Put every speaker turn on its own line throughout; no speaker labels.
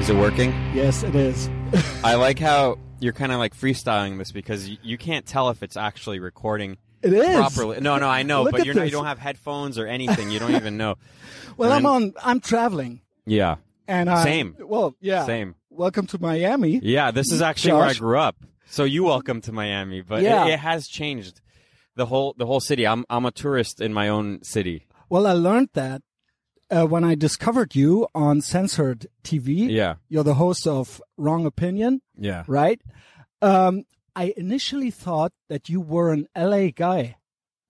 Is it working?
Yes, it is.
I like how you're kind of like freestyling this because you, you can't tell if it's actually recording
It is.
properly. No, no, I know,
Look
but
at
you're not, you
this.
don't have headphones or anything. You don't even know.
Well, I'm
And-
on. I'm traveling,
Yeah,
and I
Same.
Well, yeah.
same.
Welcome to Miami.
Yeah, this is actually where I
Josh?
grew up. So you welcome to Miami, but
Yeah.
it, it has changed the whole the whole city. I'm I'm a tourist in my own city.
Well, I learned that uh, when I discovered you on Censored TV.
Yeah,
You're the host of Wrong Opinion,
yeah.
right? Um, I initially thought that you were an LA guy.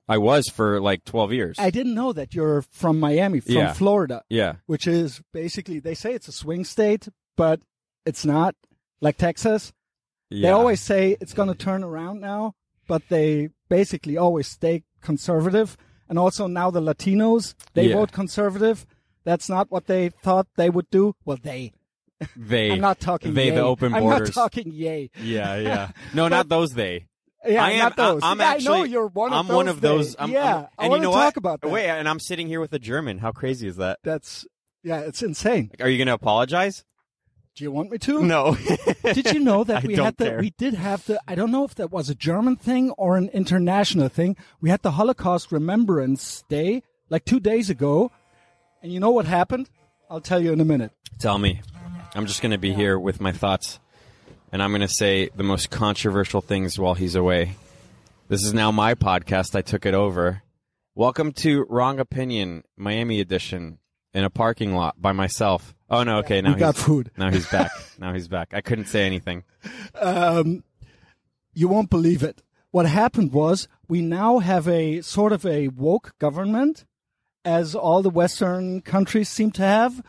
I was for like 12 years.
I didn't know that you're from Miami, from
Yeah.
Florida,
yeah,
which is basically they say it's a swing state, but it's not like Texas.
yeah.
They always say it's going to turn around now, but they basically always stay conservative. And also now the Latinos, they
Yeah.
vote conservative. That's not what they thought they would do. Well, they.
they
I'm not talking
they
yay.
the open
I'm
borders.
not talking yay.
yeah, yeah. No, not those they.
Yeah,
I am.
not those.
I, am
Yeah, I
actually.
know you're one of
I'm
those.
one of those.
they-
I'm, I'm,
yeah, I
and
wanna
you know
talk
what?
about that.
Wait, and I'm sitting here with a German. How crazy is that?
That's yeah, it's insane.
Like, are you going to apologize?
Do you want me to?
No.
Did you know
I
that we
don't
had the
care.
we did have the I don't know if that was a German thing or an international thing. We had the Holocaust Remembrance Day like 2 days ago. And you know what happened? I'll tell you in a minute.
Tell me. I'm just going to be here with my thoughts, and I'm going to say the most controversial things while he's away. This is now my podcast. I took it over. Welcome to Wrong Opinion Miami Edition in a parking lot by myself. Oh no! Okay, now
we got
he's-
food.
Now he's back. now he's back. I couldn't say anything.
You won't believe it. What happened was we now have a sort of a woke government, as all the Western countries seem to have.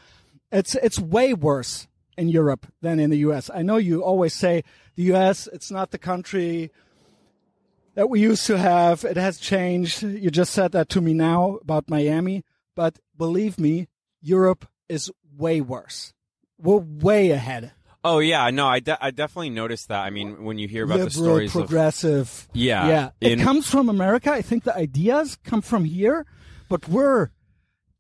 It's it's way worse in Europe than in the U.S. I know you always say the U.S. It's not the country that we used to have. It has changed. You just said that to me now about Miami, but believe me, Europe is way worse. We're way ahead.
Oh yeah, no, I, de- I definitely noticed that. I mean, when you hear about the
liberal,
stories of
progressive.
Yeah.
yeah. It
In-
comes from America. I think the ideas come from here, but we're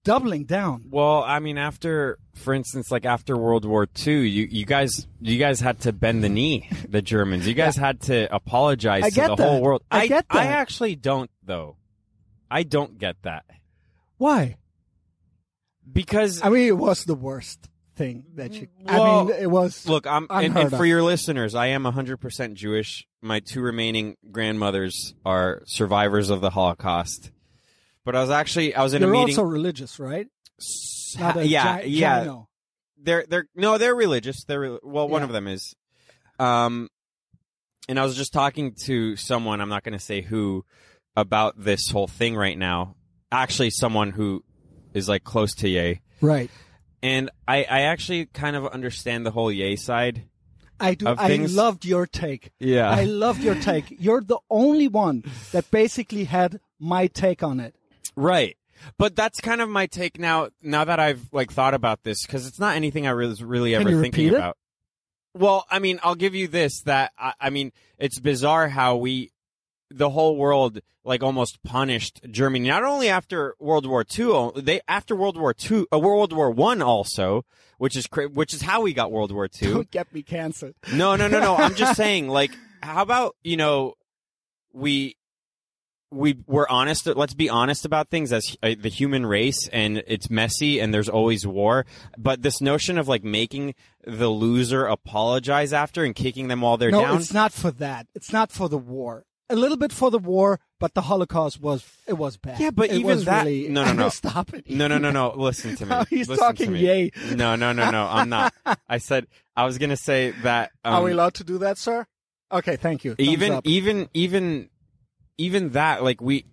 doubling down.
well, I mean, after, for instance, like after World War II, you, you guys you guys had to bend the knee, the Germans. You guys had to apologize
I
to
get
the
that.
whole world.
I get
I
that.
actually don't though. I don't get that
Why?
because
I mean, it was the worst thing that you. I
Well,
mean, it was.
Look, I'm and,
Unheard
and for
of.
your listeners, I am 100% Jewish. My two remaining grandmothers are survivors of the Holocaust. But I was actually I was in
you're
a meeting.
also religious, right?
S-
Not a
yeah,
gi-
yeah.
gyno.
They're they're no, they're religious. They're re- well, one
Yeah.
of them is. Um, and I was just talking to someone. I'm not going to say who about this whole thing right now. Actually, someone who is like close to Yay,
Right.
and I I actually kind of understand the whole Yay side.
I do.
Of
I
things-
loved your take.
Yeah,
I loved your take. You're the only one that basically had my take on it.
Right. But that's kind of my take now. Now that I've like thought about this, because it's not anything I was really
Can
ever
you
thinking
repeat it?
about. Well, I mean, I'll give you this: that I, I mean, it's bizarre how we, the whole world, like almost punished Germany. Not only after World War II, they after World War II, uh, World War One also, which is cra- which is how we got World War II.
Don't get me canceled.
No, no, no, no. I'm just saying, like, how about you know, we we we're honest. Let's be honest about things as uh, the human race, and it's messy, and there's always war. But this notion of like making the loser apologize after and kicking them while they're
no,
down.
it's not for that. It's not for the war. A little bit for the war, but the Holocaust was it was bad.
Yeah, but
It
even
was
that-
really,
no, no, no.
stop it.
no, no, no, no. Listen to me.
Now he's
Listen
talking
to me.
yay.
No, no, no, no. I'm not. I said I was gonna say that. Um,
Are we allowed to do that, sir? Okay, thank you. Thumbs
even e-
up.
even even even that like we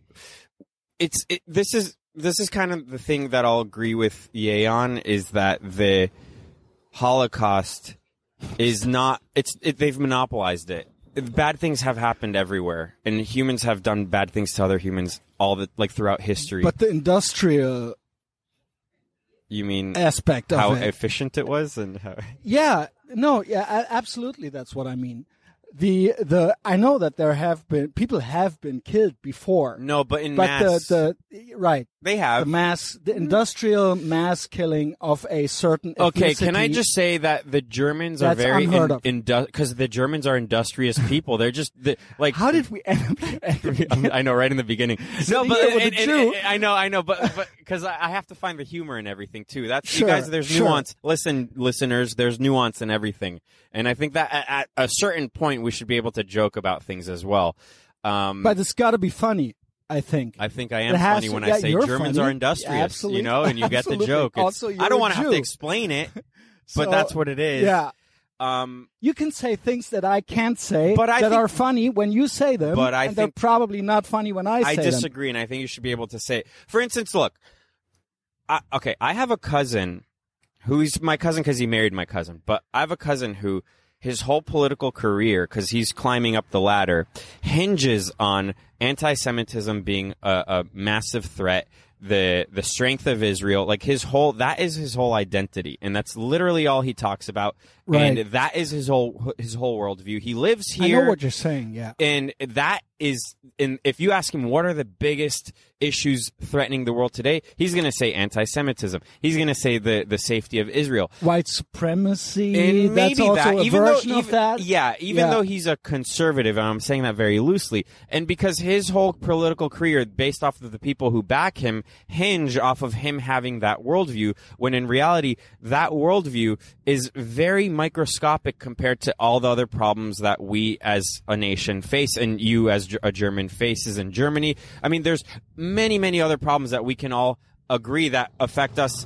it's it, this is this is kind of the thing that I'll agree with Ye on is that the Holocaust is not it's it, they've monopolized it. Bad things have happened everywhere, and humans have done bad things to other humans all the like throughout history.
but the industrial
you mean
aspect of
how
it.
efficient it was and how
yeah, no, yeah, a- absolutely. That's what I mean. the the I know that there have been people have been killed before,
No, but in
but
mass,
the the right
they
the
have.
mass the industrial mass killing of a certain
Okay, can I
ethnicity-
just say that the Germans are
That's
very
unheard of.
because the Germans are industrious people. They're just the, like
how did we end up
I know right in the beginning. No,
Sitting
but
here with
and-
a
and-
Jew.
and- I know, I know, but but because I I have to find the humor in everything too. That's
Sure,
you guys. There's
sure.
nuance. Listen, listeners, there's nuance in everything, and I think that at, at a certain point we should be able to joke about things as well. Um,
but it's got to be funny I think
I think I
It
am
has
funny
to-
when
yeah,
I say
you're
Germans
funny.
are industrious,
Yeah, absolutely.
you know, and you get the
Absolutely.
joke. It's-
Also,
I
you're a
don't want to have
Jew.
to explain it, but
So,
that's what it is.
yeah
Um,
you can say things that I can't say
But I
that
think-
are funny when you say them,
But I
and they're
think-
probably not funny when I say
I
them.
disagree, and I think you should be able to say. For instance, look, I, okay, I have a cousin who's my cousin because he married my cousin, but I have a cousin who his whole political career, because he's climbing up the ladder, hinges on anti-Semitism being a, a massive threat. The the strength of Israel, like his whole that is his whole identity, and that's literally all he talks about.
Right.
And that is his whole his whole worldview. He lives
I
here
know what you're saying. Yeah,
and that is and if you ask him what are the biggest issues threatening the world today he's going to say anti-semitism he's going to say the, the safety of israel
white supremacy.
and
that's
maybe
also
that
a
even
version
though
of
even-
that.
yeah even
Yeah.
though he's a conservative and i'm saying that very loosely and because his whole political career based off of the people who back him hinge off of him having that worldview when in reality that worldview is very microscopic compared to all the other problems that we as a nation face and you as Ge- a german faces in germany i mean there's many many other problems that we can all agree that affect us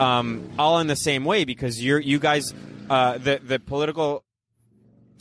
um, all in the same way because you're you guys uh, the the political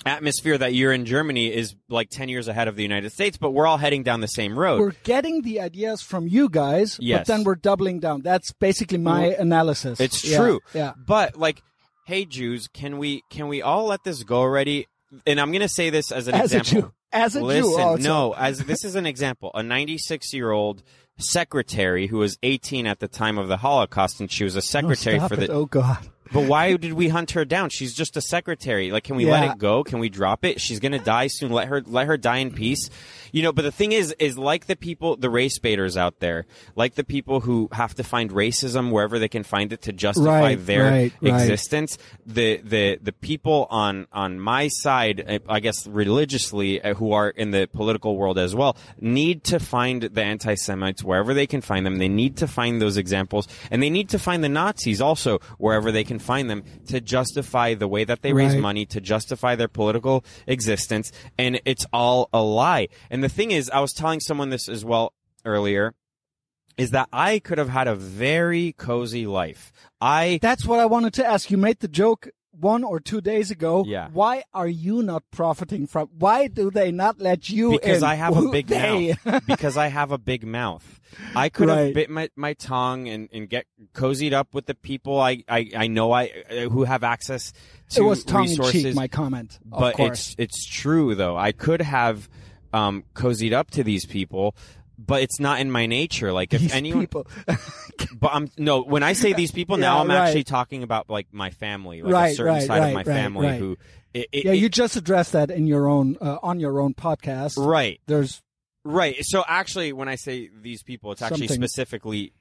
atmosphere that you're in Germany is like ten years ahead of the United States, but we're all heading down the same road.
We're getting the ideas from you guys,
Yes.
but then we're doubling down. That's basically my analysis.
It's
Yeah,
true.
Yeah.
But like, hey Jews, can we can we all let this go already? And I'm gonna say this as an
As a
example.
Jew, as a
Listen,
Jew, also.
no, as this is an example, a 96 year old secretary who was 18 at the time of the Holocaust, and she was a
No,
secretary
stop
for
it.
the.
Oh God.
But why did we hunt her down? She's just a secretary. Like, can we let
Yeah.
it go? Can we drop it? She's gonna die soon. Let her let her die in peace. You know. But the thing is, is like the people, the race baiters out there, like the people who have to find racism wherever they can find it to justify
Right,
their
right, right.
existence. The the the people on on my side, I- I guess religiously, uh, who are in the political world as well, need to find the anti Semites wherever they can find them. They need to find those examples, and they need to find the Nazis also wherever they can find them to justify the way that they raise
Right.
money money to justify their political existence, and it's all a lie. And the thing is, I was telling someone this as well earlier, is that I could have had a very cozy life. I
That's what I wanted to ask. You made the joke one or two days ago.
Yeah.
Why are you not profiting from? Why do they not let you
because
in?
I have a big
They-
mouth. because I have a big mouth. I could have
Right.
bit my, my tongue and, and get cozied up with the people I, I, I know I uh, who have access to
it was tongue in
resources.
cheek. My comment, of
but
course.
it's it's true though. I could have um, cozied up to these people, but it's not in my nature. Like if
These
anyone,
people,
but I'm no. When I say these people now,
Yeah,
I'm
right.
actually talking about like my family, like a
Right,
certain
right,
side of
right,
my
right,
family
right.
who, it, it,
yeah,
it-
you just addressed that in your own uh, on your own podcast.
right,
There's
right. So actually, when I say these people, it's actually
Something.
specifically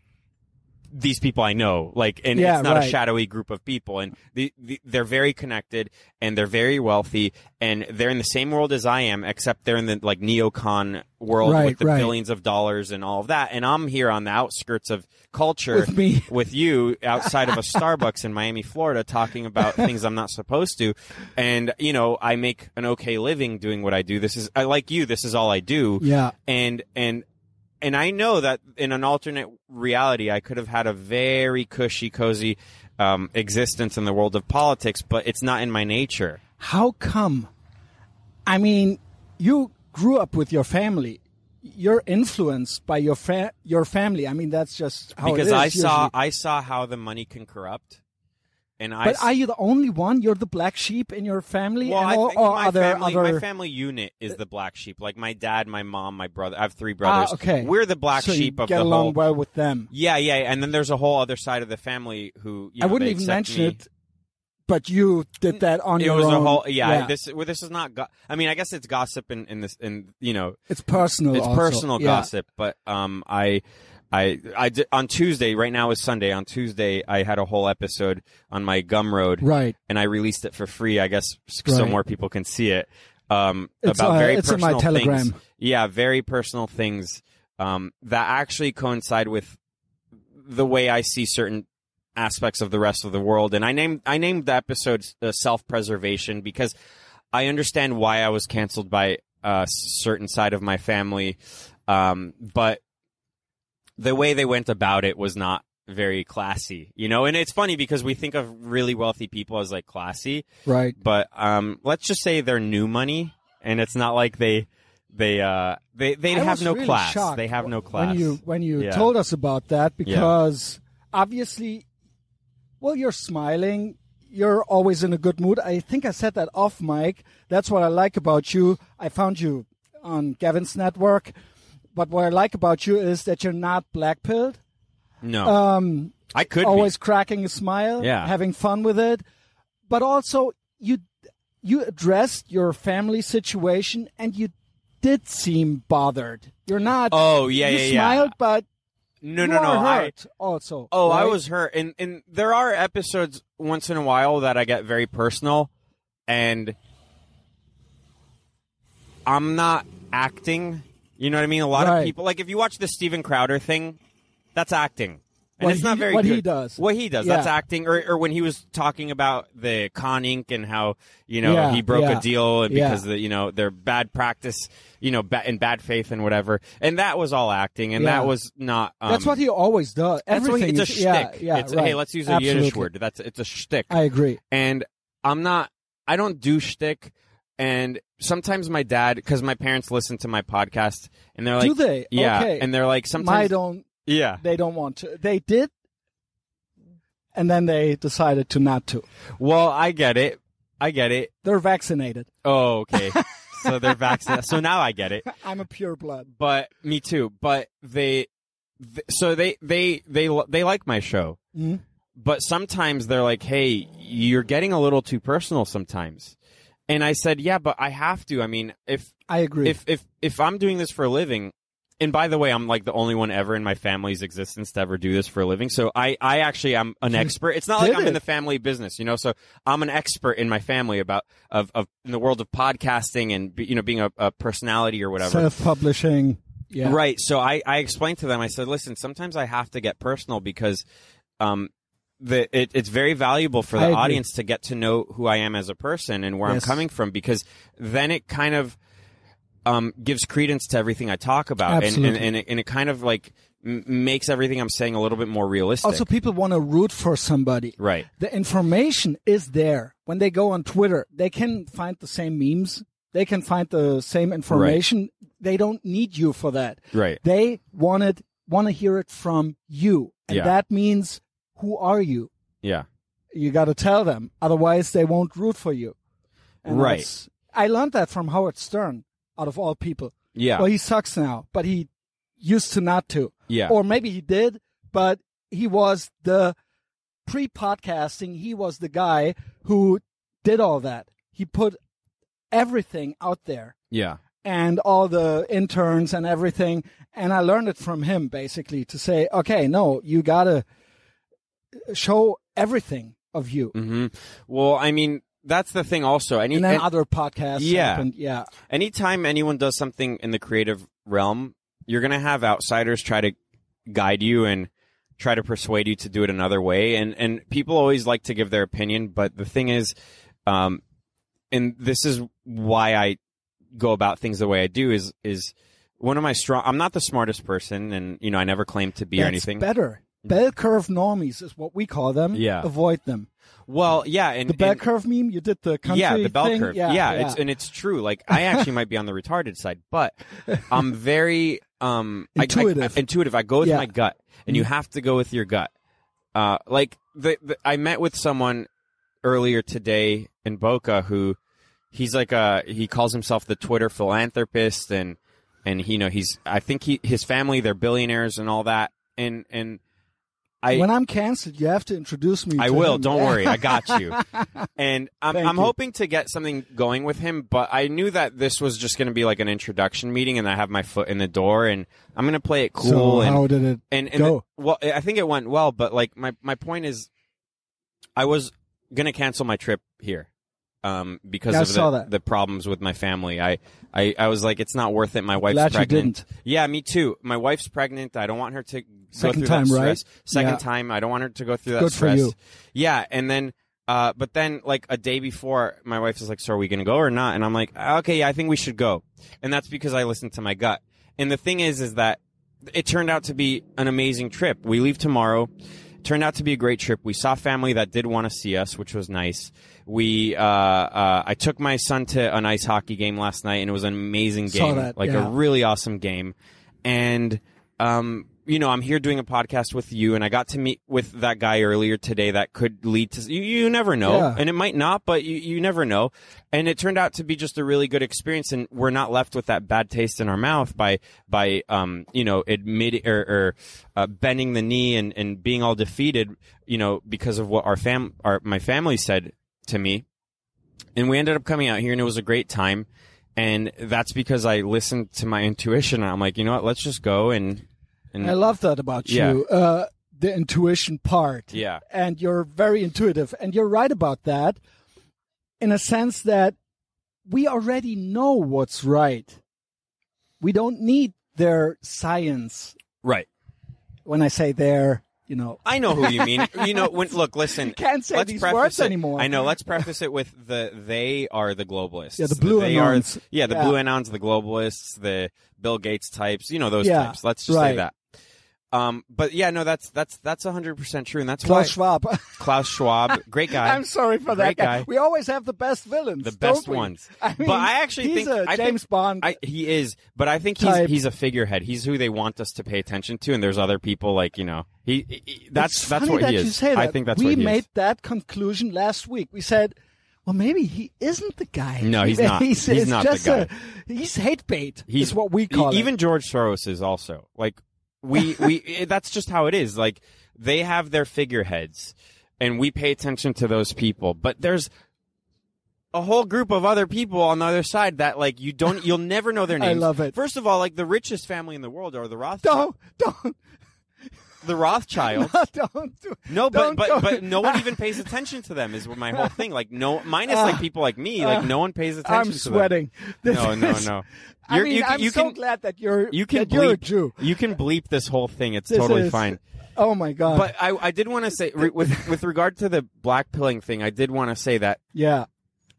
these people I know. Like, and
Yeah,
it's not a
right.
shadowy group of people, and the, the, they're very connected and they're very wealthy, and they're in the same world as I am, except they're in the like neocon world with
Right,
the
right.
billions of dollars and all of that, and I'm here on the outskirts of culture
With me.
with you outside of a Starbucks in Miami, Florida, talking about things I'm not supposed to, and you know I make an okay living doing what I do. This is I like you. This is all I do
yeah.
and and and I know that in an alternate reality, I could have had a very cushy, cozy um, existence in the world of politics, but it's not in my nature.
How come? I mean, you grew up with your family. You're influenced by your fa- your family. I mean, that's just how Oh, it
because
is
I
usually.
saw I saw how the money can corrupt, and I.
But
s-
are you the only one? You're the black sheep in your family,
well,
and
I
all,
think
all
my,
other
family,
other. uh,
my family unit is the black sheep. Like my dad, my mom, my brother. I have three brothers.
Ah, okay.
We're the black
so you
sheep of
get
the
along
whole.
well with them.
Yeah, yeah, and then there's a whole other side of the family who you
I
know,
wouldn't
they
even
accept
mention
me.
it but you did that on
It
your
was
own.
a whole yeah, This well, this is not. Go- I mean, I guess it's gossip and in, this and you know
it's personal.
it's
Oh, also.
personal
Yeah.
gossip. But um, I, I, I did, on Tuesday. Right now is Sunday. On Tuesday, I had a whole episode on my Gumroad,
Right.
and I released it for free. I guess s- so
Right.
more people can see it. Um,
It's,
about
uh,
very
it's in my
personal
Telegram.
things. Yeah, very personal things um, that actually coincide with the way I see certain aspects of the rest of the world. And I named I named the episode uh, "Self Preservation" because I understand why I was canceled by a s- certain side of my family, um, but the way they went about it was not very classy, you know. And it's funny because we think of really wealthy people as like classy,
Right.
but um, let's just say they're new money, and it's not like they they uh, they they
I
have
was
no
really
class.
shocked
They have no class.
when you when you
Yeah.
told us about that because obviously well you're smiling you're always in a good mood i think i said that off mic that's what i like about you i found you on gavin's network but what i like about you is that you're not black pilled
no,
um,
I Oh. could be.
always cracking a smile
Yeah.
having fun with it but also you you addressed your family situation and you did seem bothered you're not
Oh yeah,
you
yeah, yeah.
smiled, but
no,
you
no, no.
are
I,
hurt also.
Oh, I
right?
was hurt, and and there are episodes once in a while that I get very personal, and I'm not acting. You know what I mean? A lot
Right.
of people, like if you watch the Steven Crowder thing, that's acting, and
What
it's not
he-
very
what he
good.
does.
What he does,
Yeah.
that's acting. Or or when he was talking about the Con Inc. and how you know
Yeah,
he broke
yeah.
a deal and
Yeah.
because the, you know their bad practice, you know, ba- and bad faith and whatever, and that was all acting, and
Yeah.
that was not. Um,
That's what he always does.
that's what-
Everything
it's a
is, yeah,
shtick.
yeah,
it's,
right.
Hey, let's use a Yiddish
Absolutely.
word. That's it's a shtick.
I agree.
and I'm not. I don't do shtick. And sometimes my dad, because my parents listen to my podcast, and they're like,
Do they?
yeah,
Okay.
and they're like,
My
sometimes,
don't.
yeah.
They don't want to. They did, and then they decided to not to.
Well, I get it. I get it.
They're vaccinated.
Oh, okay. so they're vaccinated. So now I get it.
I'm a pure blood.
But me too. But they, th- so they they they li- they like my show.
Mhm.
but sometimes they're like, "Hey, you're getting a little too personal sometimes." And I said, "Yeah, but I have to. I mean, if
I agree.
if if if I'm doing this for a living, and by the way, I'm like the only one ever in my family's existence to ever do this for a living. So I I actually am an expert. It's not like
did
I'm
it.
in the family business, you know. So I'm an expert in my family about of of in the world of podcasting and be- you know being a, a personality or whatever.
Self-publishing. Yeah.
Right. So I, I explained to them, I said, listen, sometimes I have to get personal because um, the, it, it's very valuable for
I
the
agree.
audience to get to know who I am as a person and where
Yes.
I'm coming from because then it kind of um, gives credence to everything I talk about. And, and,
Absolutely.
and, it, and it kind of like m- makes everything I'm saying a little bit more realistic.
Also, people want to root for somebody.
right.
The information is there. When they go on Twitter, they can find the same memes. They can find the same information. They don't need you for that.
Right.
They wanted want to hear it from you, and
Yeah.
that means who are you?
Yeah.
You got to tell them, otherwise they won't root for you. And
Right.
that's- I learned that from Howard Stern, out of all people.
Yeah.
Well, he sucks now, but he used to not to,
yeah.
or maybe he did, but he was the pre-podcasting. He was the guy who did all that. He put everything out there
yeah.
and all the interns and everything. And I learned it from him basically to say, okay, no, you gotta show everything of you.
hmm Well, I mean, that's the thing also. Any,
And then
and-
other podcasts
Yeah.
happened. Yeah.
anytime anyone does something in the creative realm, you're going to have outsiders try to guide you and try to persuade you to do it another way. And, and people always like to give their opinion, but the thing is, um, and this is why I go about things the way I do is, is one of my strong, I'm not the smartest person and, you know, I never claim to be or
That's
anything. Mm-hmm.
better. Bell curve normies is what we call them.
Yeah.
Avoid them.
well, yeah. And,
The bell
and-
curve meme, you did the country
yeah, the bell
thing.
curve.
Yeah.
Yeah, It's, and it's true. Like I actually might be on the retarded side, but I'm very um I- I-
Intuitive.
I, intuitive. I go with
Yeah. Mm.
my gut, and you have to go with your gut. Uh, like the, the I met with someone earlier today in Boca who he's like a he calls himself the Twitter philanthropist and and you know he's I think he his family they're billionaires and all that and and I
when I'm canceled, you have to introduce me.
I
to
will.
him.
Don't
Yeah.
worry. I got you. And I'm,
Thank
I'm
you.
hoping to get something going with him, but I knew that this was just going to be like an introduction meeting, and I have my foot in the door, and I'm going to play it cool.
So
and,
how did it?
and, and
Go.
the- well, I think it went well, but like my my point is, I was gonna cancel my trip here um, because
Yeah, I
of
saw
the,
that.
the problems with my family. I, I I was like, it's not worth it. My wife's
Glad you
pregnant.
didn't.
Yeah, me too. My wife's pregnant. I don't want her to go
Second
through
time,
that
right?
stress. Second
Yeah.
time, I don't want her to go through that
Good for
stress.
you.
Yeah, and then. Uh, but then, like a day before, my wife is like, "So are we gonna go or not?" And I'm like, "Okay, yeah, I think we should go." And that's because I listened to my gut. And the thing is, is that it turned out to be an amazing trip. We leave tomorrow. Turned out to be a great trip. We saw family that did want to see us, which was nice. We, uh, uh, I took my son to an ice hockey game last night, and it was an amazing
Saw
game,
that,
like
yeah.
a really awesome game. And, um, you know, I'm here doing a podcast with you, and I got to meet with that guy earlier today. That could lead to you. You never know,
Yeah.
and it might not, but you, you never know. And it turned out to be just a really good experience, and we're not left with that bad taste in our mouth by by um you know admit or, or uh, bending the knee and and being all defeated, you know, because of what our fam our my family said to me. And we ended up coming out here, and it was a great time. And that's because I listened to my intuition. And I'm like, you know what? Let's just go and and
I love that about
Yeah.
you. Uh, the intuition part.
yeah,
and you're very intuitive and you're right about that in a sense that we already know what's right we don't need their science
right.
when i say their you know
I know who you mean. You know, when, look, listen.
Can't say
let's
these
preface
words
it-
anymore.
I know. Let's preface it with the they are the globalists.
Yeah, the blue
they
anons.
Are, yeah, the
Yeah.
blue anons, the globalists, the Bill Gates types. You know those
Yeah,
types. Let's just
right.
say that. Um, but yeah, no, that's that's that's hundred percent true, and that's
klaus
why
schwab
Klaus Schwab, great guy.
i'm sorry for that
Great
guy.
guy.
we always have the best villains
the
don't
best
we?
ones.
I mean,
but I actually
he's
think
a
I think-
james bond
I, he is, but I think he's
Type.
he's a figurehead. He's who they want us to pay attention to, and there's other people like you know he. he- he- that's
It's
that's
funny
what
that
he is.
You say that.
I think that's
we
what he
made
is.
that conclusion last week. We said, well, maybe he isn't the guy.
No, he's not.
he's
He's
it's
not the
just
guy.
A, he's hate bait.
He's
is what we call
e-
it.
even George Soros is also like we we it, that's just how it is. Like they have their figureheads, and we pay attention to those people. But there's a whole group of other people on the other side that like you don't you'll never know their
I
names.
love it.
First of all, like the richest family in the world are the Rothschild.
Don't don't
The Rothschilds.
don't do.
No,
don't
but but,
go-
but no one even pays attention to them is my whole thing. Like no, minus like people like me, like no one pays attention.
Ah, I'm
to
sweating.
Them.
This
No, no,
is-
no.
I
You're-
mean,
you, can-
I'm
you
so
can
glad that you're
you can
that you're a
bleep.
Jew.
You can bleep this whole thing. It's
This
totally
is-
fine.
Oh my god.
But I I did want to say re- with with regard to the black pilling thing, I did want to say that
yeah.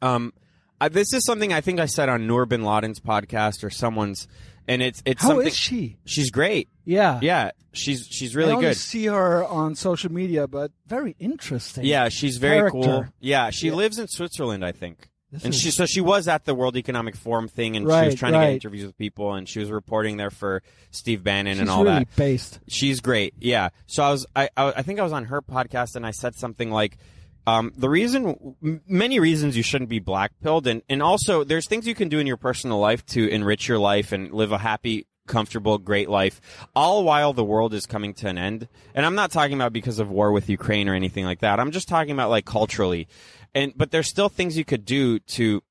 um, I, this is something I think I said on Noor Bin Laden's podcast or someone's, and it's it's
How
something.
is she?
She's great.
Yeah.
Yeah, she's she's
I
really
only
good.
see her on social media, but very interesting.
Yeah, she's very cool.
character.
Yeah, she
Yeah.
lives in Switzerland, I think.
This
and
is-
she so she was at the World Economic Forum thing, and she was
Right,
trying to
right.
get interviews with people, and she was reporting there for Steve Bannon
She's
and all
really
that.
based.
She's great. Yeah. So I was, I, I, I think I was on her podcast and I said something like, um, the reason, m- many reasons you shouldn't be black pilled. And, and also there's things you can do in your personal life to enrich your life and live a happy, comfortable, great life, all while the world is coming to an end. And I'm not talking about because of war with Ukraine or anything like that. I'm just talking about like culturally. And, but there's still things you could do to,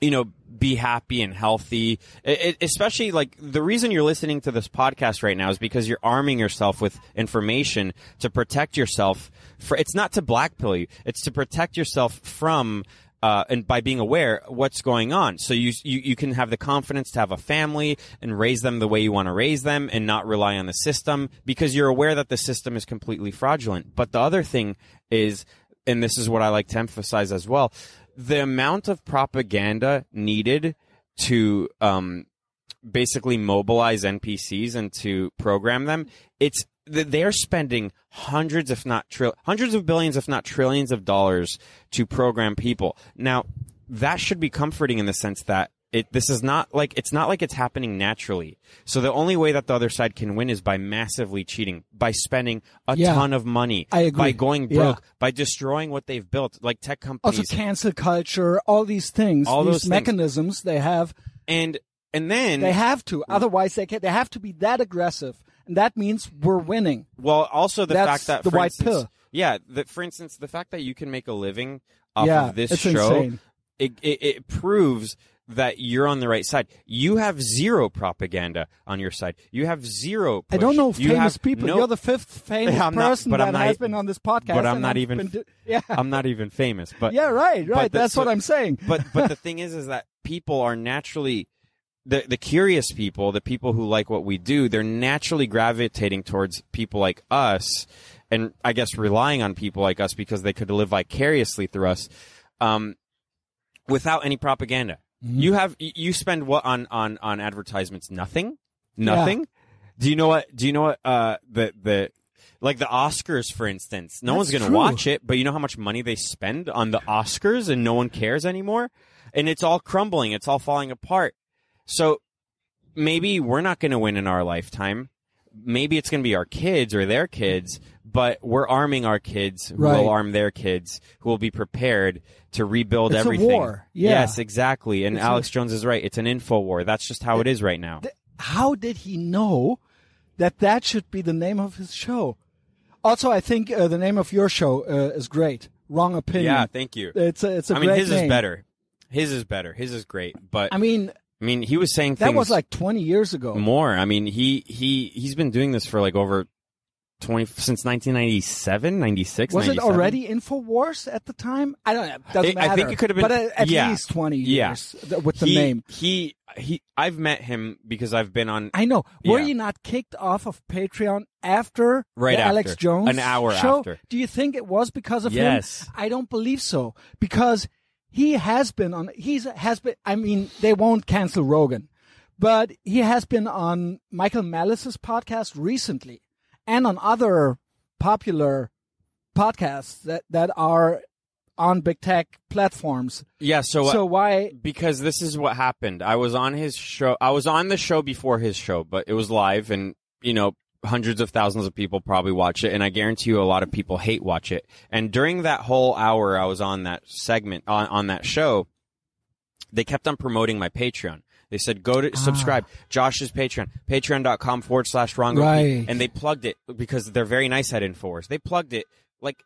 you know, be happy and healthy. It, it- especially like the reason you're listening to this podcast right now is because you're arming yourself with information to protect yourself. For it's not to blackpill you; it's to protect yourself from. Uh, and by being aware what's going on, so you, you you can have the confidence to have a family and raise them the way you want to raise them, and not rely on the system because you're aware that the system is completely fraudulent. But the other thing is and this is what I like to emphasize as well, the amount of propaganda needed to um, basically mobilize NPCs and to program them, it's th- they're spending hundreds, if not tri- hundreds of billions, if not trillions of dollars to program people. Now, that should be comforting in the sense that it this is not like it's not like it's happening naturally. So the only way that the other side can win is by massively cheating, by spending a
Yeah.
ton of money,
I agree.
by going
Yeah.
broke, by destroying what they've built, like tech companies.
also cancel culture, all these things,
All
these
those things.
mechanisms they have,
and and then
they have to. Otherwise, they can, they have to be that aggressive and that means we're winning.
Well, also the
That's
fact that
the
for
white
instance,
pill.
yeah, that for instance, the fact that you can make a living off
yeah,
of this
it's
show,
insane.
it, it it proves that you're on the right side. You have zero propaganda on your side. You have zero. Push.
I don't know
you
famous
have
people.
no-
You're the fifth famous
Yeah, I'm not-
person
but
that
I'm not-
has been on this podcast.
but I'm
and
not
I've
even-
been do- yeah,
I'm not even famous, but
yeah, right, right.
the-
That's
so-
what I'm saying.
but but the thing is is that people are naturally the the curious people the people who like what we do they're naturally gravitating towards people like us and i guess relying on people like us because they could live vicariously through us um, without any propaganda you have y- you spend what on on on advertisements nothing nothing do you know what do you know what uh the the like the Oscars, for instance, no
That's
one's going to
true.
watch it, but you know how much money they spend on the Oscars and no one cares anymore? And it's all crumbling, it's all falling apart. So maybe we're not going to win in our lifetime. Maybe it's going to be our kids or their kids, but we're arming our kids who
Right.
will arm their kids who will be prepared to rebuild
It's a
everything.
war. Yeah.
Yes, exactly. And
It's a-
Alex Jones is right. It's an info war. That's just how it is right now.
Th- How did he know that that should be the name of his show? Also, I think uh, the name of your show uh, is great. Wrong opinion.
Yeah, thank you.
It's a, it's a
I mean,
great
his
name.
is better. His is better. His is great. But
I mean,
I mean, he was saying
that
things
was like 20 years ago.
more. I mean, he he he's been doing this for like over 20 since 1997, 96,
was it
97.
already Infowars at the time? I don't know. It Doesn't
It- I
matter.
think it could have been-
but at, at
yeah.
least 20
Yeah.
years th- with the
he,
name.
He he I've met him because I've been on
I know. Were
Yeah.
you not kicked off of Patreon after
Right
the Alex
after.
Jones
An hour
show?
after.
Do you think it was because of
Yes.
him? I don't believe so because he has been on. He's has been. I mean, they won't cancel Rogan, but he has been on Michael Malice's podcast recently, and on other popular podcasts that that are on big tech platforms.
Yeah, so, uh,
so why?
because this is what happened. I was on his show. I was on the show before his show, but it was live and, you know, hundreds of thousands of people probably watch it. And I guarantee you a lot of people hate watch it. And during that whole hour I was on that segment, on, on that show, they kept on promoting my Patreon. They said, go to subscribe,
Ah.
Josh's Patreon, patreon.com forward slash wrong.
Right.
And they plugged it because they're very nice at Infowars. They plugged it like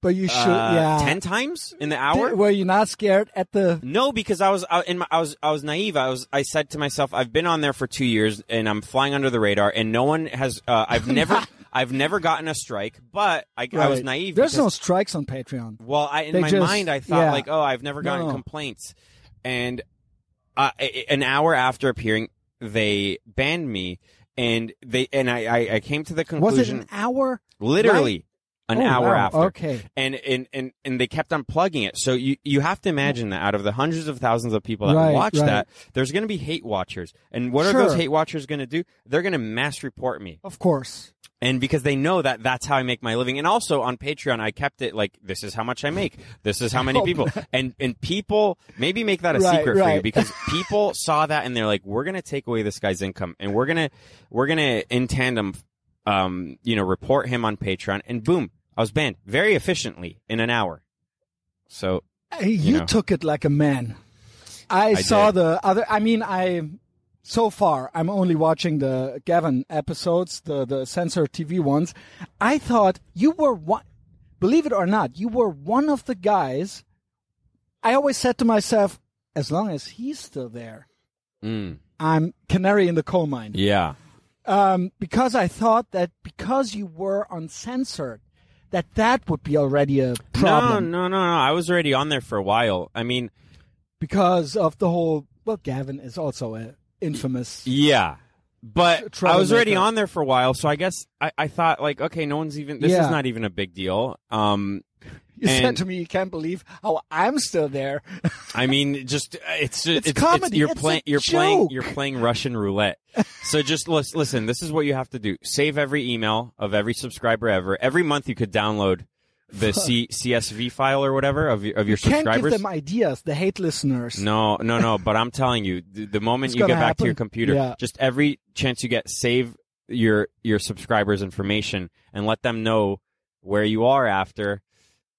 But you should.
uh,
yeah.
10 times in the hour.
Were you not scared at the
No, because I was I, in my, I was I was naive. I was I said to myself, I've been on there for two years and I'm flying under the radar, and no one has. Uh, I've never I've never gotten a strike, but I, I was
Right.
naive.
There's no
because,
strikes on Patreon.
well, I, in
they
my
just-
mind, I thought
yeah.
like, oh, I've never gotten
No.
complaints, and uh, a- an hour after appearing, they banned me, and they and I I, I came to the
Was it
conclusion
an hour?
literally an
Oh,
hour
wow.
after
Okay.
and and and and they kept on plugging it. So you you have to imagine that out of the hundreds of thousands of people that
Right,
watch
right.
that, there's going to be hate watchers. And what are
Sure.
those hate watchers going to do? They're going to mass report me.
Of course.
And because they know that that's how I make my living. And also on Patreon, I kept it like this is how much I make. This is how many
Oh,
people. And and people maybe make that a
Right,
secret for you
right.
because people saw that and they're like, we're going to take away this guy's income and we're going to we're going to in tandem um, you know, report him on Patreon and boom, I was banned very efficiently in an hour. So
Uh, You
know.
took it like a man. I, saw
did.
the other. I mean, I. So far, I'm only watching the Gavin episodes, the the censored TV ones. I thought you were one. Believe it or not, you were one of the guys. I always said to myself, as long as he's still there,
mm,
I'm canary in the coal mine.
yeah.
um, because I thought that because you were uncensored, that that would be already a problem
No, no, no, no. I was already on there for a while. I mean,
because of the whole. Well, Gavin is also a infamous.
Yeah. But
Troublemaker.
I was already on there for a while, so I guess I, I thought like, okay, no one's even this
Yeah.
is not even a big deal. Um
You said
and-
to me, "You can't believe how I'm still there."
I mean just uh, it's just
It's comedy.
you're
It's
playing
a
you're playing
joke.
you're playing Russian roulette. so just lis- listen, this is what you have to do. Save every email of every subscriber ever. Every month you could download the C- CSV file or whatever of your, of your
you can't give
subscribers.
them ideas. The hate listeners.
No, no, no. But I'm telling you, the, the moment
It's
you get
gonna
back to your
happen.
computer,
Yeah.
just every chance you get, save your your subscribers' information and let them know where you are after.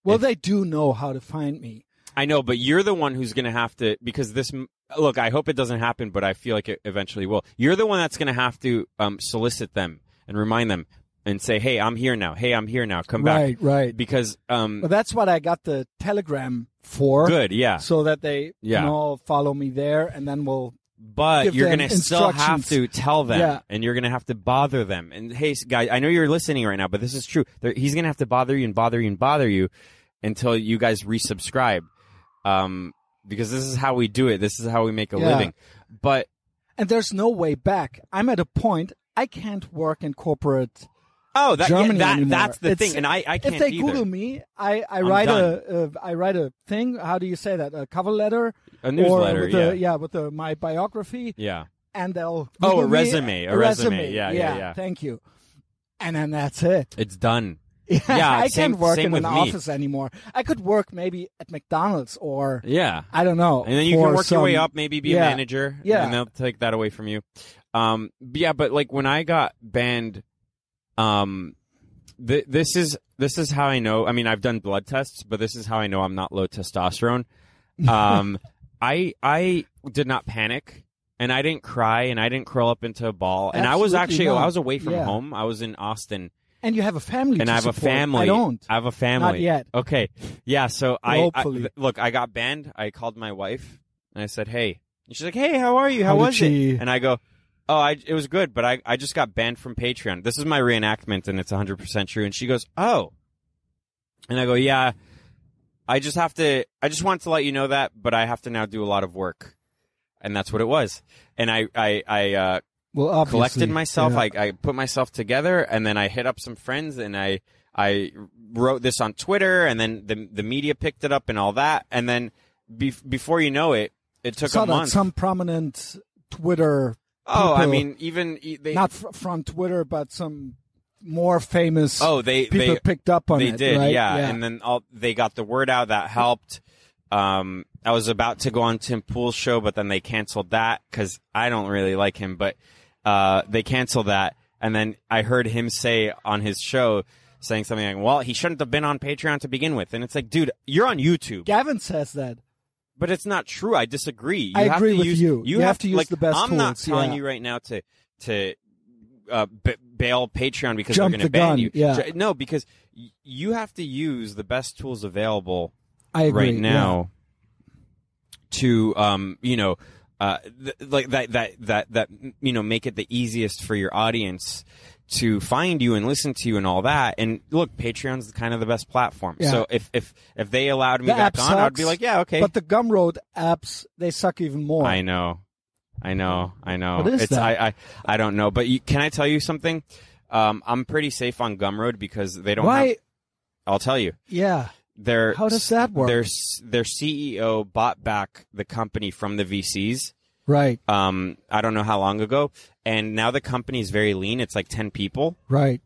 Well,
If-
they do know how to find me.
I know, but you're the one who's going to have to because this. m- Look, I hope it doesn't happen, but I feel like it eventually will. You're the one that's going to have to um, solicit them and remind them and say, "Hey, I'm here now. Hey, I'm here now. Come
right,
back."
right.
Because um,
Well, that's what I got the telegram for.
good, yeah.
So that they
Yeah.
can all follow me there, and then we'll.
But
give
you're
them
gonna still have
instructions.
to tell them,
Yeah.
and you're gonna have to bother them. And hey, s- guys, I know you're listening right now, but this is true. There, he's gonna have to bother you and bother you and bother you until you guys resubscribe, um, because this is how we do it. This is how we make a
Yeah.
living. But
And there's no way back. I'm at a point I can't work in corporate.
oh, that, yeah,
Germany
that-
anymore.
that's the
It's-
thing, and I, I can't
if they
either.
Google me, I, I
I'm
write a, a I write a thing. How do you say that? A cover letter
a newsletter,
or with
yeah,
the, yeah, with the, my biography,
yeah.
and they'll
Oh, a
Google me.
resume, a resume. Yeah, yeah, yeah.
Thank you. And then that's it.
It's done.
Yeah, I
same-
can't work
same
in
with
an
me.
office anymore. I could work maybe at McDonald's or
Yeah.
I don't know.
And then you
for
can work your way
some-
up, maybe be a
yeah.
manager.
Yeah.
And they'll take that away from you. Um, but yeah, but like when I got banned, um, th- this is, this is how I know. I mean, I've done blood tests, but this is how I know I'm not low testosterone. Um, I, I did not panic and I didn't cry and I didn't curl up into a ball. And I was
Absolutely
actually,
not.
I was away from
Yeah.
home. I was in Austin
And you have a family.
and
to
I have a
support.
family.
I don't.
I have a family.
Not yet.
Okay. Yeah. So I, I
Hopefully.
th- look. I got banned. I called my wife and I said, "Hey." And she's like, "Hey, how are you? How,
How did
was
she-
it?" And I go, "Oh, I, it was good, but I, I just got banned from Patreon. This is my reenactment, and it's 100 percent true." And she goes, "Oh," and I go, "Yeah." I just have to. I just want to let you know that, but I have to now do a lot of work, and that's what it was. And I, I, I uh,
Well, obviously,
collected myself.
yeah.
I, I put myself together, and then I hit up some friends, and I I wrote this on Twitter, and then the the media picked it up and all that, and then be, before you know it, it took
saw
a
that
month.
some prominent Twitter,
oh, I
people-
mean, even e- they.
not fr- from Twitter, but some more famous
oh, they
people
they
picked up on
they
it.
did,
right?
yeah. And then all they got the word out that helped. Um, I was about to go on Tim Pool's show, but then they canceled that because I don't really like him. But uh, they canceled that, and then I heard him say on his show saying something like, "Well, he shouldn't have been on Patreon to begin with." And it's like, dude, you're on YouTube,
Gavin says that.
but it's not true. I disagree. You
I
have
agree
to
with
use,
you. You have to use
like,
the best
I'm not
tools,
telling
yeah.
you right now to to uh, b- bail Patreon because
Jump
they're going to
the
ban
gun,
you.
yeah.
J- No, because y- you have to use the best tools available
I agree.
right now to um you know uh th- like that that that that you know make it the easiest for your audience to find you and listen to you and all that and look patreon's kind of the best platform
Yeah.
so if if if they allowed me
The
back
app
on i'd be
sucks,
like yeah okay
yeah. But the Gumroad apps, they suck even more.
I know, I know, I know.
What is
it's,
that?
I, I I don't know. But you, can I tell you something? Um, I'm pretty safe on Gumroad because they don't.
Why?
Have, I'll tell you.
yeah.
Their
How does that work?
Their s- their CEO bought back the company from the VCs.
Right.
Um, I don't know how long ago, and now the company is very lean. It's like ten people,
Right.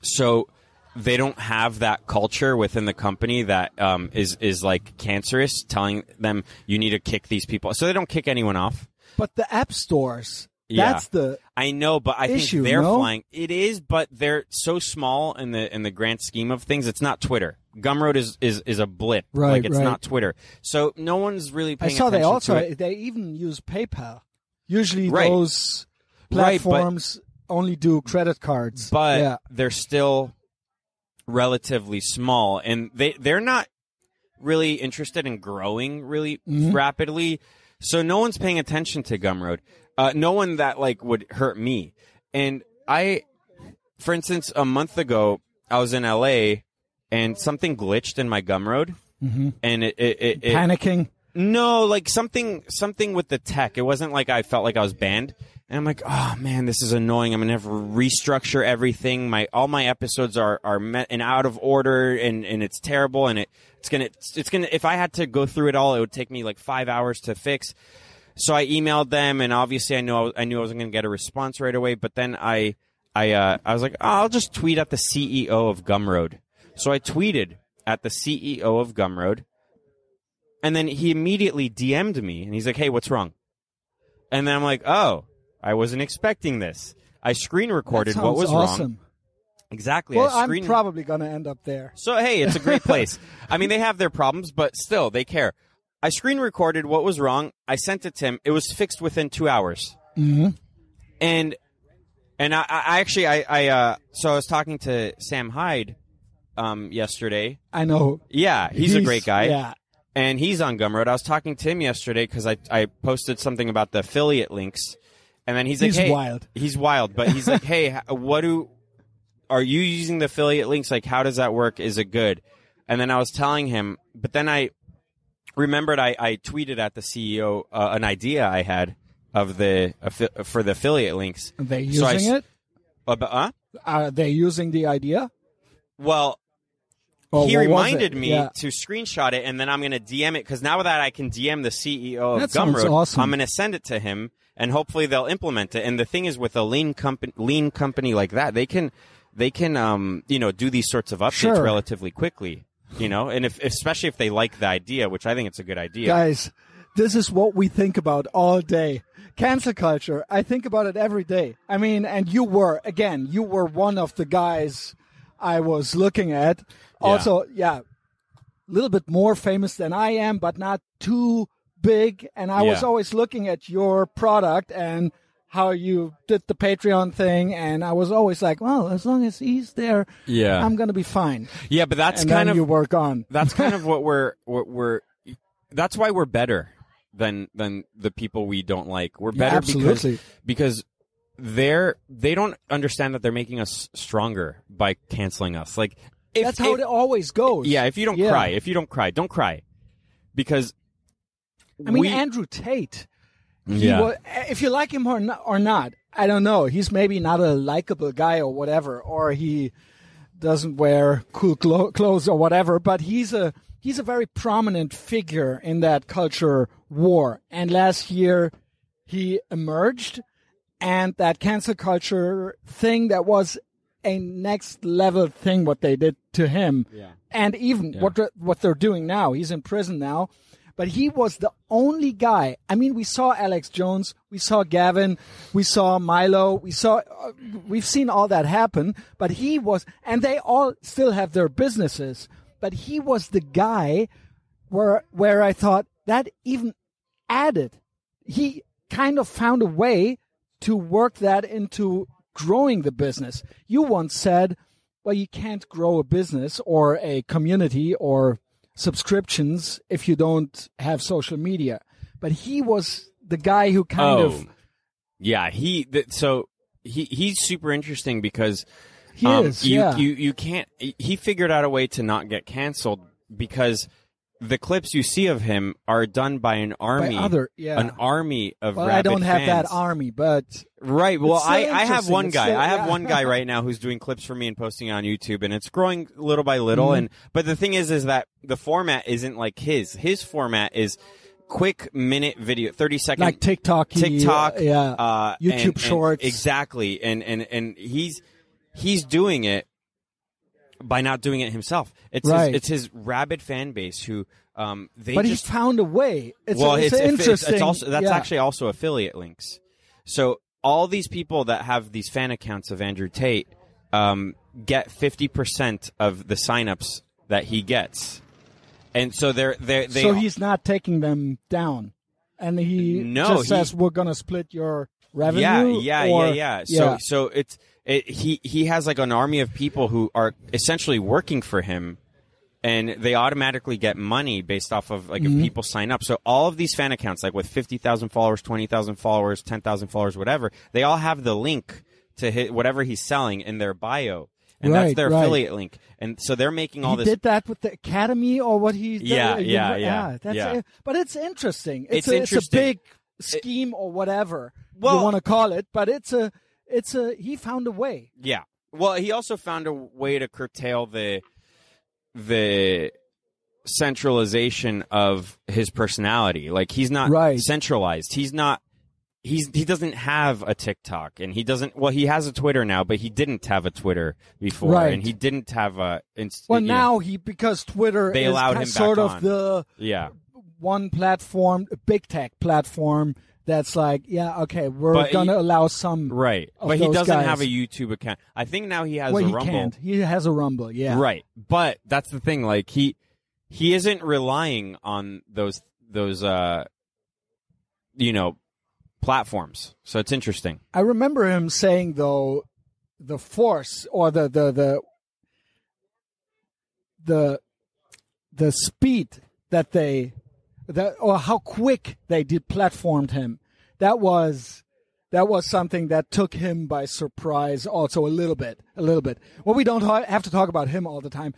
so they don't have that culture within the company that um, is is like cancerous, telling them you need to kick these people. So they don't kick anyone off.
But the app stores.
Yeah.
That's the
I know, but I
issue,
think they're
no?
flying. It is, but they're so small in the in the grand scheme of things. It's not Twitter. Gumroad is is, is a blip.
Right,
like it's
right.
not Twitter. So no one's really
I
paying
saw they
attention
also
to it.
they even use PayPal. Usually
Right.
those
Right, but-
platforms only do credit cards.
but
yeah.
they're still relatively small and they they're not really interested in growing really rapidly so no one's paying attention to gumroad uh, no one that like would hurt me and i for instance a month ago i was in la and something glitched in my gumroad and it it, it, it
panicking.
no, like something something with the tech. It wasn't like I felt like I was banned. And I'm like, oh man, this is annoying. I'm gonna have to restructure everything. My all my episodes are are met and out of order, and and it's terrible. And it it's gonna it's gonna if I had to go through it all, it would take me like five hours to fix. So I emailed them, and obviously I know I knew I wasn't gonna get a response right away. But then I I uh, I was like, oh, I'll just tweet at the CEO of Gumroad. So I tweeted at the CEO of Gumroad, and then he immediately DM'd me and he's like, "Hey, what's wrong?" And then I'm like, "Oh, I wasn't expecting this. I screen recorded
That
what
sounds
was wrong."
awesome.
Exactly.
Well,
I
I'm
screen
probably going to end up there.
So hey, it's a great place. I mean, they have their problems, but still they care. I screen recorded what was wrong. I sent it to him. It was fixed within 2 hours.
Mm-hmm.
And And I, I actually, I, I uh, so I was talking to Sam Hyde um, yesterday.
I know.
Yeah, he's, a great guy,
Yeah.
and he's on Gumroad. I was talking to him yesterday because I, I posted something about the affiliate links, and then he's like,
He's
"Hey,
wild.
he's wild." But he's like, "Hey, h- what do are you using the affiliate links? Like, how does that work? Is it good?" And then I was telling him, but then I remembered I, I tweeted at the CEO uh, an idea I had of the affi- for the affiliate links.
Are they
So I
using
s-
it?
About, huh?
Are they using the idea?
Well,
Or
he
what was
reminded
it?
me
Yeah.
to screenshot it, and then I'm going to DM it because now that I can DM the CEO of
That sounds
Gumroad,
awesome.
I'm going to send it to him, and hopefully they'll implement it. And the thing is, with a lean company, lean company like that, they can they can um you know do these sorts of updates
Sure.
relatively quickly, you know, and if especially if they like the idea, which I think it's a good idea.
Guys, this is what we think about all day. Cancel culture. I think about it every day. I mean, and you were, again, you were one of the guys I was looking at. Also, yeah, a little bit more famous than I am, but not too big. And I was
Yeah.
always looking at your product and how you did the Patreon thing. And I was always like, well, as long as he's there,
Yeah.
I'm going to be fine.
yeah, but that's
Um, and
kind
then
of
you work on.
that's kind of what we're what we're that's why we're better than than the people we don't like. We're better
absolutely.
because because they're they don't understand that they're making us stronger by canceling us. Like if,
That's how
if-
it always goes.
yeah, if you don't
Yeah.
cry, if you don't cry, don't cry. Because
I mean,
we,
Andrew Tate. He
Yeah.
wa- if you like him or not, or not, I don't know. He's maybe not a likable guy or whatever, or he doesn't wear cool clo- clothes or whatever. But he's a he's a very prominent figure in that culture war. And last year, he emerged, and that cancel culture thing that was a next level thing what they did to him
Yeah.
and even what they're- what they're doing now. He's in prison now, but he was the only guy. I mean, we saw Alex Jones, we saw Gavin, we saw Milo, we saw uh, we've seen all that happen. But he was, and they all still have their businesses. But he was the guy where where I thought that even added. He kind of found a way to work that into growing the business. You once said, well, you can't grow a business or a community or subscriptions if you don't have social media. But he was the guy who kind
oh,
of
yeah, he th- so he he's super interesting because
he
um,
is,
you,
yeah.
you you can't. He figured out a way to not get canceled because the clips you see of him are done by an
by
army,
other, yeah.
an army of.
well,
rabid
I don't have that
fans.
army, but
Right. Well,
It's so
I, I have
interesting.
one
It's
guy.
so-
I have
yeah.
one guy right now who's doing clips for me and posting it on YouTube, and it's growing little by little.
Mm-hmm.
And but the thing is, is that the format isn't like his. His format is quick minute video, thirty second
like TikTok, he-
TikTok,
yeah,
uh,
YouTube
and- and-
Shorts.
exactly. And and and he's he's doing it by not doing it himself. It's
Right.
his, it's his rabid fan base who um they
but
just
he found a way. It's,
well,
it's,
it's, it's-
interesting.
It's, also that's
yeah.
actually also affiliate links. So all these people that have these fan accounts of Andrew Tate um, get fifty percent of the signups that he gets, and so they're they they
so he's not taking them down, and he
No,
just
he-
says we're gonna split your revenue.
yeah yeah
or-
yeah yeah. So so it's it, he he has like an army of people who are essentially working for him. And they automatically get money based off of like
Mm-hmm.
if people sign up. So all of these fan accounts, like with fifty thousand followers, twenty thousand followers, ten thousand followers, whatever, they all have the link to hit whatever he's selling in their bio, and that's
Right,
their
right.
affiliate link. And so they're making all
he
this.
did that with the academy or what he did.
Yeah,
uh,
yeah,
you-
yeah,
that's
yeah.
it. but it's interesting
It's
it's, a, it's a
interesting.
big scheme or whatever you
Well-
want to call it but it's a it's a he found a way
Yeah. Well, he also found a way to curtail the the centralization of his personality. Like he's not
Right.
centralized. He's not he's he doesn't have a TikTok and he doesn't well he has a Twitter now, but he didn't have a Twitter before
Right.
and he didn't have a inst-
well
you know,
now he because twitter
They
is
allowed
ki-
him back
sort of
on.
the
yeah.
one platform big tech platform that's like yeah okay we're
But he-
gonna allow some
Right.
Of
But he
those
doesn't
guys.
have a YouTube account. I think now he has
well
a
he
Rumble.
can't he has a rumble yeah
Right. But that's the thing. Like he he isn't relying on those those uh you know platforms. So it's interesting.
I remember him saying though, the force or the the the the the speed that they that or how quick they deplatformed him. That was that was something that took him by surprise also a little bit a little bit well we don't ha- have to talk about him all the time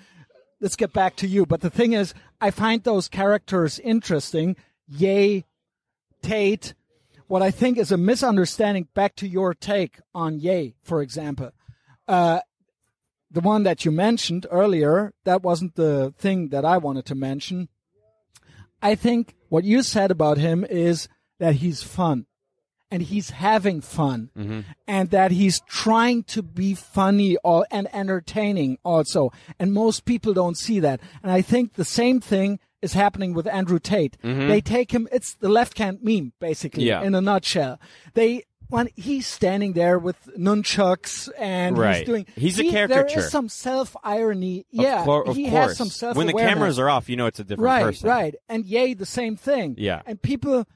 let's get back to you but the thing is i find those characters interesting yay tate what i think is a misunderstanding back to your take on yay for example uh, the one that you mentioned earlier that wasn't the thing that i wanted to mention i think what you said about him is that he's fun and he's having fun and that he's trying to be funny or, and entertaining also and most people don't see that and i think the same thing is happening with andrew tate they take him it's the left hand meme basically
Yeah.
in a nutshell they when he's standing there with nunchucks and
Right.
he's doing
He's a
he- there
caricature.
is some self irony yeah
of, clo- of
he
course.
has some self
when the cameras are off, you know it's a different
right,
person.
Right, And yay, the same thing.
Yeah.
And people,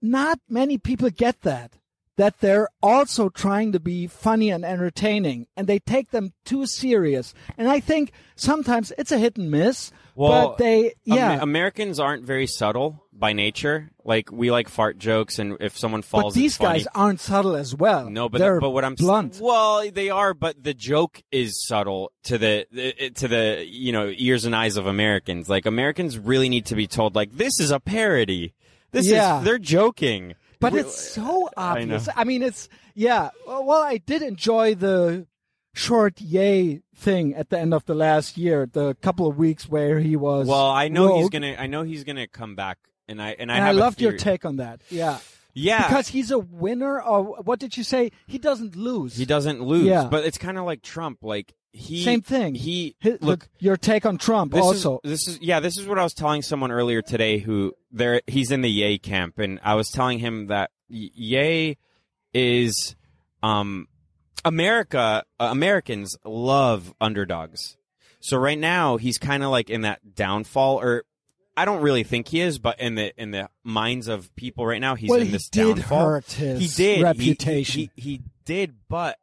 not many people get that, that they're also trying to be funny and entertaining and they take them too serious. And I think sometimes it's a hit and miss,
Well,
but they, yeah.
Am- Americans aren't very subtle by nature. Like we like fart jokes, and if someone falls,
but
it's
these
funny.
guys aren't subtle as well.
No, but
they're
but what I'm s-
blunt.
Well, they are, but the joke is subtle to the the- to the you know ears and eyes of Americans. Like Americans really need to be told like this is a parody. This
Yeah.
is they're joking.
But
Re-
it's so
I know.
obvious. I, mean, it's yeah. Well, well, I did enjoy the short yay thing at the end of the last year, the couple of weeks where he was.
well, I know he's
rogue,
gonna I know he's gonna come back, and I and I
And I,
have a
loved your
theory.
take on that. Yeah,
Yeah,
because he's a winner. Or what did you say? He doesn't lose.
he doesn't lose.
Yeah.
But it's kind of like Trump. Like he
Same thing.
He
His-
look.
the- your take on Trump
This
also.
is, this is yeah. This is what I was telling someone earlier today. Who there? He's in the Yay camp, and I was telling him that y- Yay is um America. Uh, Americans love underdogs. So right now he's kind of like in that downfall, or I don't really think he is, but in the in the minds of people right now, he's
well,
in
he
this
did
downfall
hurt his
he did He-
reputation.
He, he, did, but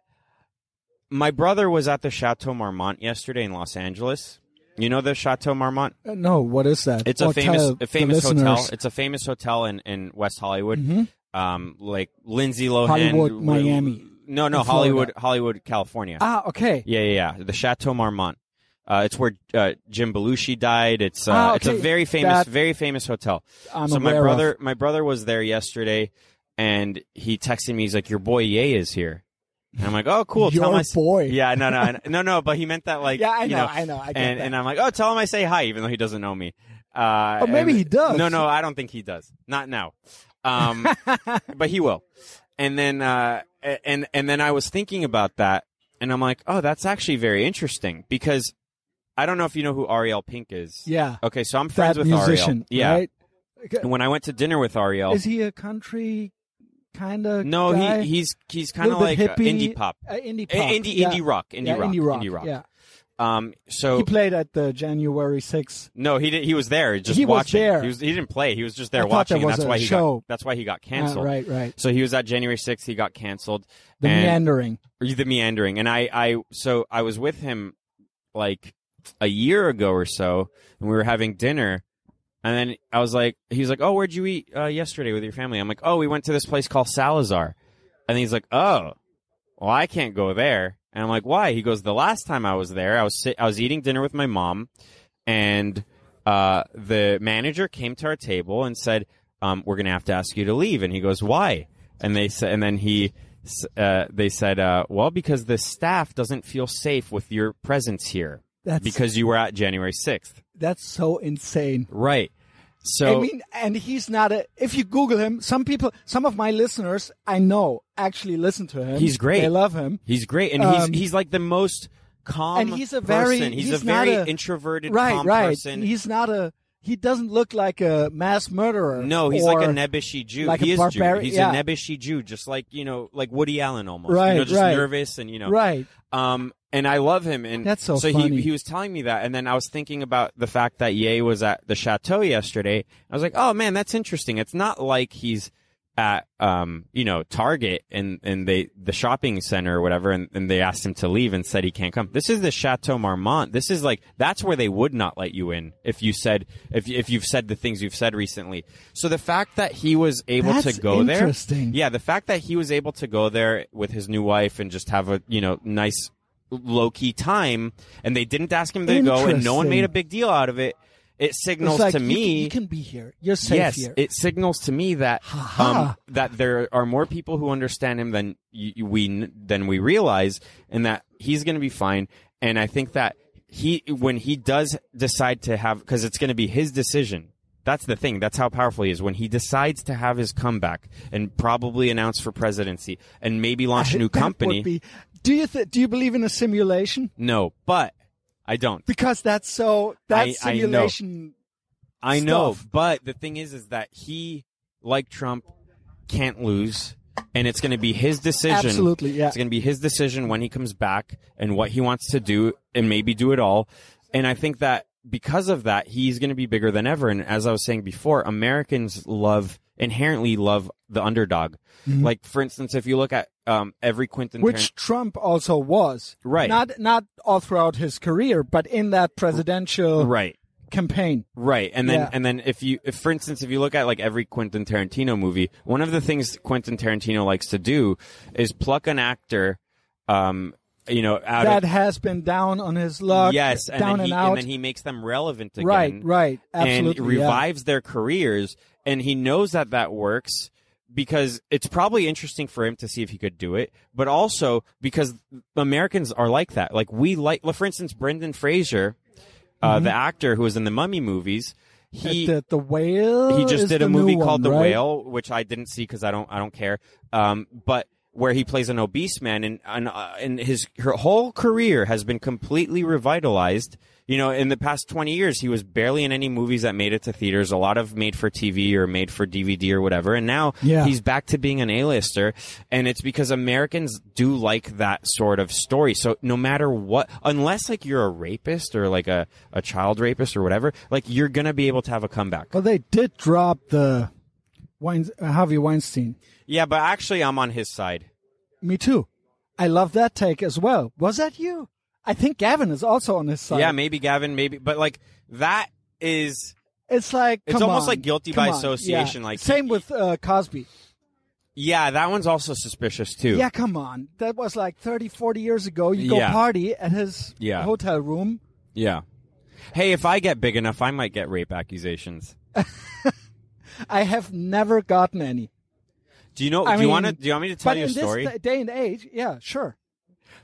my brother was at the Chateau Marmont yesterday in Los Angeles. You know the Chateau Marmont?
Uh, no, what is that?
It's a
Or
famous,
tell
a famous
the
hotel.
listeners.
It's a famous hotel in, in West Hollywood.
Mhm.
Um, like Lindsay Lohan,
Hollywood,
w-
Miami,
No, no,
in Florida.
Hollywood, Hollywood, California.
Ah, okay.
Yeah, yeah, yeah. The Chateau Marmont. Uh, it's where uh, Jim Belushi died. It's uh,
Ah,
it's a
okay.
very famous,
That-
very famous hotel
I'm
so my
aware of.
brother my brother was there yesterday and he texted me he's like your boy Ye is here and i'm like oh cool
Your
tell him I
boy.
yeah no no no no but he meant that like
Yeah, I
you
know, I know, I get
and,
that.
and i'm like oh tell him i say hi even though he doesn't know me uh
Oh, maybe
and-
he does.
no no i don't think he does not now um but he will and then uh a- and and then i was thinking about that and i'm like oh that's actually very interesting because i don't know if you know who ariel pink is
Yeah,
okay so i'm friends
that
with
musician.
ariel yeah
right?
and when I went to dinner with Ariel,
Is he a country kind of
no,
guy?
he he's he's kind of
Little bit
like uh,
hippie,
indie pop,
uh, indie
I-
pop.
indie
yeah.
indie rock, indie
yeah,
rock,
indie rock, Yeah,
Um, so
he played at the January 6th.
no, he did, he was there, just
He was
watching.
there.
He was he didn't play. He was just there
I thought
watching. and
there was
that's
a
why he
show.
got that's why he got
Ah,
canceled.
right, right.
So he was at January sixth. He got canceled.
The
and
meandering.
the meandering and i i so i was with him like a year ago or so and we were having dinner and then i was like he's like oh where'd you eat uh, yesterday with your family i'm like oh we went to this place called salazar and he's like oh well i can't go there and i'm like why he goes the last time i was there i was sit- i was eating dinner with my mom and uh, the manager came to our table and said, um, "We're going to have to ask you to leave." And he goes, "Why?" And they said, and then he, s- uh, they said, uh, "Well, because the staff doesn't feel safe with your presence here
That's
because you were at January 6th.
that's so insane.
right? So
I mean, and he's not a. If you Google him, some people, some of my listeners I know actually listen to him.
He's great.
They love him.
he's great, and
um,
he's he's like the most calm.
and he's a very-
person. he's,
he's
a very
not a-
introverted,
Right,
calm
right.
person.
He's not a. He doesn't look like a mass murderer.
no, he's
or,
like a Nebuchadnezzar Jew.
like a
he is
barbarian-
Jew. He's
yeah.
a Nebuchadnezzar Jew, just like you know, like Woody Allen almost.
Right,
you know, just
right.
nervous and you know,
Right.
Um, and I love him. And
That's so funny.
he he was telling me that, and then I was thinking about the fact that Ye was at the chateau yesterday. I was like, oh man, that's interesting. It's not like he's at um you know Target and and they the shopping center or whatever and, and they asked him to leave and said he can't come. This is the Chateau Marmont. This is like that's where they would not let you in if you said if if you've said the things you've said recently. So the fact that he was able
That's
to go there,
interesting.
yeah, the fact that he was able to go there with his new wife and just have a you know nice low key time and they didn't ask him to go and no one
Interesting.
made a big deal out of it. It signals
It's like,
to
you
me
can, you can be here. You're safe
yes,
here.
it signals to me that um,
Ha-ha.
that there are more people who understand him than y- y- we kn- than we realize, and that he's going to be fine. And I think that he, when he does decide to have, because it's going to be his decision. That's the thing. That's how powerful he is. When he decides to have his comeback and probably announce for presidency and maybe launch a new
That would
company.
be- do you th- do you believe in a simulation?
no, but I don't.
Because that's so that
I- I know.
simulation.
I know,
stuff.
but the thing is, is that he, like Trump, can't lose, and it's going to be his decision.
Absolutely, yeah.
It's going to be his decision when he comes back and what he wants to do, and maybe do it all. And I think that because of that, he's going to be bigger than ever. And as I was saying before, Americans love inherently love the underdog. Like for instance, if you look at um, every Quentin Tarantino-
Mm-hmm. Which Trump also was,
Right.
Not not all throughout his career, but in that presidential
right.
campaign.
Right, and then
Yeah.
and then if you, if, for instance, if you look at like every Quentin Tarantino movie, one of the things Quentin Tarantino likes to do is pluck an actor, um, you know, out
That
of
has been down on his luck.
yes, and
down
then he
out.
and then he makes them relevant again,
right, right, absolutely.
and
yeah.
revives their careers, and he knows that that works because it's probably interesting for him to see if he could do it, but also because Americans are like that. Like we like, well, for instance, Brendan Fraser,
Mm-hmm.
uh, the actor who was in the Mummy movies. He,
the, the whale.
he just
is
did a
the
movie
new
called The
one, right?
Whale, which I didn't see because I don't I don't care. Um, but where he plays an obese man, and and, uh, and his her whole career has been completely revitalized. You know, in the past twenty years, he was barely in any movies that made it to theaters. A lot of made for TV or made for DVD or whatever, and now
Yeah.
he's back to being an A-lister, and it's because Americans do like that sort of story. So no matter what, unless like you're a rapist or like a a child rapist or whatever, like you're gonna be able to have a comeback.
Well, they did drop the Wein- uh, Harvey Weinstein.
Yeah, but actually, I'm on his side.
Me too. I love that take as well. Was that you? I think Gavin is also on his side.
Yeah, maybe Gavin, maybe, but like that is
It's like
It's
come
almost
on,
like guilty
come
by
on,
association,
yeah.
like-
same with uh, Cosby.
yeah, that one's also suspicious too.
Yeah, come on. That was like 30, 40 years ago. You go
Yeah.
party at his
Yeah.
hotel room.
yeah. Hey, if I get big enough, I might get rape accusations.
I have never gotten any.
Do you know?
I
do you
mean,
want to? Do you want me to tell
but
you a
in
story?
this da- day and age, yeah, sure.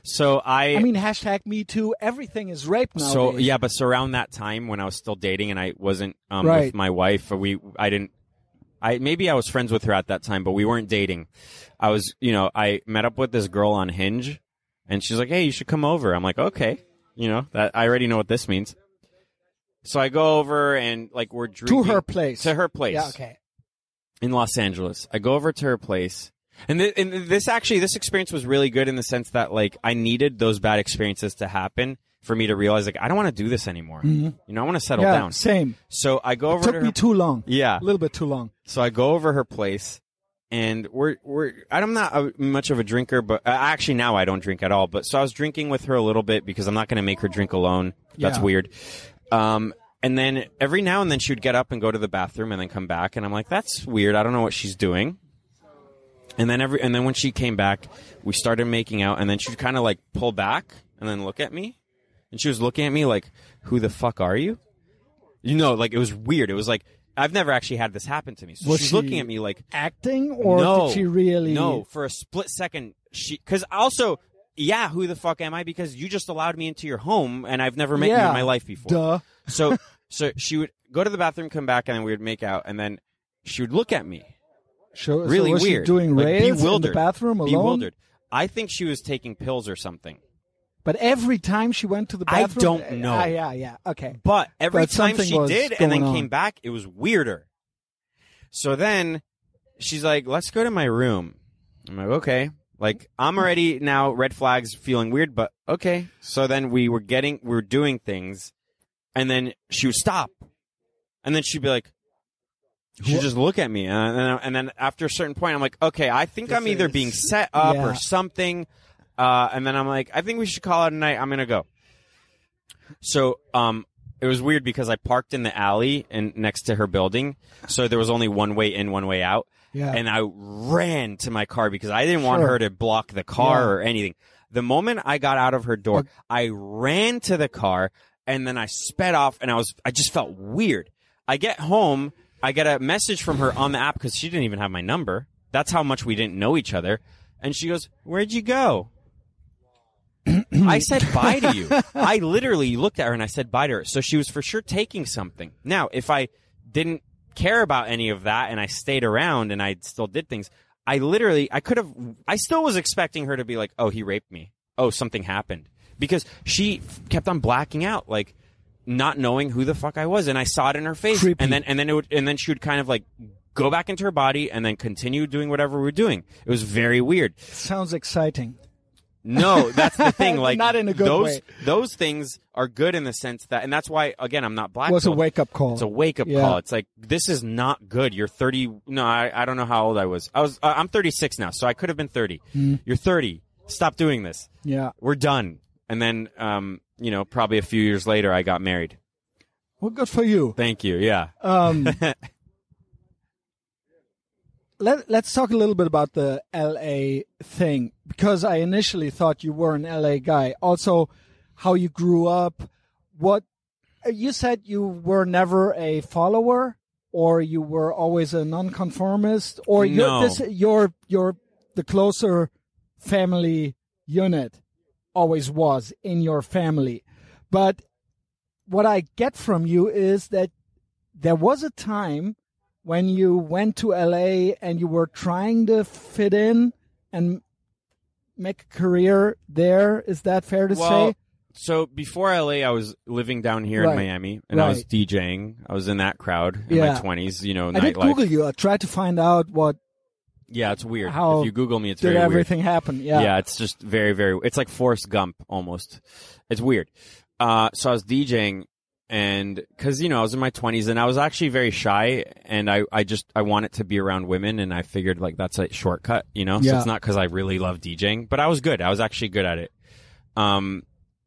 so I,
I mean, hashtag Me Too. Everything is rape now.
so yeah, but so around that time when I was still dating and I wasn't um, with
Right.
my wife, we I didn't. I maybe I was friends with her at that time, but we weren't dating. I was, you know, I met up with this girl on Hinge, and she's like, "Hey, you should come over." I'm like, "Okay," you know, that I already know what this means. So I go over and like we're drinking
to her place.
to her place
Yeah, okay.
in Los Angeles. I go over to her place. And, th- and this actually, this experience was really good in the sense that like I needed those bad experiences to happen for me to realize like I don't want to do this anymore. You know, I want to settle
Mm-hmm. Yeah,
down.
same.
So I go over to
Took
her.
me too long.
yeah.
A little bit too long.
So I go over her place, and we're we're. I'm not a, much of a drinker, but uh, actually now I don't drink at all. But so I was drinking with her a little bit because I'm not going to make her drink alone. That's
Yeah.
weird. Um, and then every now and then she would get up and go to the bathroom and then come back, and I'm like, that's weird. I don't know what she's doing. And then every and then when she came back, we started making out, and then she'd kind of like pull back and then look at me, and she was looking at me like, "Who the fuck are you?" You know, like it was weird. It was like I've never actually had this happen to me. So
Was
she's
she-
looking at me like,
Acting or
no,
did she really?
No, for a split second, she because also, yeah, who the fuck am I? Because you just allowed me into your home, and I've never met you
Yeah,
in my life before.
Duh.
So so she would go to the bathroom, come back, and then we would make out, and then she would look at me
Sure.
really
so was
weird,
She doing
like,
rails
bewildered,
in the bathroom alone.
Bewildered. I think she was taking pills or something.
But every time she went to the
I
bathroom,
don't know.
Ah, yeah, yeah. Okay.
But every
But
time
something
she
was
did and then
going on.
came back, it was weirder. So then she's like, let's go to my room. I'm like, okay. Like, I'm already now red flags feeling weird, but okay. So then we were getting, we were doing things, and then she would stop. And then she'd be like, she just look at me, and, and, and then after a certain point, I'm like, okay, I think I'm either being set up
Yeah.
or something, uh, and then I'm like, I think we should call it a night. I'm gonna go. So, um, it was weird because I parked in the alley and next to her building, so there was only one way in, one way out,
Yeah.
and I ran to my car because I didn't want
Sure.
her to block the car
Yeah.
or anything. The moment I got out of her door, I ran to the car and then I sped off and I was I just felt weird. I get home, I get a message from her on the app cuz she didn't even have my number. That's how much we didn't know each other. And she goes, "Where'd you go?" I said bye to you. I literally looked at her and I said bye to her. So she was for sure taking something. Now, if I didn't care about any of that and I stayed around and I still did things, I literally, I could have, I still was expecting her to be like, oh, he raped me. Oh, something happened. Because she f- kept on blacking out, like, not knowing who the fuck I was, and I saw it in her face,
Creepy.
and then and then it would, and then she would kind of like go back into her body, and then continue doing whatever we were doing. It was very weird.
Sounds exciting.
No, that's the thing. Like
Not in a good
those
way.
those things are good in the sense that, and that's why again I'm not black.
was a wake up call.
It's a wake up
Yeah.
call. It's like this is not good. You're 30. No, I, I don't know how old I was. I was uh, I'm 36 now, so I could have been 30.
Mm.
You're 30. Stop doing this.
yeah.
We're done. And then um you know probably a few years later I got married.
Well, good for you.
Thank you. Yeah.
Um, let, let's talk a little bit about the LA thing because I initially thought you were an LA guy. Also, how you grew up, what uh, you said you were never a follower or you were always a nonconformist or
No.
you're, this, you're, you're the closer family unit always was in your family. But what I get from you is that there was a time when you went to LA and you were trying to fit in and make a career there. Is that fair to say?
so before LA, I was living down here
Right.
in Miami, and I was
Right.
DJing. I was in that crowd in my
Yeah.
20s. You know,
I did
nightlife.
Google you. I tried to find out what
Yeah, it's weird.
How
if you Google me, it's
did
very weird.
everything happen. Yeah.
Yeah, it's just very, very. It's like Forrest Gump almost. It's weird. Uh, so I was DJing, and because you know I was in my twenties, and I was actually very shy, and I, I just I wanted to be around women, and I figured like that's a shortcut, you know. So
Yeah.
it's not because I really love DJing, but I was good. I was actually good at it. Um,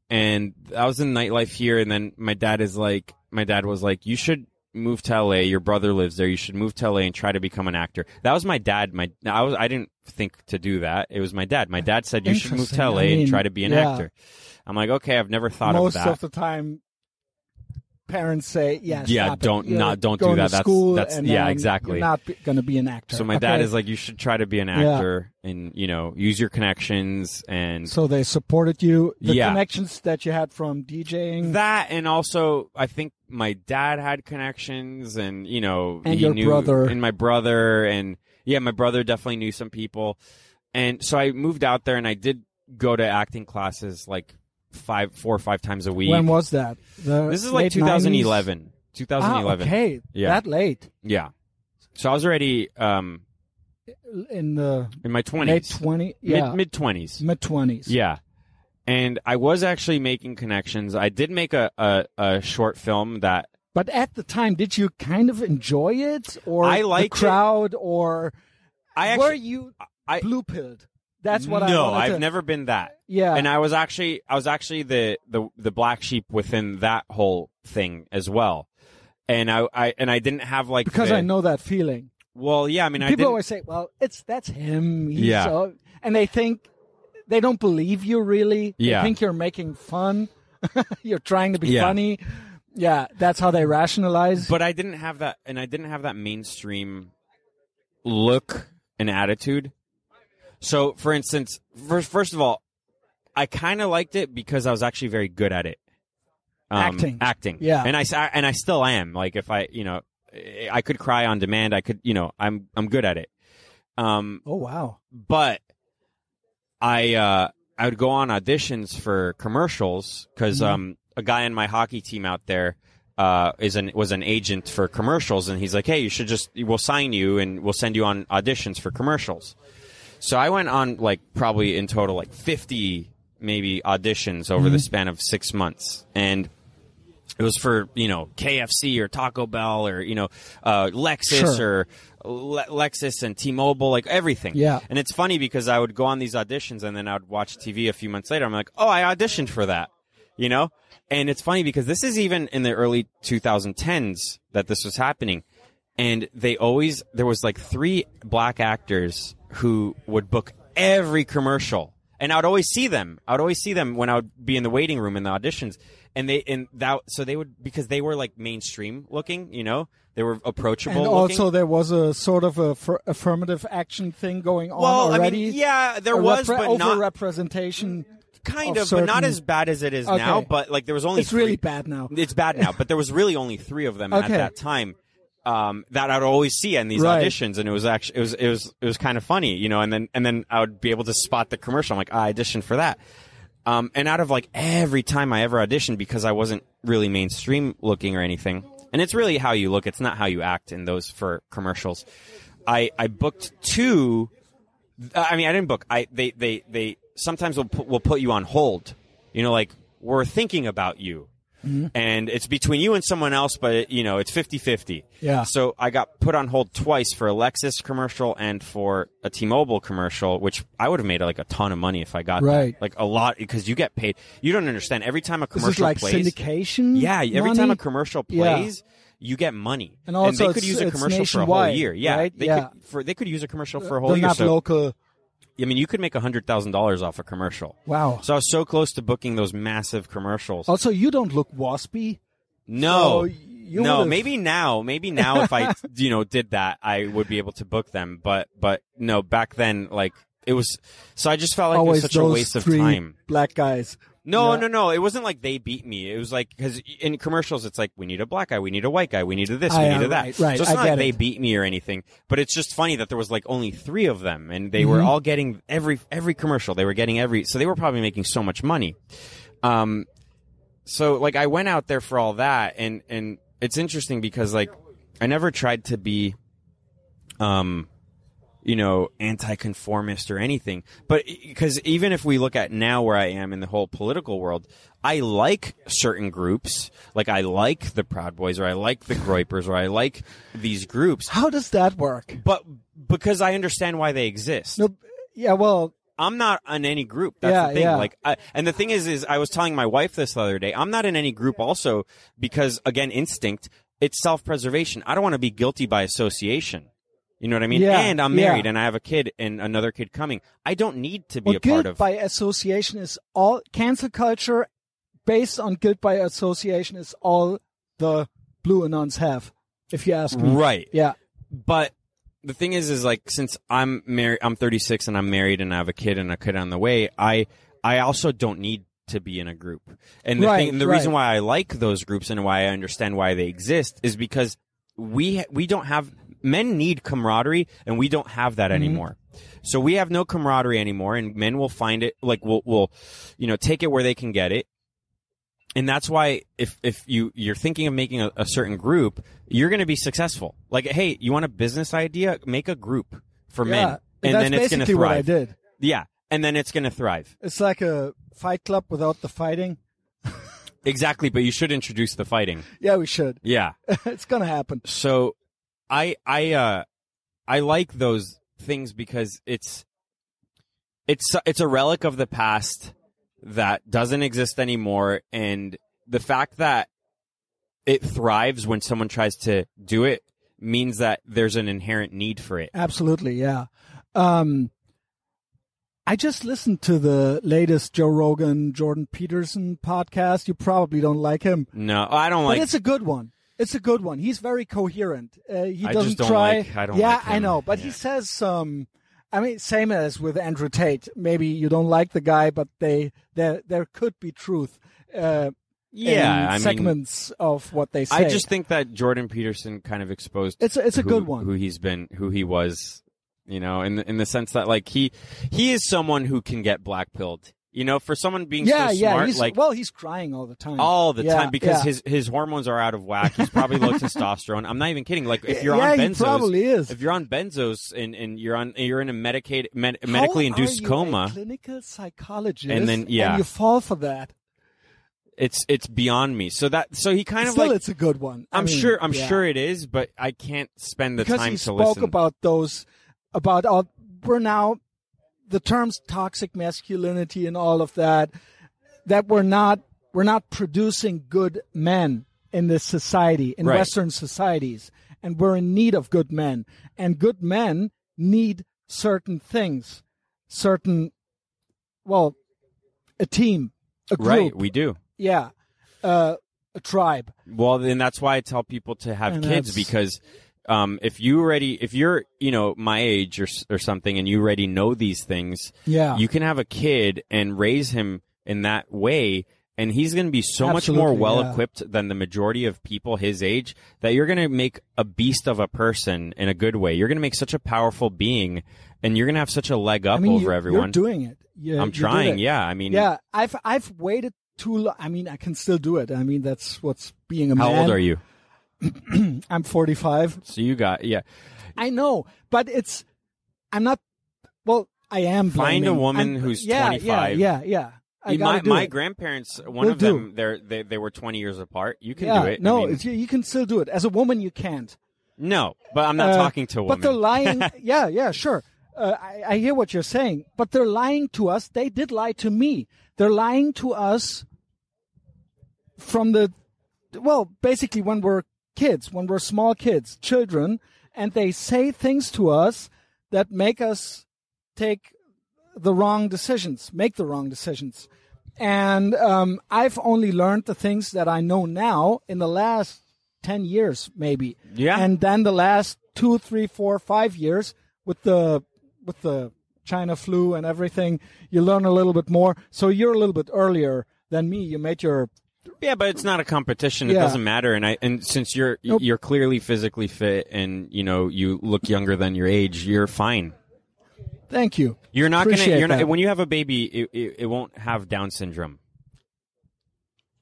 and I was in nightlife here, and then my dad is like, my dad was like, you should move to LA. Your brother lives there. You should move to LA and try to become an actor. That was my dad. My I was I didn't think to do that. It was my dad. My dad said you should move to
Interesting.
LA
I
and
mean,
try to be an
yeah.
actor. I'm like, okay, I've never thought
Most
of that.
of the time, parents say, "Yeah,
Yeah,
stop it.
don't-
You're
not- don't do
going
that.
To
That's-
school
that's-
and
yeah,
then
exactly.
You're not going to be an actor.
so my dad
Okay.
is like, you should try to be an
Yeah.
actor and you know use your connections and
So they supported you. The
Yeah.
connections that you had from DJing.
that and also I think my dad had connections and you know
And
he
your
knew,
brother.
and my brother and yeah my brother definitely knew some people and so I moved out there and I did go to acting classes like five four or five times a week.
when was that? The
this is like
late
2011
90s?
2011
Ah, okay,
Yeah.
that late
yeah so I was already um
in the
in my 20s
late twenty. Yeah,
mid mid 20s
mid twenties.
Yeah. And I was actually making connections. I did make a, a, a short film that
But at the time, did you kind of enjoy it, or
I
the
liked it.
crowd, or
I
were
actually
you
I-
blue pilled? That's what I.
no,
wanted
I've
to-
never been that.
Yeah,
And I was actually I was actually the, the the black sheep within that whole thing as well. And I, I and I didn't have like
because
the-
I know that feeling.
Well, yeah, I mean I
People
didn't
always say, "Well, it's that's him." He's
Yeah.
so, and they think they don't believe you really.
Yeah.
they think you're making fun. you're trying to be
Yeah.
funny. Yeah, that's how they rationalize.
but I didn't have that and I didn't have that mainstream look and attitude. So, for instance, first first of all, I kind of liked it because I was actually very good at it. Um,
Acting.
acting,
Yeah.
and I, s- I- and I still am. Like if I, you know, I- I could cry on demand. I could, you know, I'm I'm good at it. Um,
oh wow,
but I uh, I would go on auditions for commercials because um, a guy in my hockey team out there uh, is an was an agent for commercials, and he's like, "Hey, you should just we'll sign you and we'll send you on auditions for commercials." So I went on like probably in total like fifty maybe auditions over the span of six months, and it was for you know KFC or Taco Bell or you know uh, Lexus
Sure.
or Le- Lexus and T-Mobile, like everything.
Yeah.
And it's funny because I would go on these auditions and then I would watch TV a few months later. I'm like, oh, I auditioned for that, you know. And it's funny because this is even in the early 2010s that this was happening, and they always there was like three black actors who would book every commercial. And I would always see them. I would always see them when I would be in the waiting room in the auditions and they and that so they would because they were like mainstream looking, you know, they were approachable.
And
looking.
also, there was a sort of a fir- affirmative action thing going on
well, I
already.
mean, yeah, there
A
was,
repre-
but not
overrepresentation.
kind
of
of, but not
certain-
as bad as it is now.
Okay.
But like there was only
It's really
three-
bad now.
It's bad now, but there was really only three of them at
Okay.
that time um, that I'd always see in these
Right.
auditions, and it was actually it was it was it was kind of funny, you know. And then and then I would be able to spot the commercial. I'm like, "Ah, I auditioned for that. Um, and out of like every time I ever auditioned, because I wasn't really mainstream looking or anything, and it's really how you look, it's not how you act in those for commercials. I I booked two uh, I mean, I didn't book. I they they they sometimes will put, will put you on hold. You know, like we're thinking about you,
Mm-hmm.
and it's between you and someone else, but you know it's 50-50.
Yeah.
So I got put on hold twice for a Lexus commercial and for a T-Mobile commercial, which I would have made like a ton of money if I got that.
Right.
Like a lot because you get paid. You don't understand. Every time a
This
commercial
is like
plays,
syndication.
yeah, every
money?
time a commercial
Yeah.
plays, you get money,
And also
they could
it's-
use a
it's
commercial for a whole
nationwide,
year. Yeah,
right?
they
Yeah.
could for they could use a commercial for a whole
They're
year.
not
so-
local.
I mean, you could make hundred thousand dollars off a commercial.
Wow.
So I was so close to booking those massive commercials.
Also, you don't look waspy.
no,
so you
no,
would've-
maybe now, maybe now, if I you know did that, I would be able to book them. But but no, back then, like it was. So I just felt like
Always
it was such
those
a waste of
three
time.
black guys.
No,
Yeah.
no, no. It wasn't like they beat me. It was like because in commercials, it's like we need a black guy, we need a white guy, we need a this,
Ah,
we
yeah,
need a that.
right, right.
So it's
I
not
get
like they
it.
beat me or anything. But it's just funny that there was like only three of them, and they
Mm-hmm.
were all getting every every commercial. They were getting every, so they were probably making so much money. Um, so like I went out there for all that, and and it's interesting because like I never tried to be, um, you know, anti-conformist or anything. But because even if we look at now where I am in the whole political world, I like certain groups. Like I like the Proud Boys or I like the Groypers or I like these groups.
How does that work?
But because I understand why they exist.
No, yeah, well,
I'm not on any group. That's
Yeah,
the thing.
yeah.
Like, I, and the thing is, is I was telling my wife this the other day. I'm not in any group also because again, instinct. It's self-preservation. I don't want to be guilty by association. You know what I mean?
Yeah,
and I'm
yeah.
married and I have a kid and another kid coming. I don't need to be
well,
a part
guilt
of.
by association is all cancel culture based on guilt by association is all the blue anons have. If you ask me,
right.
yeah,
but the thing is is like since i'm married i'm 36 and i'm married and i have a kid and a kid on the way i i also don't need to be in a group and the,
Right,
thing, the
right.
reason why i like those groups and why i understand why they exist is because we we don't have men need camaraderie and we don't have
Mm-hmm.
that anymore so we have no camaraderie anymore and men will find it like will will you know take it where they can get it and that's why if if you you're thinking of making a, a certain group, you're going to be successful. Like, hey, you want a business idea? Make a group for men,
yeah.
and
that's
then it's going to
basically what I
thrive.
did.
Yeah, and then it's going to thrive.
It's like a fight club without the fighting.
Exactly, but you should introduce the fighting.
Yeah, we should.
Yeah.
it's gonna happen.
So, I I uh I like those things because it's it's it's a relic of the past that doesn't exist anymore and the fact that it thrives when someone tries to do it means that there's an inherent need for it.
Absolutely, yeah. Um, I just listened to the latest Joe Rogan Jordan Peterson podcast. You probably don't like him,
No, I don't
but
like
it's a good one. It's a good one. He's very coherent. Uh, he
I
doesn't
just don't
try.
like- I don't
yeah,
like
I
him.
know, but he
Yeah.
says some. I mean, same as with Andrew Tate. Maybe you don't like the guy, but they there there could be truth. Uh, in
yeah, I mean
segments of what they say.
I just think that Jordan Peterson kind of exposed
it's a, it's a
who-
good one.
Who he's been, who he was, you know, in the, in the sense that like he he is someone who can get blackpilled. You know, for someone being
yeah,
so
yeah.
smart,
he's,
like
well, he's crying all the time.
all the
Yeah,
time because
yeah.
his his hormones are out of whack. He's probably low testosterone. I'm not even kidding. Like if you're
yeah,
on
he
benzos,
probably is.
if you're on benzos and, and you're on you're in a medicated med,
How
medically
are
induced
you a
coma,
clinical psychologist,
And then- yeah.
you fall for that.
It's it's beyond me. So that so he kind of
Still,
like
it's a good one. I
I'm
mean,
sure I'm
yeah.
sure it is, but I can't spend the
because
time
he
to
spoke
listen.
about those about all we're now the terms toxic masculinity and all of that that we're not we're not producing good men in this society in
Right.
western societies and we're in need of good men and good men need certain things certain well a team a group
right, we do.
yeah uh, a tribe
Well, then that's why I tell people to have
And
kids
that's-
because um, if you already, if you're, you know, my age or, s- or something and you already know these things,
yeah
you can have a kid and raise him in that way. And he's going to be so much more
Absolutely, yeah.
well equipped than the majority of people his age that you're going to make a beast of a person in a good way. You're going to make such a powerful being and you're going to have such a leg up
I mean,
over
you,
everyone.
You're doing it. Yeah,
I'm
you did
trying.
it.
Yeah. I mean,
yeah. I've I've waited too long. I mean, I can still do it. I mean, that's what's being a
how
man.
old are you?
I'm 45.
So you got, yeah.
I know, but it's I'm not. Well, I am.
Find a
blaming-
woman
I'm-
who's
yeah,
25.
Yeah, yeah, yeah. I
Yeah,
gotta
my
do
my
it.
grandparents, one
Will
of
do.
them, they're, they they were twenty years apart. You can
yeah,
do it. I
No,
mean,
it's- you, you can still do it. As a woman, you can't.
no, but I'm not
Uh,
talking to a woman.
But they're lying. yeah, yeah, sure. Uh, I, I hear what you're saying, but they're lying to us. They did lie to me. They're lying to us from the, well, basically when we're kids, when we're small kids, children, and they say things to us that make us take the wrong decisions, make the wrong decisions. And um, I've only learned the things that I know now in the last 10 years, maybe.
Yeah.
And then the last two, three, four, five years with the, with the China flu and everything, you learn a little bit more. So you're a little bit earlier than me. You made your,
yeah, but it's not a competition. It
Yeah.
doesn't matter. And I and since you're
Nope.
you're clearly physically fit and you know you look younger than your age, you're fine.
thank you.
You're not
Appreciate
gonna. You're
that.
not when you have a baby, it, it, it won't have Down syndrome.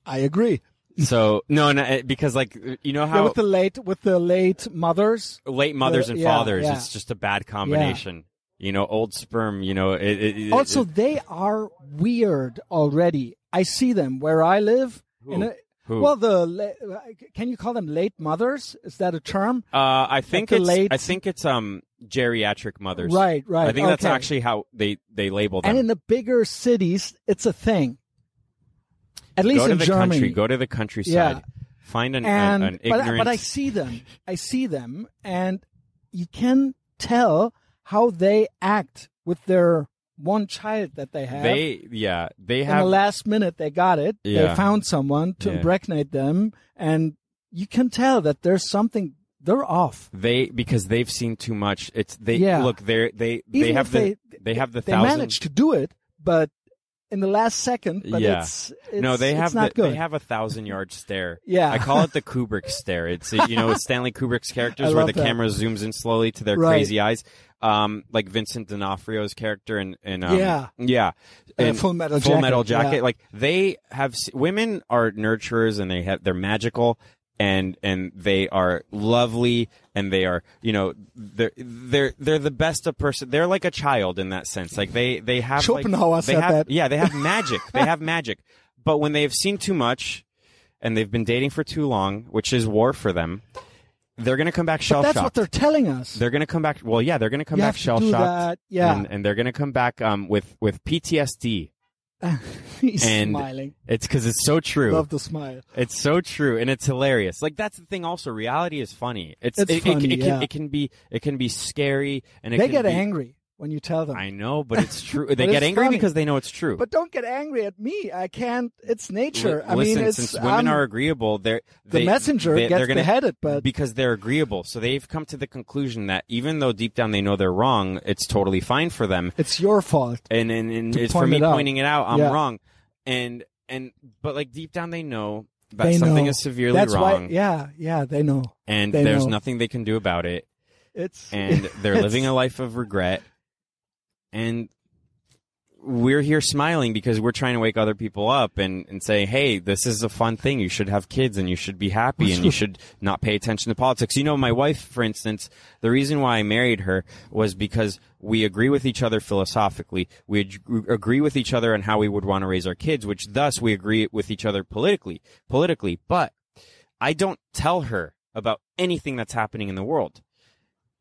I agree.
So no, no, eh, because like you know
Yeah,
how
with the late, with the late mothers.
late mothers and
yeah,
fathers,
yeah.
it's just a bad combination. You know, old sperm. You know, it, it, it-
Also, they are weird already. I see them where I live. In a,
Who?
Well, the la- can you call them late mothers? Is that a term?
Uh, I think
the
it's
late-
I think it's um geriatric mothers.
Right, right.
I think that's
okay.
actually how they they label them.
And in the bigger cities, it's a thing. At least
go to
in
the
Germany.
country. Go to the countryside. Find an, an,
and
an
but,
ignorant.
I- but I see them. I see them, and you can tell how they act with their one child that they have.
they yeah they
in the
have
last minute they got it. They
Yeah.
found someone to
Yeah.
impregnate them, and you can tell that there's something they're off.
they because they've seen too much. It's they
Yeah.
look they they
Even
they have
if
the
they-
have the
They
thousand
managed to do it, but in the last second. But
Yeah.
it's, it's
no they
it's
have
not
the,
good.
they have a thousand yard stare.
Yeah.
I call it the Kubrick stare. It's uh, you know Stanley Kubrick's
I
characters where
love
the
that.
camera zooms in slowly to their
Right.
crazy eyes, um, like Vincent D'Onofrio's character and and um,
Yeah.
yeah,
Uh,
and
Full Metal
Full
Jacket,
Metal Jacket.
yeah.
Like they have s- women are nurturers and they have they're magical and and they are lovely and they are you know they're they're they're the best of person. They're like a child in that sense. Like they they have like-
Schopenhauer
they
said
have-
that.
Yeah, they have magic. they have magic. But when they have seen too much and they've been dating for too long, which is war for them, they're going to come back shell
That's
shocked.
what they're telling us.
They're going to come back. Well, yeah, they're going to come
You
back
have to
shell
do
shocked.
that. Yeah.
And, and they're going to come back um, with, with PTSD.
He's
and-
smiling.
It's because it's so true.
Love the smile.
It's so true, and it's hilarious. Like that's the thing. Also, reality is funny. It's,
It's
it, it-
funny,
It,
yeah.
can, it can be it can be scary, and it
They
can
get
be-
angry when you tell them.
I know, but it's true. They
But
get
it's
angry
funny.
because they know it's true.
but don't get angry at me. I can't. It's nature.
Li-
I
listen,
mean, it's
since women
I'm-
are agreeable, they're
the
they-
messenger
they,
gets
are gonna,
beheaded, but
because they're agreeable. So they've come to the conclusion that even though deep down they know they're wrong, it's totally fine for them.
it's your fault.
and and, and
To
it's
point
for me
it out.
pointing it out. I'm
Yeah.
wrong, and and but like deep down they know that
They
something
know.
is severely
That's
wrong,
why. Yeah, yeah, they know.
and
they
there's
know.
nothing they can do about it,
It's
and they're
it's-
living a life of regret, and we're here smiling because we're trying to wake other people up and, and say, hey, this is a fun thing. You should have kids and you should be happy and you should not pay attention to politics. You know, my wife, for instance, the reason why I married her was because we agree with each other philosophically. We ag- agree with each other on how we would want to raise our kids, which thus we agree with each other politically, politically. But I don't tell her about anything that's happening in the world.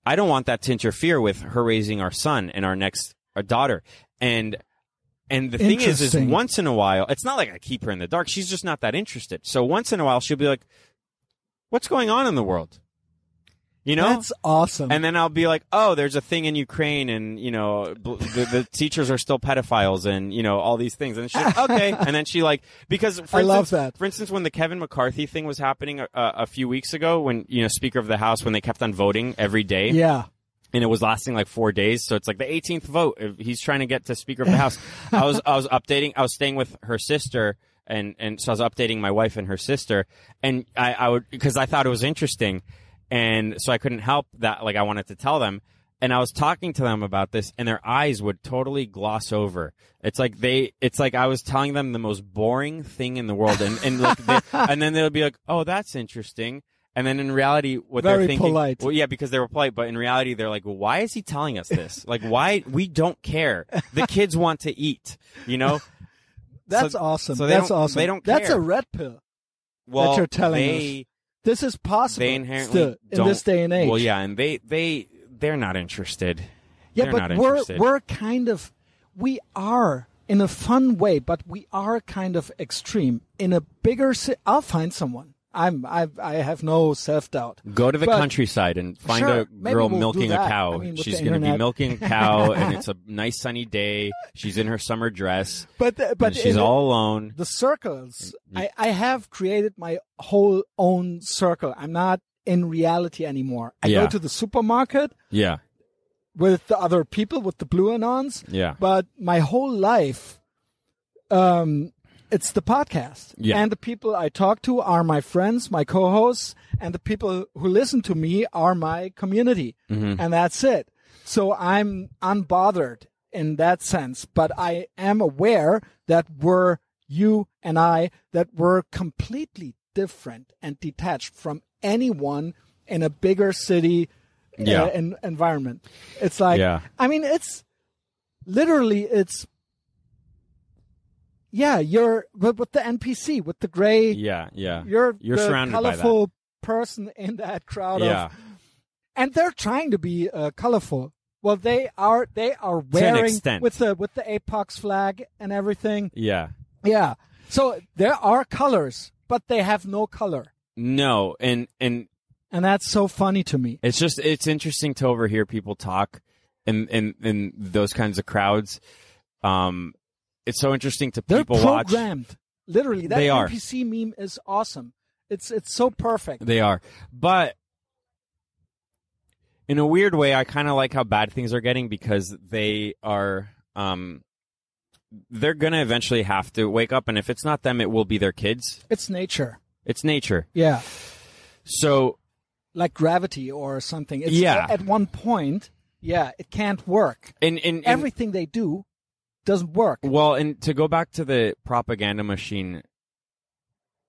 I don't want that to interfere with her raising our son and our next our daughter. And and the thing is is
Interesting.
once in a while, it's not like I keep her in the dark. She's just not that interested. So once in a while she'll be like, "What's going on in the world?" You know?
That's awesome.
and then I'll be like, "Oh, there's a thing in Ukraine, and you know, bl- the, the teachers are still pedophiles, and you know, all these things." And she's like, "Okay," and then she like because for
I
instance,
love that.
For instance, when the Kevin McCarthy thing was happening a, a a few weeks ago, when you know, Speaker of the House, when they kept on voting every day,
yeah.
and it was lasting like four days. So it's like the 18th vote. If He's trying to get to Speaker of the House. I was I was updating. I was staying with her sister, and and so I was updating my wife and her sister, and I I would because I thought it was interesting, and so I couldn't help that. Like I wanted to tell them. And I was talking to them about this, and their eyes would totally gloss over. It's like they, it's like I was telling them the most boring thing in the world, and and like, they, and then they would be like, "Oh, that's interesting," and then in reality, what they're
Very
thinking,
polite.
well, yeah, because they were polite, but in reality, they're like, why is he telling us this? Like, why? We don't care. The kids want to eat, you know?
That's
So-
awesome.
so they
That's
don't-
awesome.
they don't
That's
care.
a red pill.
Well,
you're telling
they,
This is possible
They inherently
still in
don't-
this day and age.
Well, yeah, and they, they, they're not interested.
Yeah,
They're
but
not
we're
interested.
we're kind of we are in a fun way, but we are kind of extreme. In a bigger, ci- I'll find someone. I'm I I have no self doubt.
Go to the
But-
countryside and find
Sure,
a
maybe
girl
we'll do
milking a
that.
cow.
I mean, with
She's
the
going to be
internet.
milking a cow, and it's a nice sunny day. She's in her summer dress.
But the- but
and she's
in the-
all alone.
the circles. I I have created my whole own circle. I'm not in reality anymore. I
Yeah.
go to the supermarket
Yeah,
with the other people with the blue anons.
yeah.
but my whole life um it's the podcast
Yeah.
and the people i talk to are my friends my co-hosts and the people who listen to me are my community
Mm-hmm.
and that's it so i'm unbothered in that sense but i am aware that we're you and i that we're completely different and detached from anyone in a bigger city uh,
Yeah.
en- environment it's like
Yeah.
i mean it's literally it's yeah you're with, with the npc with the gray
yeah, yeah.
you're
You're
the
surrounded by that.
colorful person in that crowd
yeah.
of and they're trying to be uh, colorful well they are they are
an
wearing
extent.
with the with the apox flag and everything
yeah.
yeah so there are colors but they have no color
No, and and
and that's so funny to me
It's just it's interesting to overhear people talk in in, in those kinds of crowds. Um, it's so interesting to
they're
people watch.
programmed literally that
They are.
npc meme is awesome it's it's so perfect
They are, but in a weird way, I kind of like how bad things are getting because they are. Um, they're gonna eventually have to wake up, and if it's not them, it will be their kids.
it's nature
It's nature.
yeah
So
like gravity or something. It's
Yeah.
At one point, yeah, it can't work.
in in, in
Everything they do doesn't work.
Well, and to go back to the propaganda machine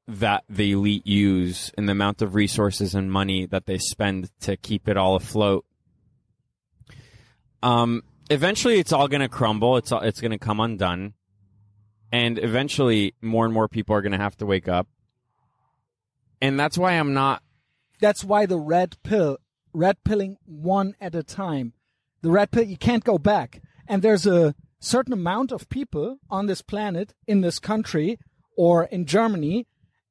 that the elite use and the amount of resources and money that they spend to keep it all afloat, um, eventually it's all going to crumble. It's all, it's going to come undone, and eventually more and more people are going to have to wake up. And that's why I'm not.
That's why the red pill, red pilling one at a time. The red pill, you can't go back. And there's a certain amount of people on this planet, in this country, or in Germany,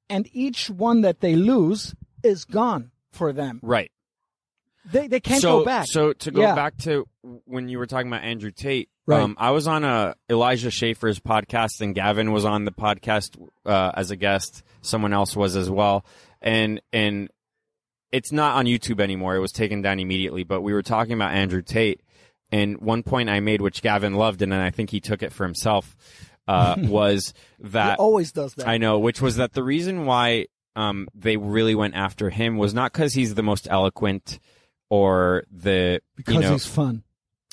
and each one that they lose is gone for them.
Right.
They, they can't
so,
go back.
So to go
Yeah.
back to when you were talking about Andrew Tate,
Right.
um, I was on a Elijah Schaefer's podcast, and Gavin was on the podcast uh, as a guest. Someone else was as well, and and it's not on YouTube anymore. It was taken down immediately. But we were talking about Andrew Tate, and one point I made, which Gavin loved, and then I think he took it for himself, uh, was
He
that
always does that.
I know, which was that the reason why um, they really went after him was not because he's the most eloquent or the
because
you know
he's fun.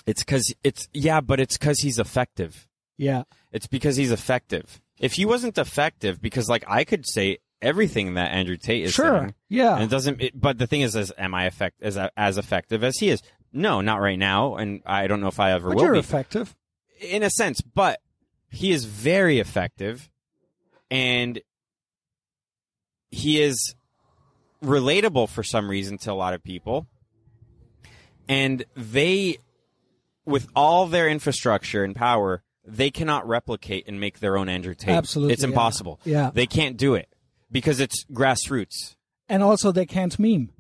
it's because it's yeah, but it's because he's effective.
Yeah.
It's because he's effective. If he wasn't effective, because like I could say everything that Andrew Tate is
Sure.
saying,
Yeah.
and it doesn't. It, but the thing is, is am I effect as as effective as he is? No, not right now, and I don't know if I ever
but
will
you're
be
effective.
in a sense, but he is very effective and he is relatable for some reason to a lot of people. And they, with all their infrastructure and power, they cannot replicate and make their own Andrew Tate.
Absolutely,
It's
yeah.
impossible.
Yeah.
They can't do it because it's grassroots.
And also they can't meme.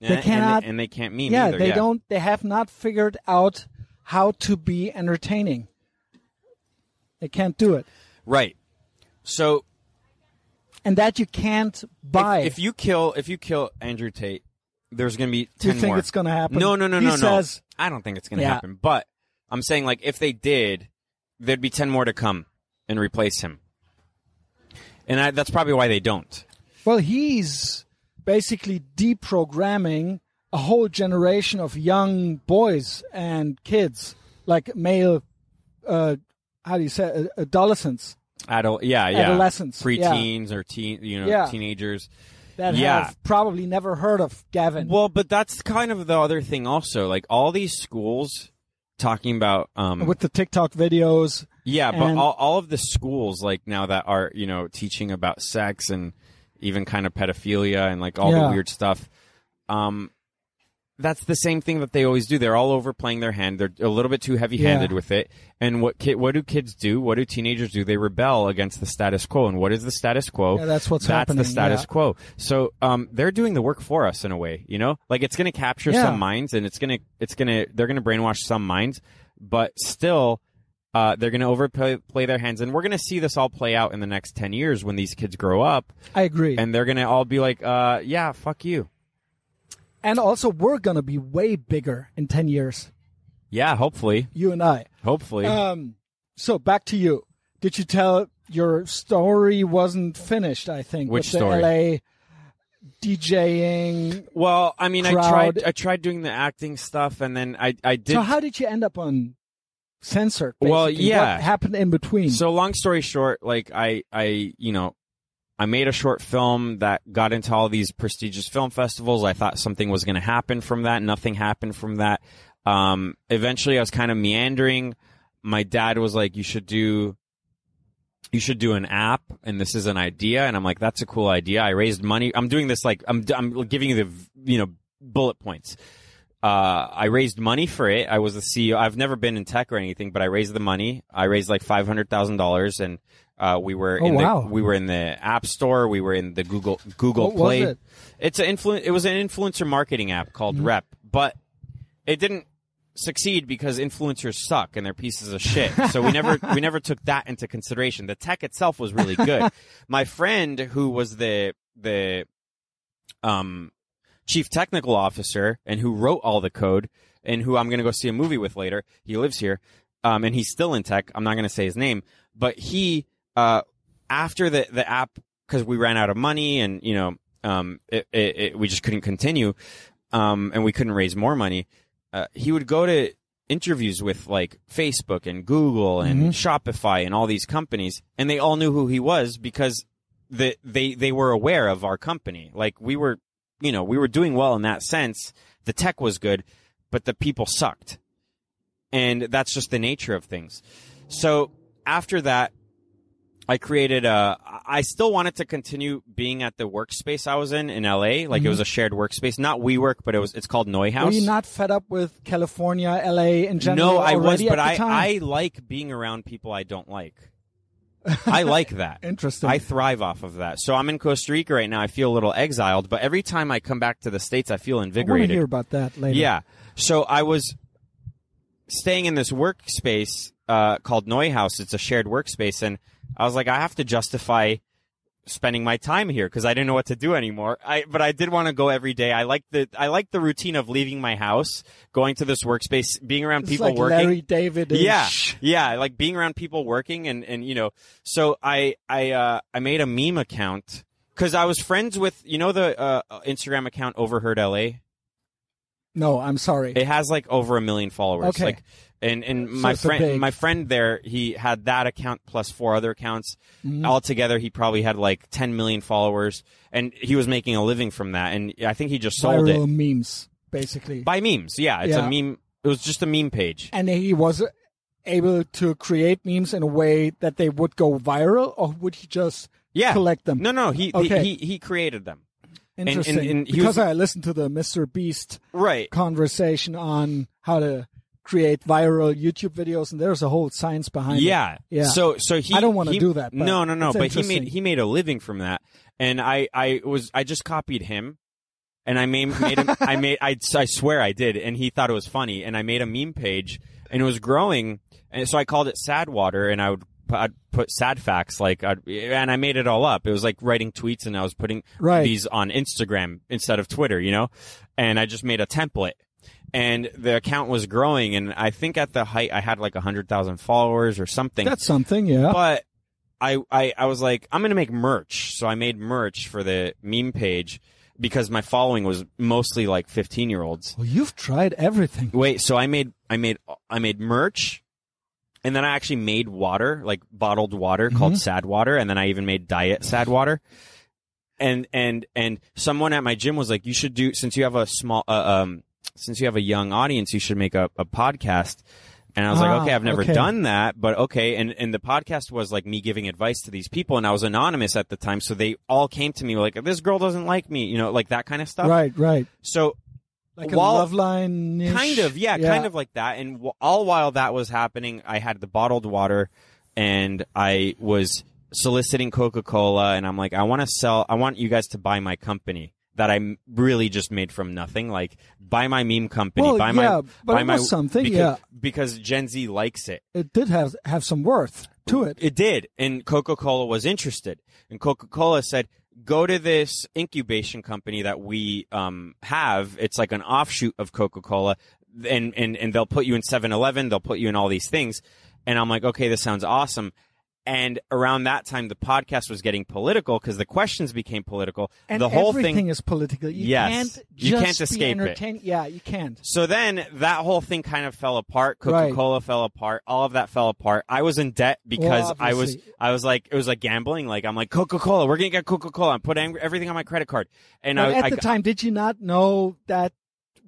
And- and
cannot-
And, they can't meme
yeah,
either.
they don't they have not figured out how to be entertaining. They can't do it.
Right. So
And that you can't buy.
If, if you kill, if you kill Andrew Tate, there's going to be
Do
ten
you think
more.
it's going to happen?
no, no, no,
he
no,
says,
no. I don't think it's going to
Yeah.
happen. But I'm saying, like, if they did, there'd be ten more to come and replace him. And I, that's probably why they don't.
Well, he's basically deprogramming a whole generation of young boys and kids, like male, uh, how do you say, uh, adolescents
Adol- yeah, yeah.
Adolescents, yeah.
preteens or teen, you know,
Yeah.
teenagers.
that
Yeah.
have probably never heard of Gavin.
Well, but that's kind of the other thing, also. Like all these schools talking about um,
with the TikTok videos,
Yeah, but
And-
all, all of the schools like now that are you know teaching about sex and even kind of pedophilia and like all
Yeah.
the weird stuff. Um, that's the same thing that they always do. They're all overplaying their hand. They're a little bit too heavy-handed
Yeah.
with it. And what ki- what do kids do? What do teenagers do? They rebel against the status quo. And what is the status quo?
Yeah, that's what's
that's
happening,
the status
yeah.
quo. So um, they're doing the work for us in a way. You know, like it's going to capture
Yeah.
some minds, and it's going to it's going to they're going to brainwash some minds, but still uh, they're going to overplay play their hands, and we're going to see this all play out in the next ten years when these kids grow up,
I agree. And,
and they're going to all be like, uh, "Yeah, fuck you."
also, we're going to be way bigger in 10 years,
Yeah, hopefully,
you and I.
hopefully.
Um, so back to you. Did you tell your story wasn't finished, I think,
Which
with
story?
the LA DJing
well, I mean, I
crowd-
tried I tried doing the acting stuff, and then I I did.
so how did you end up on censored? Basically?
Well, yeah.
What happened in between?
So long story short, like I, I, you know, I made a short film that got into all these prestigious film festivals. I thought something was going to happen from that. Nothing happened from that. Um, eventually I was kind of meandering. My dad was like, you should do, you should do an app and this is an idea. And I'm like, that's a cool idea. I raised money. I'm doing this like, I'm, I'm giving you the, you know, bullet points uh, I raised money for it. I was the CEO. I've never been in tech or anything, but I raised the money. I raised like five hundred thousand dollars, and uh, we were
Oh,
in
wow.
the we were in the App Store. We were in the Google Google
What was
Play.
it? Mm-hmm.
It's an influ- It was an influencer marketing app called Rep, but it didn't succeed because influencers suck and they're pieces of shit. So we never we never took that into consideration. The tech itself was really good. My friend who was the the um chief technical officer and who wrote all the code and who I'm going to go see a movie with later. He lives here, um, and he's still in tech. I'm not going to say his name, but he, uh, after the the app, because we ran out of money and you know, um, it, it, it, we just couldn't continue, um, and we couldn't raise more money. Uh, he would go to interviews with like Facebook and Google and Shopify and all these companies, and they all knew who he was because the, they they were aware of our company. Like we were you know, we were doing well in that sense. The tech was good, but the people sucked. And that's just the nature of things. So after that, I created a, I still wanted to continue being at the workspace I was in in LA. Like it was a shared workspace, not WeWork, but it was, it's called Neuhaus.
Were you not fed up with California, LA, in general?
No, I was,
already
but
at
I,
the time?
I like being around people I don't like. I like that.
Interesting.
I thrive off of that. So I'm in Costa Rica right now. I feel a little exiled, but every time I come back to the States, I feel
want to
invigorated.
hear about that later.
Yeah. So I was staying in this workspace uh, called Neuhaus. It's a shared workspace, and I was like, I have to justify spending my time here because I didn't know what to do anymore. I but I did want to go every day. I like the I like the routine of leaving my house, going to this workspace, being around
It's
people
like
working.
Larry David.
Yeah, yeah, like being around people working and and you know, so I I uh, I made a meme account because I was friends with you know the uh, Instagram account Overheard LA.
No, I'm sorry.
It has like over a million followers.
Okay.
Like and and my
it's a
friend
big-
my friend there, he had that account plus four other accounts.
Mm-hmm.
Altogether he probably had like 10 million followers and he was making a living from that and I think he just sold
Viral
it
memes, basically.
by memes. Yeah, it's a
Yeah.
meme it was just a meme page.
and he was able to create memes in a way that they would go viral, or would he just
Yeah.
collect them?
No, no, he
Okay.
he, he he created them.
Interesting.
and- and he
because
was-
I listened to the Mr. Beast
Right.
conversation on how to create viral YouTube videos, and there's a whole science behind it.
Yeah.
Yeah.
So so he
I don't wanna
he-
do that, but
no, no, no.
it's
But he made
interesting.
he made a living from that, and I I was I just copied him, and I made, made him I made I I swear I did, and he thought it was funny, and I made a meme page, and it was growing, and so I called it Sad Water, and I would. pu- I'd put sad facts like, I'd, and I made it all up. It was like writing tweets, and I was putting
Right.
these on Instagram instead of Twitter, you know. And I just made a template, and the account was growing. And I think at the height, I had like hundred thousand followers or something
That's something, yeah.
but I, I I was like, I'm gonna make merch. So I made merch for the meme page because my following was mostly like 15 year olds.
well, you've tried everything.
Wait, so I made I made I made merch, and then I actually made water, like bottled water
Mm-hmm.
called Sad Water, and then I even made diet Sad Water. And and and someone at my gym was like, you should do since you have a small uh, um since you have a young audience, you should make a, a podcast. And I was like,
Ah,
okay, I've never
okay.
done that, but okay. And and the podcast was like me giving advice to these people, and I was anonymous at the time, so they all came to me like, this girl doesn't like me, you know, like that kind of stuff.
Right, right.
So
Like
While-
a love line.
kind of yeah, kind of like that and w- all while that was happening i had the bottled water and i was soliciting coca-cola and i'm like i want to sell i want you guys to buy my company that i m- really just made from nothing like buy my meme company
Well,
buy my
yeah, but
buy
it
my
was something,
because,
yeah.
because gen z likes it
It did have have some worth to it.
it did. And Coca Cola was interested. And Coca Cola said, go to this incubation company that we um, have. It's like an offshoot of Coca Cola. And, and, and they'll put you in 7 Eleven. They'll put you in all these things. And I'm like, okay, this sounds awesome. And around that time, the podcast was getting political because the questions became political.
And
the whole
everything
thing.
is political. You
Yes.
can't
You
just
can't
be
escape it.
entertain- Yeah, you can't.
So then that whole thing kind of fell apart.
Right.
Coca Cola fell apart. All of that fell apart. I was in debt because
Well,
I was
obviously.
I was like it was like gambling. Like I'm like Coca Cola. We're gonna get Coca Cola. I'm putting everything on my credit card. And
But
I,
at
I
the time, did you not know that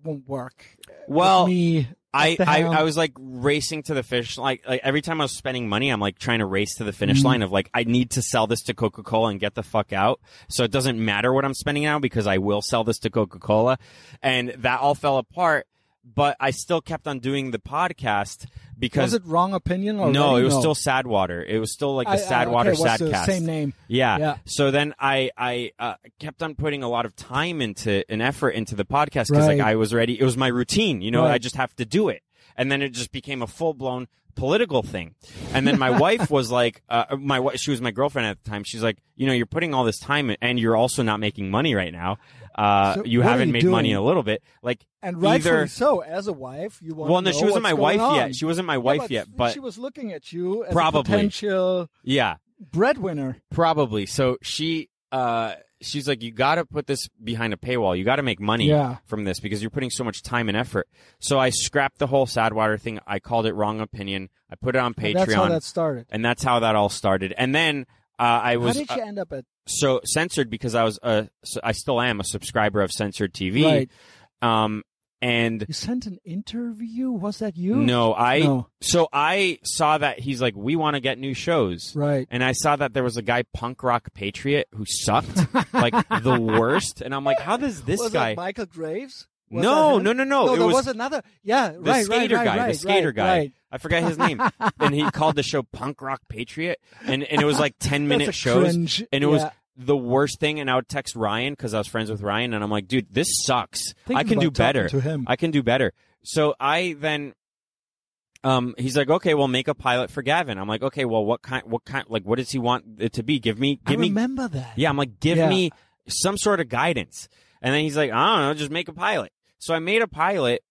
won't work?
well
With me,
I,
at the
I
helm.
I was like racing to the finish. Like like every time I was spending money, I'm like trying to race to the finish
Mm-hmm.
line of like I need to sell this to Coca Cola and get the fuck out. So it doesn't matter what I'm spending now because I will sell this to Coca Cola, and that all fell apart. But I still kept on doing the podcast because
was it wrong opinion or
No, it was still sad water. It was still like the
Oh, I-
sad
I-
water
okay, it was
sad
the
cast.
same name.
Yeah.
Yeah.
So then I I uh, kept on putting a lot of time into an effort into the podcast because like
Right.
I was ready. It was my routine. You know,
Right.
I just have to do it. And then it just became a full blown political thing. And then my wife was like, uh, my wi- she was my girlfriend at the time. She's like, you know, you're putting all this time in, and you're also not making money right now. Uh,
So
you
what are
haven't
you
made money in
doing?
a little bit. Like
and rightfully
either.
so. As a wife, you want.
Well,
to
no,
know
she wasn't
what's
my wife
going on.
yet. She wasn't my
Yeah,
wife
but
yet, but
she was looking at you as
Probably.
a potential
yeah.
breadwinner.
Probably. So she uh she's like, You gotta put this behind a paywall. You gotta make money
Yeah.
from this because you're putting so much time and effort. So I scrapped the whole Sadwater thing. I called it wrong opinion. I put it on Patreon.
And That's how that started.
and that's how that all started. And then uh, I was
how did
uh,
you end up at?
so censored because I was a, so I still am a subscriber of censored TV.
Right.
Um and
You sent an interview. Was that you?
no, I
No.
so I saw that he's like, we want to get new shows.
Right.
And I saw that there was a guy, Punk Rock Patriot, who sucked like the worst. And I'm like, how does this
was
guy?
it Michael Graves? Was
no,
that him?
no, no, no. It
there
was,
was, another. Yeah,
the
right, right,
skater
right,
guy.
right,
the skater
right,
guy.
Right.
I forgot his name. and he called the show Punk Rock Patriot, and and it was like ten minute
That's a
shows,
cringe.
and it was.
Yeah.
The worst thing, and I would text Ryan because I was friends with Ryan, and I'm like, dude, this sucks.
Thinking
I can
about
do
talking
better.
to him.
I can do better. So I then, um, he's like, okay, well, make a pilot for Gavin. I'm like, okay, well, what kind, what kind, like, what does he want it to be? Give me, give
I
me
remember that.
yeah, I'm like, give
Yeah.
me some sort of guidance. And then he's like, I don't know, just make a pilot. So I made a pilot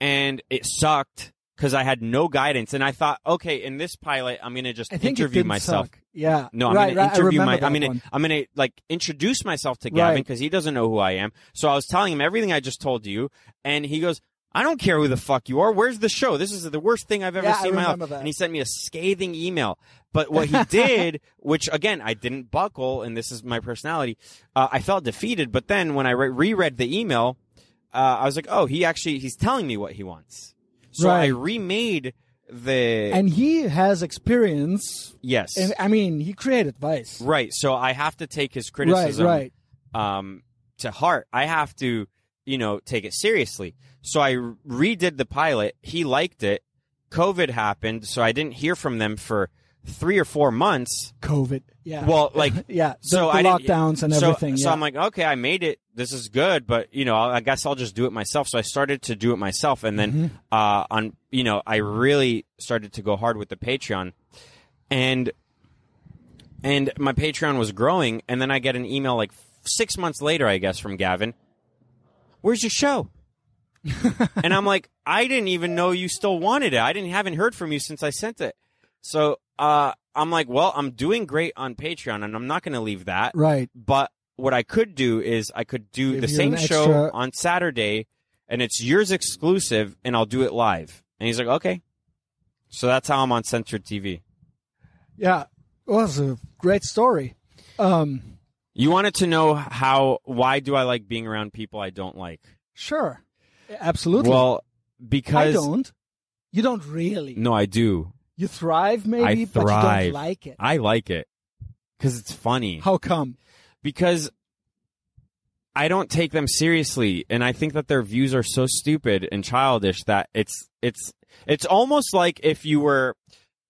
and it sucked because I had no guidance. And I thought, okay, in this pilot, I'm going to just
I think it
interview
didn't
myself.
suck. Yeah.
No, I'm
right,
gonna
right, I
interview my.
remember
I'm
that
gonna
one.
I'm gonna like introduce myself to
Right.
Gavin because he doesn't know who I am. So I was telling him everything I just told you, and he goes, "I don't care who the fuck you are. Where's the show? This is the worst thing I've ever
Yeah, I
seen in my life."
remember that.
And he sent me a scathing email. But what he did, which again I didn't buckle, and this is my personality, uh, I felt defeated. But then when I re- reread the email, uh, I was like, "Oh, he actually he's telling me what he wants." So
Right.
I remade the
And he has experience.
yes.
And I mean, he created Vice.
Right, so I have to take his
Right,
criticism
right.
um, to heart. I have to, you know, take it seriously. So I redid the pilot. He liked it. COVID happened, so I didn't hear from them for three or four months.
COVID. Yeah.
Well, like,
yeah. The,
so
the
I didn't-
lockdowns and
so,
everything.
so
yeah.
I'm like, okay, I made it. This is good, but you know, I guess I'll just do it myself. So I started to do it myself, and then
Mm-hmm.
uh, on, you know, I really started to go hard with the Patreon, and and my Patreon was growing, and then I get an email like six months later, I guess, from Gavin. Where's your show? and I'm like, I didn't even know you still wanted it. I didn't haven't heard from you since I sent it. So uh, I'm like, well, I'm doing great on Patreon, and I'm not going to leave that.
right.
But what I could do is I could do
Give
the
you
same
an
show
extra-
on Saturday, and it's yours exclusive, and I'll do it live. And he's like, okay. So that's how I'm on censored TV.
Yeah. Well, it's a great story. Um,
You wanted to know how why do I like being around people I don't like?
sure. Absolutely.
Well,
I
because
don't. You don't really.
no, I do.
You thrive maybe, but you
thrive.
don't like it.
I like it because it's funny.
How come?
because I don't take them seriously, and I think that their views are so stupid and childish that it's it's it's almost like if you were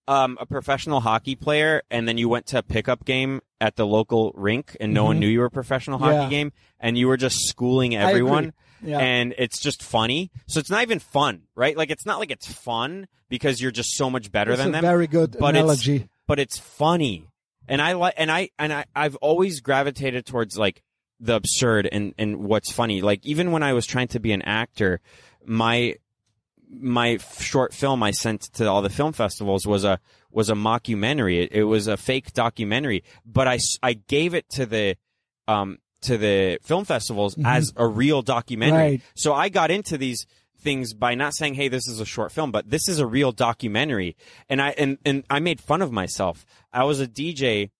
um, a professional hockey player and then you went to a pickup game at the local rink and no one
Mhm.
knew you were a professional hockey
Yeah.
game and you were just schooling
agree.
everyone
Yeah.
and it's just funny. So it's not even fun, right? Like it's not like it's fun because you're just so much better
That's
than
a
them
very good
but it's-
analogy.
but it's funny. And I like and I and I, I've always gravitated towards like the absurd and and what's funny. Like even when I was trying to be an actor, my my f- short film I sent to all the film festivals was a was a mockumentary. It, it was a fake documentary, but I s- I gave it to the um to the film festivals as a real documentary.
Right.
So I got into these things by not saying, "Hey, this is a short film," but this is a real documentary. And I and and I made fun of myself. I was a DJ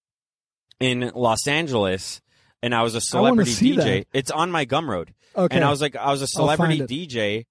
in Los Angeles, and I was a
I wanna
celebrity
see
DJ.
that.
It's on my Gumroad,
Okay.
and I was like, I was a celebrity
find
DJ,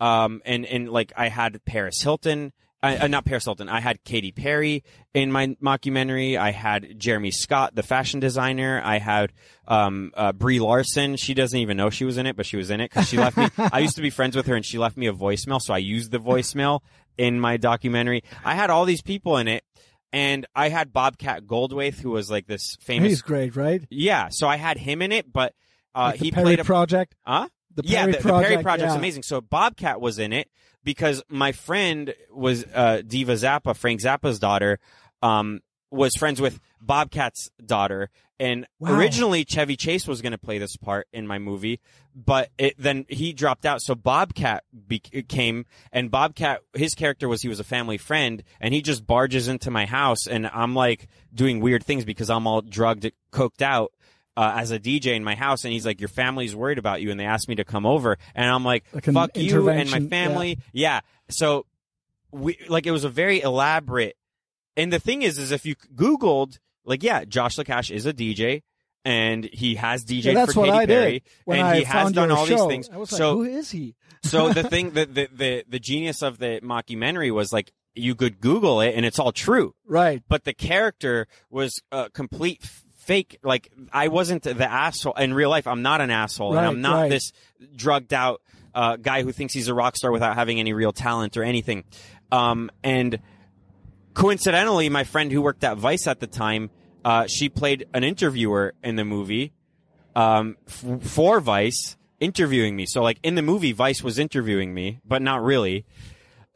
um, and and like I had Paris Hilton. I, uh, not Paris Hilton. I had Katy Perry in my mockumentary. I had Jeremy Scott, the fashion designer. I had um, uh, Brie Larson. She doesn't even know she was in it, but she was in it because she left me. I used to be friends with her, and she left me a voicemail, so I used the voicemail in my documentary. I had all these people in it, and I had Bobcat Goldthwait, who was like this famous.
He's great, right?
yeah, so I had him in it, but uh,
Like the
he
Perry
played a
Project.
Huh?
The
yeah,
Perry
the, the
Project.
Perry Project's
yeah.
amazing. So Bobcat was in it because my friend was uh, Diva Zappa, Frank Zappa's daughter, um, was friends with Bobcat's daughter, and
Wow.
originally Chevy Chase was going to play this part in my movie, but it, then he dropped out. So Bobcat be- came, and Bobcat, his character was he was a family friend, and he just barges into my house, and I'm like doing weird things because I'm all drugged, coked out uh, as a DJ in my house, and he's like, "Your family's worried about you," and they asked me to come over, and I'm like,
Like an
"Fuck you and my
intervention,
family." Yeah. So we like it was a very elaborate, and the thing is, is if you googled, like, yeah, Josh Lakash is a DJ. And he has DJ
Yeah, that's
for
what
Katy
I did
Perry,
When
and
I
he has
found
done
your
all
show,
these things.
I was like,
so
who is he?
so the thing that the, the the genius of the mockumentary was like you could Google it and it's all true,
Right.
but the character was a complete f- fake. Like I wasn't the asshole in real life. I'm not an asshole, and
Right,
I'm not
right.
this drugged out uh, guy who thinks he's a rock star without having any real talent or anything. Um, and coincidentally, my friend who worked at Vice at the time, uh, she played an interviewer in the movie um, f- for Vice, interviewing me. So, like in the movie, Vice was interviewing me, but not really.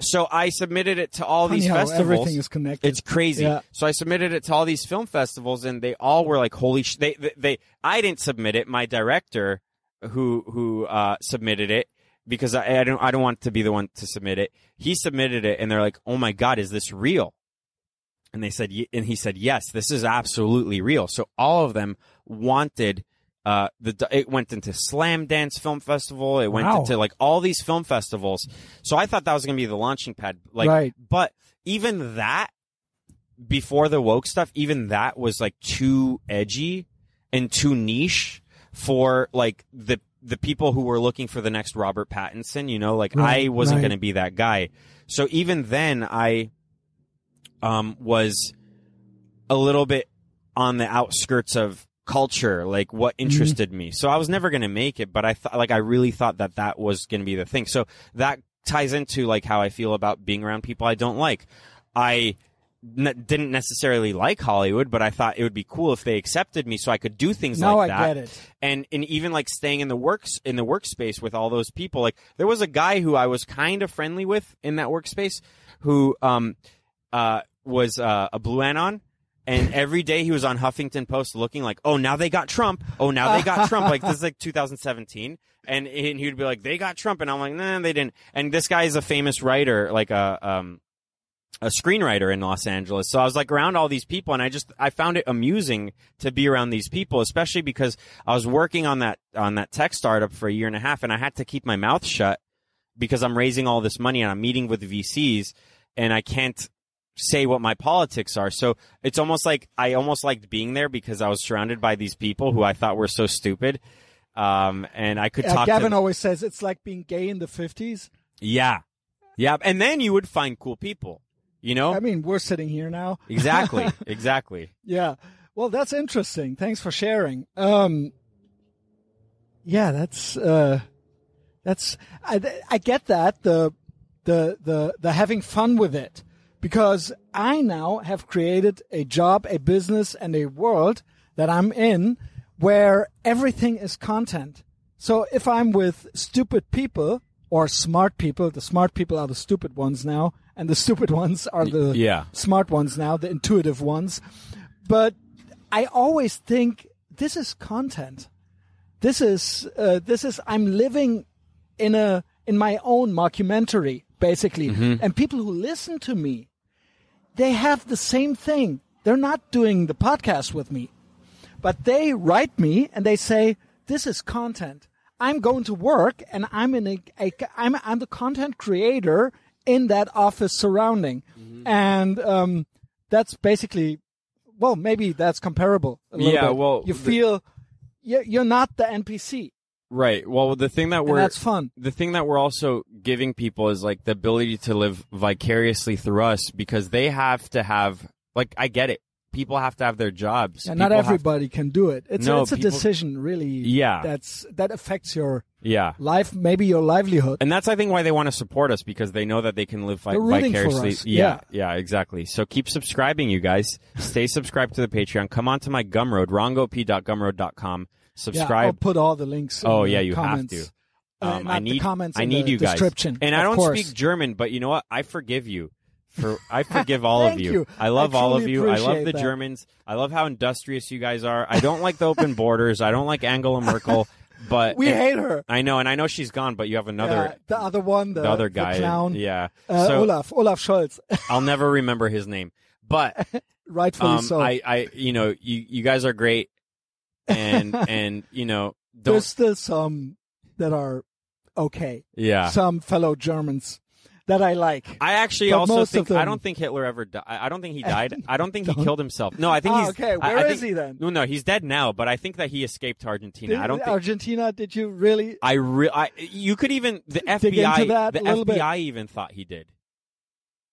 So I submitted it to all these
Funny how
festivals.
everything is connected.
It's crazy.
Yeah.
So I submitted it to all these film festivals, and they all were like, "Holy sh!" They, they, they I didn't submit it. My director, who who uh, submitted it, because I, I don't I don't want to be the one to submit it. He submitted it, and they're like, "Oh my god, is this real?" and they said, "Ye- and he said, yes, this is absolutely real. So all of them wanted, uh, the, do- it went into Slam Dance Film Festival. It went
Wow.
into like all these film festivals. So I thought that was going to be the launching pad. Like,
Right.
but even that before the woke stuff, even that was like too edgy and too niche for like the, the people who were looking for the next Robert Pattinson, you know, like
Right,
I wasn't
right.
going to be that guy. So even then I, um, was a little bit on the outskirts of culture, like what
Mm-hmm.
interested me. So I was never going to make it, but I thought, like, I really thought that that was going to be the thing. So that ties into like how I feel about being around people I don't like. I n- didn't necessarily like Hollywood, but I thought it would be cool if they accepted me so I could do things
Now
like
I
that
get it.
and and even like staying in the works in the workspace with all those people like there was a guy who i was kind of friendly with in that workspace who um uh was uh, a blue anon and every day he was on huffington post looking like oh now they got trump oh now they got trump like this is like 2017 and, and he would be like they got trump and i'm like nah they didn't and this guy is a famous writer like a um a screenwriter in Los Angeles. So I was like around all these people and I just I found it amusing to be around these people, especially because I was working on that on that tech startup for a year and a half and I had to keep my mouth shut because I'm raising all this money and I'm meeting with VCs and I can't say what my politics are. So it's almost like I almost liked being there because I was surrounded by these people who I thought were so stupid. Um, and I could
Uh,
talk to
Gavin
them.
always says it's like being gay in the 50s.
Yeah. Yeah. And then you would find cool people, you know?
I mean, we're sitting here now.
exactly. Exactly.
Yeah. Well, that's interesting. Thanks for sharing. Um, yeah, that's uh, that's I, I get that the the the the having fun with it because I now have created a job, a business, and a world that I'm in where everything is content. So if I'm with stupid people or smart people, the smart people are the stupid ones now, and the stupid ones are the
yeah.
smart ones now, the intuitive ones. But I always think this is content. This is uh, this is I'm living in a in my own mockumentary basically,
Mm-hmm.
and people who listen to me, they have the same thing. They're not doing the podcast with me, but they write me and they say this is content. I'm going to work and I'm in a, a I'm I'm the content creator in that office surrounding,
Mm-hmm.
and um, that's basically well, maybe that's comparable. A little
Yeah,
bit.
well,
you
the-
feel you're, you're not the NPC,
Right. Well, the thing that
and
we're
that's fun.
the thing that we're also giving people is like the ability to live vicariously through us because they have to have like I get it. People have to have their jobs.
Yeah, not
People have-
everybody can do it. It's a,
No,
it's a
people-
decision, really.
Yeah.
that's that affects your
yeah.
life, maybe your livelihood.
And that's I think why they want to support us because they know that they can live vi-
They're rooting for
vicariously.
us.
Yeah, yeah, exactly. So keep subscribing, you guys. Stay subscribed to the Patreon. Come on to my Gumroad, rongop.gumroad.com.
yeah,
Subscribe.
I'll put all the links. in
Oh,
the
yeah, you have
comments.
to.
Uh,
Um,
not
I
the
need
comments.
I
in
need
the
you guys.
Description,
And I
of
don't
course.
speak German, but you know what? I forgive you. For I forgive all of
Thank
you.
you.
I love
I
all of
truly
you. I love
appreciate
the
that.
Germans. I love how industrious you guys are. I don't like the open borders. I don't like Angela Merkel, but
We hate her.
I know, and I know she's gone, but you have
Yeah,
another
the other one, the,
the other
the
guy.
clown,
Yeah.
uh,
so
Olaf, Olaf Scholz,
I'll never remember his name. But
rightfully
um,
so.
I, I you know, you, you guys are great and and you know, don't
There's still some that are okay.
yeah.
Some fellow Germans that I like.
I actually
But
also
most
think
of
I
them-
don't think Hitler ever died. I I don't think he died. I don't think he killed himself. No, I think
Ah,
he's
okay.
I-
Where
I
is
think-
he then?
No, no, he's dead now. But I think that he escaped to Argentina. I don't
Did-
think
Argentina. Did you really?
I, re- I You could even the
into
FBI.
that
The
a little bit.
FBI even thought he did.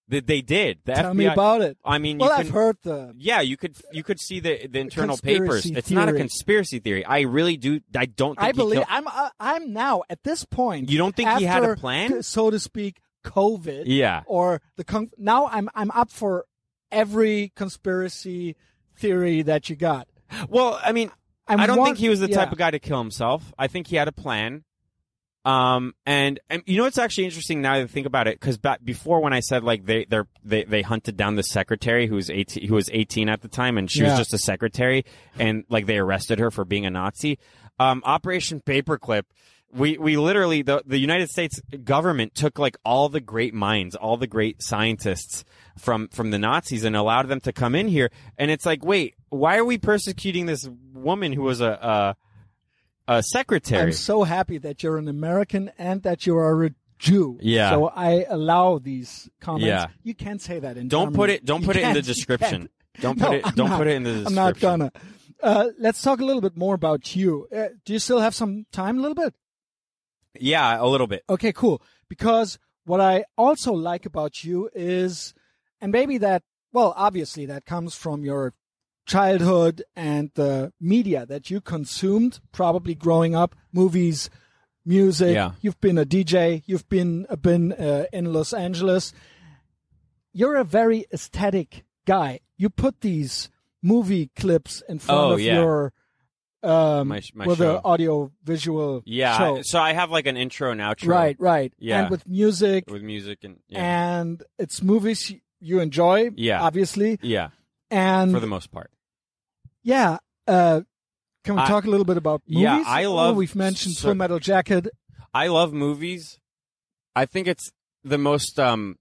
They, they did. The
Tell
FBI.
me about it.
I mean, you
Well,
can,
I've heard the
Yeah, you could you could see the the internal
Conspiracy
papers. It's not a
theory.
conspiracy theory. I really do. I don't. Think
I
he
believe
killed-
I'm. Uh, I'm now at this point.
You don't think he had a
after,
plan?
so to speak? COVID.
Yeah.
Or the con- now I'm I'm up for every conspiracy theory that you got.
Well, I mean,
I'm
I don't
one-
think he was the
yeah.
type of guy to kill himself. I think he had a plan. Um, and, and you know, it's actually interesting now to think about it because back before when I said like they they're, they they hunted down the secretary who was eighteen who was eighteen at the time and she
Yeah.
was just a secretary and like they arrested her for being a Nazi. Um, Operation Paperclip we we literally the the United States government took like all the great minds, all the great scientists from from the Nazis and allowed them to come in here. And it's like, wait, why are we persecuting this woman who was a a, a secretary?
I'm so happy that you're an American and that you are a Jew.
Yeah.
So I allow these comments.
Yeah.
You can't say that in
don't
Germany.
put it don't
You
put it in the
can't. You
description.
can't.
Don't
Um, No,
put it
I'm
don't
not.
put it in the description.
I'm not gonna. Uh, let's talk a little bit more about you. Uh, do you still have some time? A little bit.
Yeah, a little bit.
Okay, cool. Because what I also like about you is, and maybe that, well, obviously that comes from your childhood and the media that you consumed, probably growing up, movies, music.
Yeah.
You've been a DJ. You've been been uh, in Los Angeles. You're a very aesthetic guy. You put these movie clips in front
Oh,
of
yeah.
your um,
My sh- my
well, the
show.
audio visual
Yeah.
show.
So I have like an intro and outro
Right, right.
Yeah.
And with music
with music and yeah.
and it's movies you enjoy,
Yeah.
obviously.
yeah,
And
for the most part.
yeah, uh can we
I-
talk a little bit about movies?
Yeah, I
Oh,
love-
we've mentioned
so-
Full Metal Jacket.
I love movies. I think it's the most um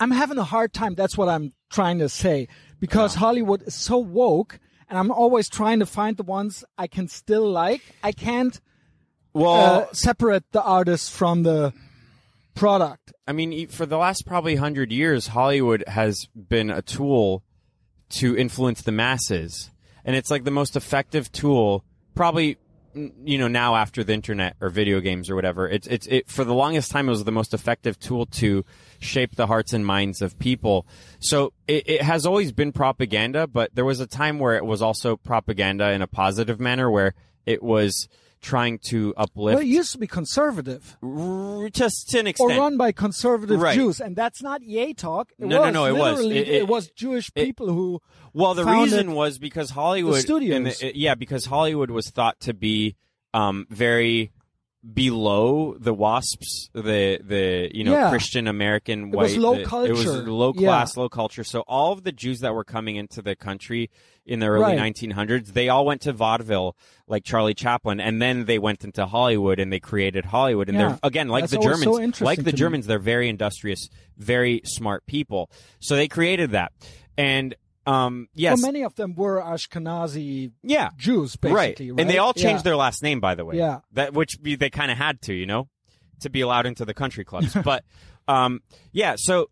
I'm having a hard time, that's what I'm trying to say. Because Hollywood is so woke and I'm always trying to find the ones I can still like. I can't
well
uh, separate the artist from the product.
I mean, e- for the last probably hundred years, Hollywood has been a tool to influence the masses, and it's like the most effective tool, probably. n- You know, now after the internet or video games or whatever, it's it's it for the longest time it was the most effective tool to shape the hearts and minds of people. So it, it has always been propaganda, but there was a time where it was also propaganda in a positive manner, where it was trying to uplift,
Well, it used to be conservative.
r- just to an
or
extent,
run by conservative
Right.
Jews, and that's not yay talk. It
No, no,
was
no, it was.
literally-
It-
It,
it-
was Jewish people who.
Well, the
founded
reason was because Hollywood
the studios.
and the- yeah, because Hollywood was thought to be um, very below the WASPs, the the you know
Yeah.
Christian American white.
was low
the- It was
culture.
low
Yeah.
class, low culture. So all of the Jews that were coming into the country in the early
Right.
1900s, they all went to vaudeville, like Charlie Chaplin, and then they went into Hollywood and they created Hollywood. And
Yeah.
they're again like
That's
the
always so
Germans,
interesting
like the
to me.
Germans. Germans, they're very industrious, very smart people. So they created that. And um yes,
Well, many of them were Ashkenazi
yeah.
Jews,
Right.
basically. Right.
And they all
Yeah.
changed their last name by the way.
Yeah.
That which be- they kind of had to, you know, to be allowed into the country clubs. but um yeah, so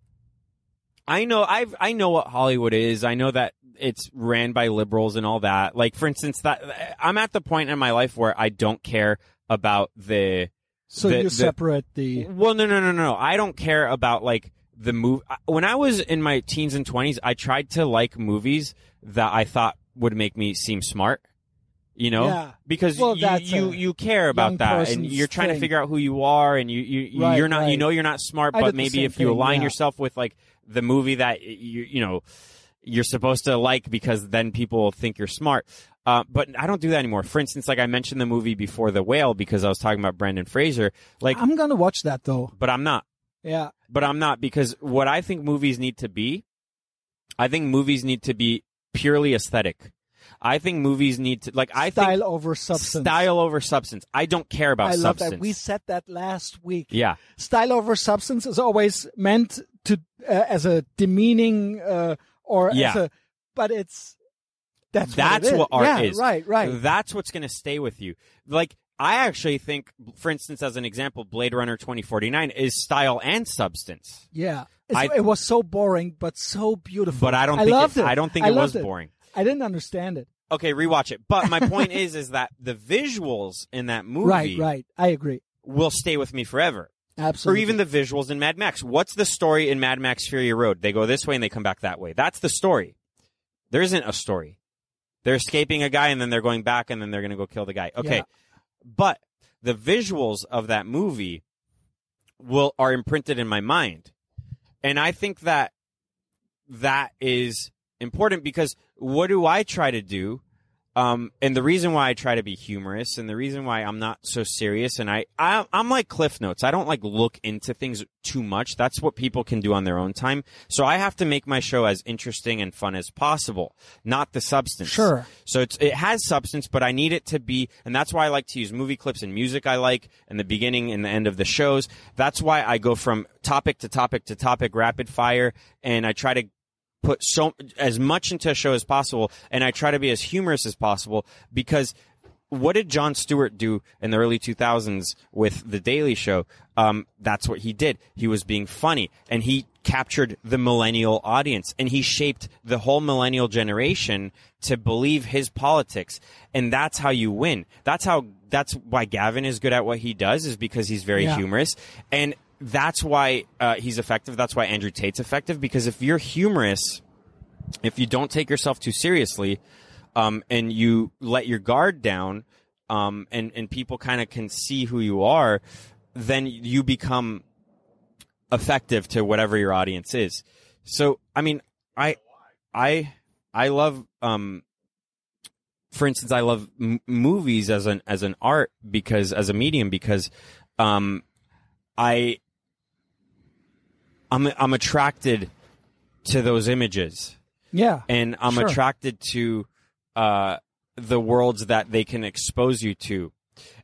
I know I've I know what Hollywood is. I know that it's ran by liberals and all that. Like for instance that I'm at the point in my life where I don't care about the
So
the-
you
the-
separate the.
well, no, no, no, no. I don't care about like the move. When I was in my teens and twenties, I tried to like movies that I thought would make me seem smart. You know,
Yeah.
because
Well,
you,
that's
you
a
you care
young
about that, and
person's
you're trying to
thing.
figure out who you are, and you you, you
Right,
you're not you
right.
know you're not smart,
I
but
did the
maybe
same
if you
thing,
align
yeah.
yourself with like the movie that you you know you're supposed to like because then people will think you're smart. Uh, but I don't do that anymore. For instance, like I mentioned the movie before the whale because I was talking about Brendan Fraser. Like,
I'm gonna watch that though.
but I'm not
Yeah.
but I'm not because what I think movies need to be, I think movies need to be purely aesthetic. I think movies need to like I
style
think
over substance.
style over substance. I don't care about
I love
substance.
that. We said that last week.
yeah,
Style over substance is always meant to uh, as a demeaning uh, or as
Yeah.
a, but it's that's
That's
what, it is.
what art
yeah,
is.
Right. Right.
that's what's going to stay with you. Like I actually think, for instance, as an example, Blade Runner 2049 is style and substance.
Yeah,
I-
It's- it was so boring, but so beautiful.
But I don't
I
think
loved
it,
it.
I don't think
I
it was
loved it.
boring.
I didn't understand it.
Okay, rewatch it. But my point is, is that the visuals in that movie
Right, right. I agree.
will stay with me forever. Or
Absolutely.
even the visuals in Mad Max. What's the story in Mad Max Fury Road? They go this way and they come back that way. That's the story. There isn't a story. They're escaping a guy and then they're going back and then they're going to go kill the guy. Okay.
Yeah.
But the visuals of that movie will are imprinted in my mind. And I think that that is important because what do I try to do? Um, and the reason why I try to be humorous and the reason why I'm not so serious and I, I, I'm like Cliff Notes. I don't like look into things too much. That's what people can do on their own time. So I have to make my show as interesting and fun as possible, not the substance.
Sure.
So it's, it has substance, but I need it to be, and that's why I like to use movie clips and music I like in the beginning and the end of the shows. That's why I go from topic to topic to topic rapid fire and I try to put so as much into a show as possible and I try to be as humorous as possible because what did Jon Stewart do in the early 2000s with The Daily Show? Um, that's what he did. He was being funny and he captured the millennial audience and he shaped the whole millennial generation to believe his politics. And that's how you win. That's how, that's why Gavin is good at what he does is because he's very
Yeah.
humorous. And that's why uh, he's effective. That's why Andrew Tate's effective because if you're humorous, if you don't take yourself too seriously um, and you let your guard down um, and, and people kind of can see who you are, then you become effective to whatever your audience is. So, I mean, I, I, I love, um, for instance, I love m- movies as an, as an art because, as a medium, because, um, I, I'm, I'm attracted to those images
Yeah.
and I'm
Sure.
attracted to uh, the worlds that they can expose you to.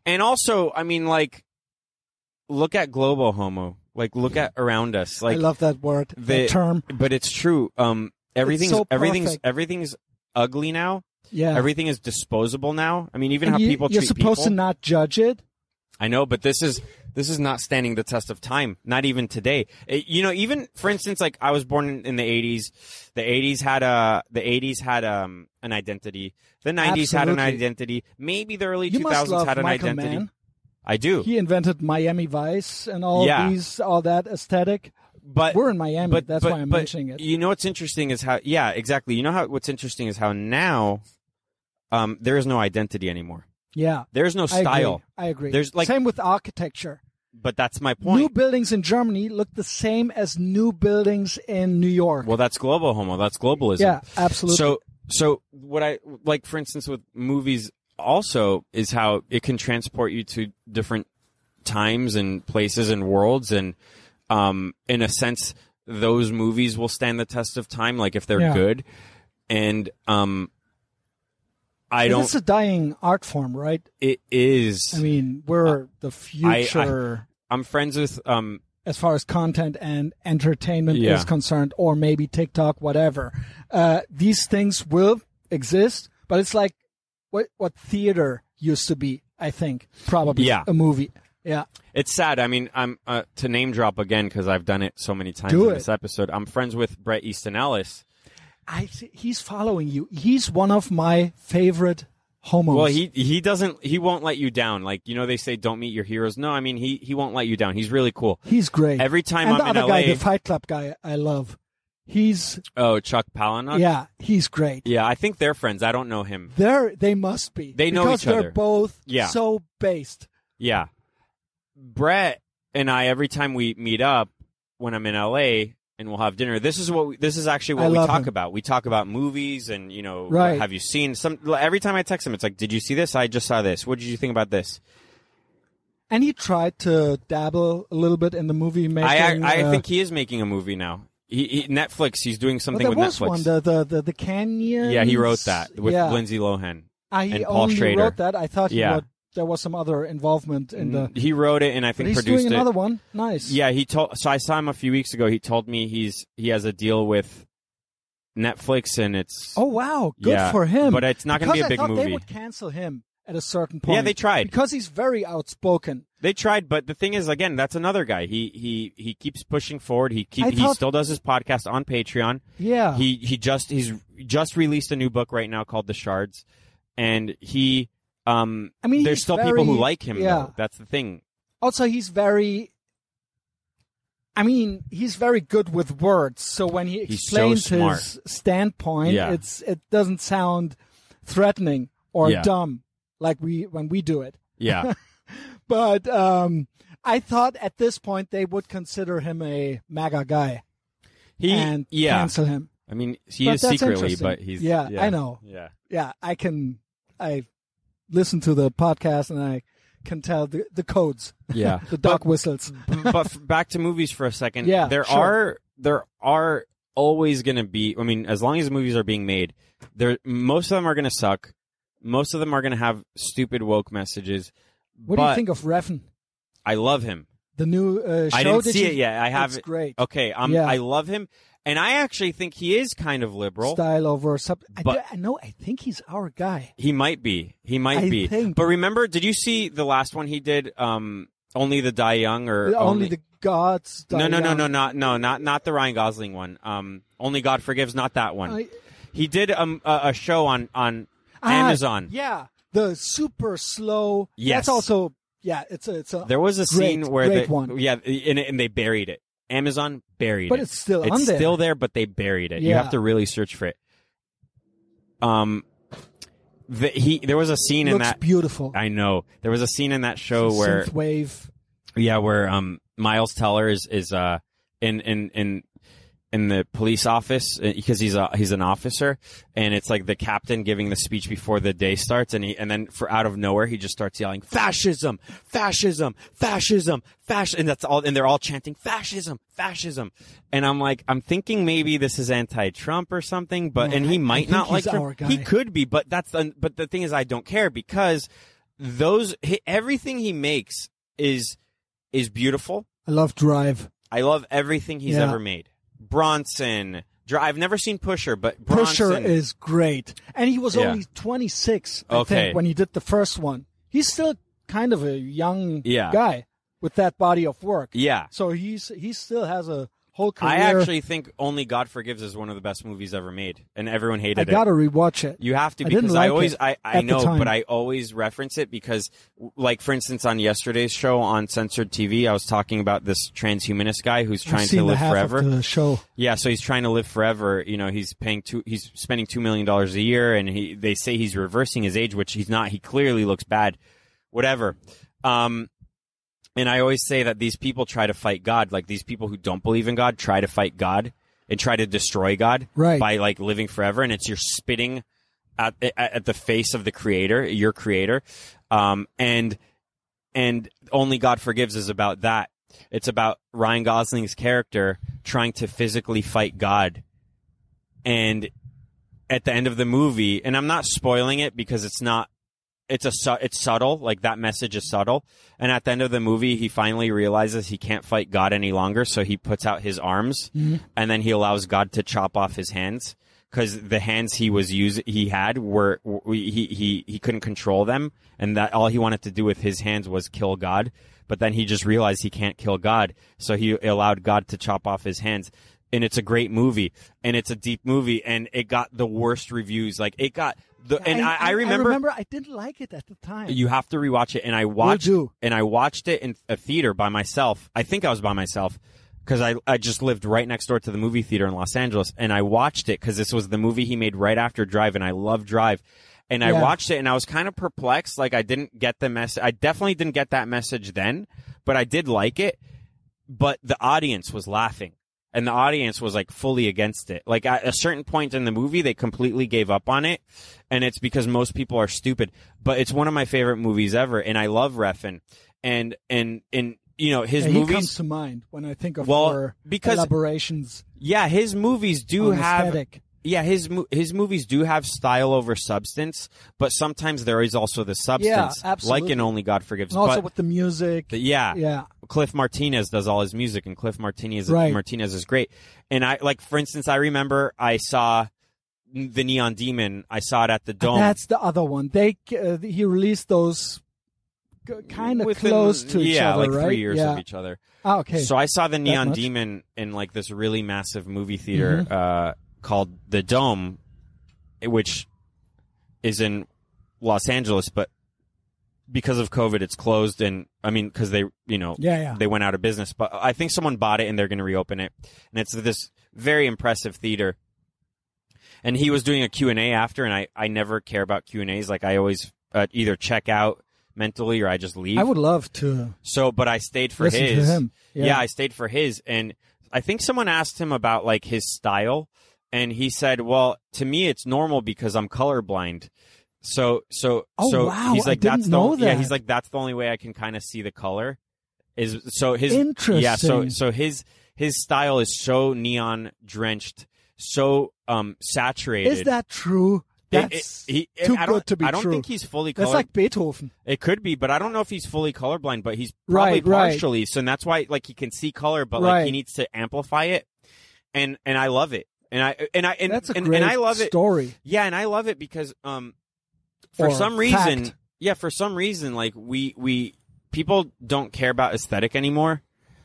And also, I mean, like, look at global homo. Like, look at around us. Like,
I love that word,
the-
that term.
but it's true. Um, everything's
so
everything's
perfect.
everything's ugly now.
Yeah.
Everything is disposable now. I mean, even
And
how
you,
people
you're
treat
supposed
people.
to not judge it.
I know, but this is this is not standing the test of time. Not even today. It- you know, even for instance, like I was born in, in the '80s. The '80s had a the '80s had um an identity. The '90s had an
Absolutely.
identity. Maybe the early
You
2000s
must love
had an
Michael
identity.
Mann.
I do,
He invented Miami Vice and all
Yeah.
these, all that aesthetic.
but
We're in Miami.
but
that's
but,
why I'm
but
mentioning it.
You know what's interesting is how yeah exactly. You know how what's interesting is how now, um, there is no identity anymore.
Yeah.
There is no
I
style.
Agree. I agree.
There's, like-
Same with architecture.
But that's my
New
point.
buildings in Germany look the same as new buildings in New York.
well, that's global homo. That's globalism.
yeah, absolutely.
So, so what I like, for instance, with movies also is how it can transport you to different times and places and worlds, and um, in a sense, those movies will stand the test of time, like if they're
Yeah.
good. And um, I don't.
It's a dying art form, right?
it is.
I mean, we're
Uh,
the future
I'm friends with um,
as far as content and entertainment
Yeah.
is concerned, or maybe TikTok, whatever. Uh, these things will exist, but it's like what what theater used to be. I think probably
Yeah.
a movie. Yeah,
It's sad. I mean, I'm uh, to name drop again because I've done it so many times
Do
in
it.
this episode. I'm friends with Brett Easton Ellis.
I see he's following you. He's one of my favorite homos.
Well, he he doesn't he won't let you down. Like you know they say don't meet your heroes. No, I mean he he won't let you down. He's really cool.
he's great.
Every time
and the
I'm in
other guy,
LA,
the Fight Club guy, I love. He's
oh Chuck Palahniuk.
yeah, he's great.
yeah. I think they're friends. I don't know him.
They're they must be.
They know
because
each other.
They're both
Yeah.
so based.
Yeah, Brett and I every time we meet up when I'm in LA and we'll have dinner. This is what we, this is actually what
I
we
love
talk
him.
about. We talk about movies and you know
Right.
have you seen some? Every time I text him, it's like did you see this? I just saw this. What did you think about this?
And he tried to dabble a little bit in the movie making.
I I,
uh,
think he is making a movie now. He, he Netflix. He's doing
but
something
there
with
was
Netflix.
one the the the, the canyon.
Yeah, he wrote that with
yeah.
Lindsay Lohan.
I
and Paul
only
Schrader.
wrote that. I thought he
Yeah. Mm,
wrote, there was some other involvement in the.
he wrote it and I
uh, But
think
he's
produced
doing
it.
another one. Nice.
Yeah, he told. So I saw him a few weeks ago. He told me he's he has a deal with Netflix and it's
Oh wow, good
Yeah,
for him.
but it's not gonna
because
be a
I
big
thought They
movie.
would cancel him at a certain point.
yeah they tried
because he's very outspoken.
they tried but the thing is again that's another guy he he he keeps pushing forward he
I
keep he
thought-
still does his podcast on Patreon
Yeah.
he he just he's just released a new book right now called The Shards and he um
I mean,
there's
he's
still people who
very-
like him
yeah.
though that's the thing
also he's very i mean he's very good with words so when he
He's so
explains
smart.
his standpoint
Yeah.
it's it doesn't sound threatening or
Yeah.
dumb like we when we do it
yeah
but um i thought at this point they would consider him a maga guy
he
and
yeah
cancel him
I mean he
But
is
that's
secretly
interesting.
but he's
yeah,
yeah
i know
yeah.
yeah i can I listen to the podcast and I can tell the, the codes,
Yeah.
the dog whistles.
but f- back to movies for a second.
Yeah,
there
sure.
are there are always going to be. I mean, as long as movies are being made, there most of them are going to suck. Most of them are going to have stupid woke messages.
What do
but
you think of Refn?
I love him.
The new uh, show.
I didn't
that
see
you-
it yet. I have
It's great.
Okay, um,
Yeah.
I love him, and I actually think he is kind of liberal.
Style over sub. I,
But-
do- I know. I think he's our guy.
He might be. He might
I
be.
think-
But remember, did you see the last one he did? Um, only the Die Young or
Only, the gods. die
no, no, no,
young.
no, not no, not not the Ryan Gosling one. Um, only God forgives, not that one.
I-
he did um, a, a show on on
Ah,
Amazon.
Yeah, the super slow.
Yes.
that's also yeah. It's a it's a
There was a
Great,
scene where
great
they,
one.
yeah, and, and they buried it. Amazon buried
but
it.
it's still on
it's
there.
still there, but they buried it. You
Yeah.
have to really search for it. Um, the, he there was a scene in
looks
that.
beautiful.
I know there was a scene in that show where
Synth wave.
Yeah, where um Miles Teller is is uh in in in in the police office uh, because he's a he's an officer and it's like the captain giving the speech before the day starts and he and then for out of nowhere he just starts yelling fascism fascism fascism fascism and that's all and they're all chanting fascism fascism and I'm like I'm thinking maybe this is anti-Trump or something but
No,
and
I- I
he might
think
not like
he's
Trump.
our guy.
he could be but that's the, but the thing is I don't care because those he, everything he makes is is beautiful.
I love Drive.
I love everything he's
Yeah.
ever made. Bronson. Dr- I've never seen Pusher, but Bronson.
Pusher is great, and he was
Yeah.
only 26. I
Okay.
think, when he did the first one, he's still kind of a young
Yeah.
guy with that body of work.
yeah.
So he's he still has a whole career.
I actually think Only God Forgives is one of the best movies ever made, and everyone hated
I
it.
gotta rewatch it.
You have to
I didn't
because I,
like
always
it
I,
at
I
the
know,
time.
but I always reference it because, w- like for instance, on yesterday's show on censored TV, I was talking about this transhumanist guy who's
I've
trying
seen
to
the
live
half
forever.
Of the show.
Yeah, so he's trying to live forever. You know, he's paying two, he's spending two million dollars a year, and he they say he's reversing his age, which he's not. He clearly looks bad. Whatever. Um, and I always say that these people try to fight God, like these people who don't believe in God try to fight God and try to destroy God
Right.
by like living forever, and it's you're spitting at at, at the face of the Creator, your Creator, um, and and only God forgives is about that. It's about Ryan Gosling's character trying to physically fight God. And at the end of the movie, and I'm not spoiling it because it's not it's a su- it's subtle, like that message is subtle. And at the end of the movie, he finally realizes he can't fight God any longer, so he puts out his arms and then he allows God to chop off his hands because the hands he was use he had were w- he he he couldn't control them, and that all he wanted to do with his hands was kill God. But then he just realized he can't kill God, so he allowed God to chop off his hands. And it's a great movie, and it's a deep movie, and it got the worst reviews. Like it got the, and I, I
I
remember
remember I didn't like it at the time.
you have to rewatch it, and I watched
do.
and I watched it in a theater by myself. I think I was by myself because I I just lived right next door to the movie theater in Los Angeles, and I watched it because this was the movie he made right after Drive, and I love Drive. And I
Yeah.
watched it, and I was kind of perplexed. Like I didn't get the message. I definitely didn't get that message then, but I did like it. But the audience was laughing. And the audience was like fully against it. Like at a certain point in the movie, they completely gave up on it and it's because most people are stupid. But it's one of my favorite movies ever, and I love Refn, and and and you know his
Yeah, he comes
movies.
to mind when I think of
Well,
our
because-
elaborations
Yeah, his movies do
on
have.
aesthetic.
Yeah, his mo- his movies do have style over substance, but sometimes there is also the substance, like
absolutely.
in Only God Forgives.
And also
but
with the music.
the- yeah,
yeah.
Cliff Martinez does all his music, and Cliff Martinez
Right.
Martinez is great. And I like, for instance, I remember I saw the Neon Demon. I saw it at the Dome.
That's the other one. They uh, he released those kind of
within-
close to each
yeah,
other,
like
right?
three years
yeah.
of each other.
Ah, okay.
So I saw the Neon
much? Mm-hmm.
Demon in like this really massive movie theater uh, called the Dome, which is in Los Angeles, but because of COVID, it's closed. And I mean, because they, you know,
yeah, yeah.
they went out of business. But I think someone bought it and they're going to reopen it. And it's this very impressive theater. And he was doing a Q&A after, and I, I never care about Q&As. Like, I always uh, either check out mentally or I just leave.
I would love to
so, but I stayed for
listen
his
to him.
yeah. I stayed for his, and I think someone asked him about like his style, and he said, "Well, to me, it's normal because I'm colorblind." So so
Oh,
so
wow,
he's
I
like
didn't
that's
know
the yeah
that.
he's like that's the only way I can kind of see the color is so his
Interesting.
yeah so so his his style is so neon drenched so um saturated
is that true?
It- it-
That's
he-
too
I don't,
good to be
I don't
true.
think he's fully
that's
color
like Beethoven.
it could be, but I don't know if he's fully colorblind, but he's probably
Right, right.
partially. So and that's why like he can see color, but like he
Right.
needs to amplify it. And and I love it. And I and I and
that's a
and,
great
and I love it.
story.
Yeah, and I love it because um for
Or
some
fact.
reason yeah, for some reason like we we people don't care about aesthetic anymore.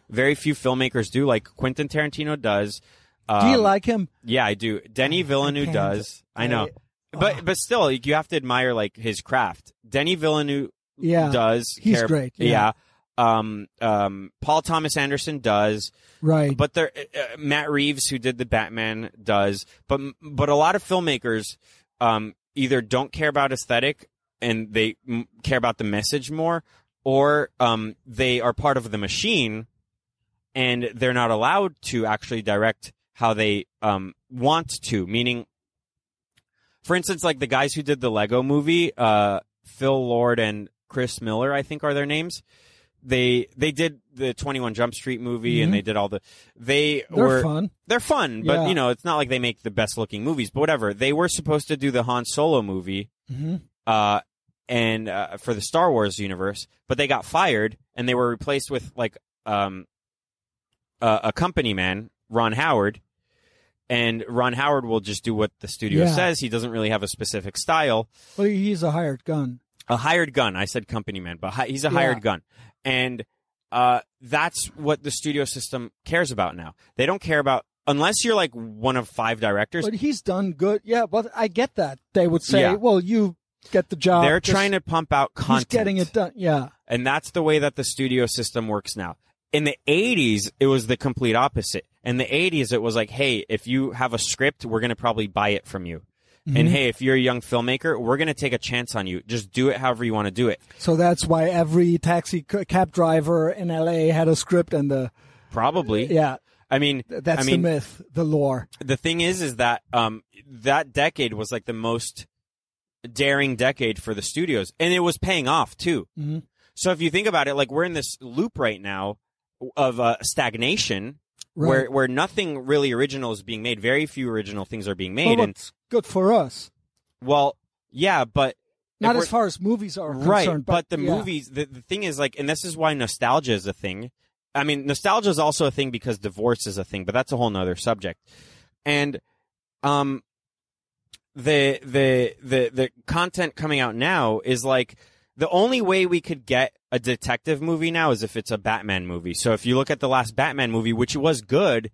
Very few filmmakers do like Quentin Tarantino does.
Do you
Um,
like him?
yeah, I do. Denny Villeneuve
can't.
does. I know.
I-
but but still, like, you have to admire like his craft. Denny Villeneuve
Yeah,
does.
he's
care-
great,
Yeah.
yeah.
Um, um, Paul Thomas Anderson does,
right.
but there, uh, uh, Matt Reeves, who did the Batman, does. But but a lot of filmmakers, um, either don't care about aesthetic and they m- care about the message more, or um, they are part of the machine, and they're not allowed to actually direct how they um want to. Meaning, for instance, like the guys who did the Lego movie, uh, Phil Lord and Chris Miller, I think are their names. They they did the Twenty One Jump Street movie, and
Mhm.
they did all the they
They're
were
fun.
they're fun, but
Yeah.
you know it's not like they make the best looking movies. But whatever, they were supposed to do the Han Solo movie,
hmm
uh, and uh, for the Star Wars universe, but they got fired and they were replaced with like um, a, a company man, Ron Howard, and Ron Howard will just do what the studio
Yeah.
says. He doesn't really have a specific style.
Well, he's a hired gun.
A hired gun. I said company man, but hi- he's a
Yeah.
hired gun, and uh, that's what the studio system cares about now. They don't care about unless you're like one of five directors.
But he's done good. Yeah, but I get that. They would say,
Yeah.
well, you get the job.
They're
just-
trying to pump out
He's
content.
getting it done. Yeah.
And that's the way that the studio system works now. In the 80s, it was the complete opposite. In the 80s, it was like, hey, if you have a script, we're going to probably buy it from you.
Mm-hmm.
And hey, if you're a young filmmaker, we're going to take a chance on you. Just do it however you want to do it.
So that's why every taxi c- cab driver in LA had a script and the
Probably.
yeah,
I mean,
th- that's
I mean,
the myth, the lore.
the thing is is that um that decade was like the most daring decade for the studios and it was paying off too
Mhm.
so if you think about it like we're in this loop right now of uh, stagnation
Right.
where where nothing really original is being made very few original things are being made
Well,
and
it's good for us.
well yeah but if
Not
we're-
as far as movies are
right
concerned,
but, the
yeah.
movies the, the thing is like and this is why nostalgia is a thing i mean nostalgia is also a thing because divorce is a thing but that's a whole nother subject and um the the the the content coming out now is like the only way we could get a detective movie now is if it's a batman movie so if you look at the last batman movie which was good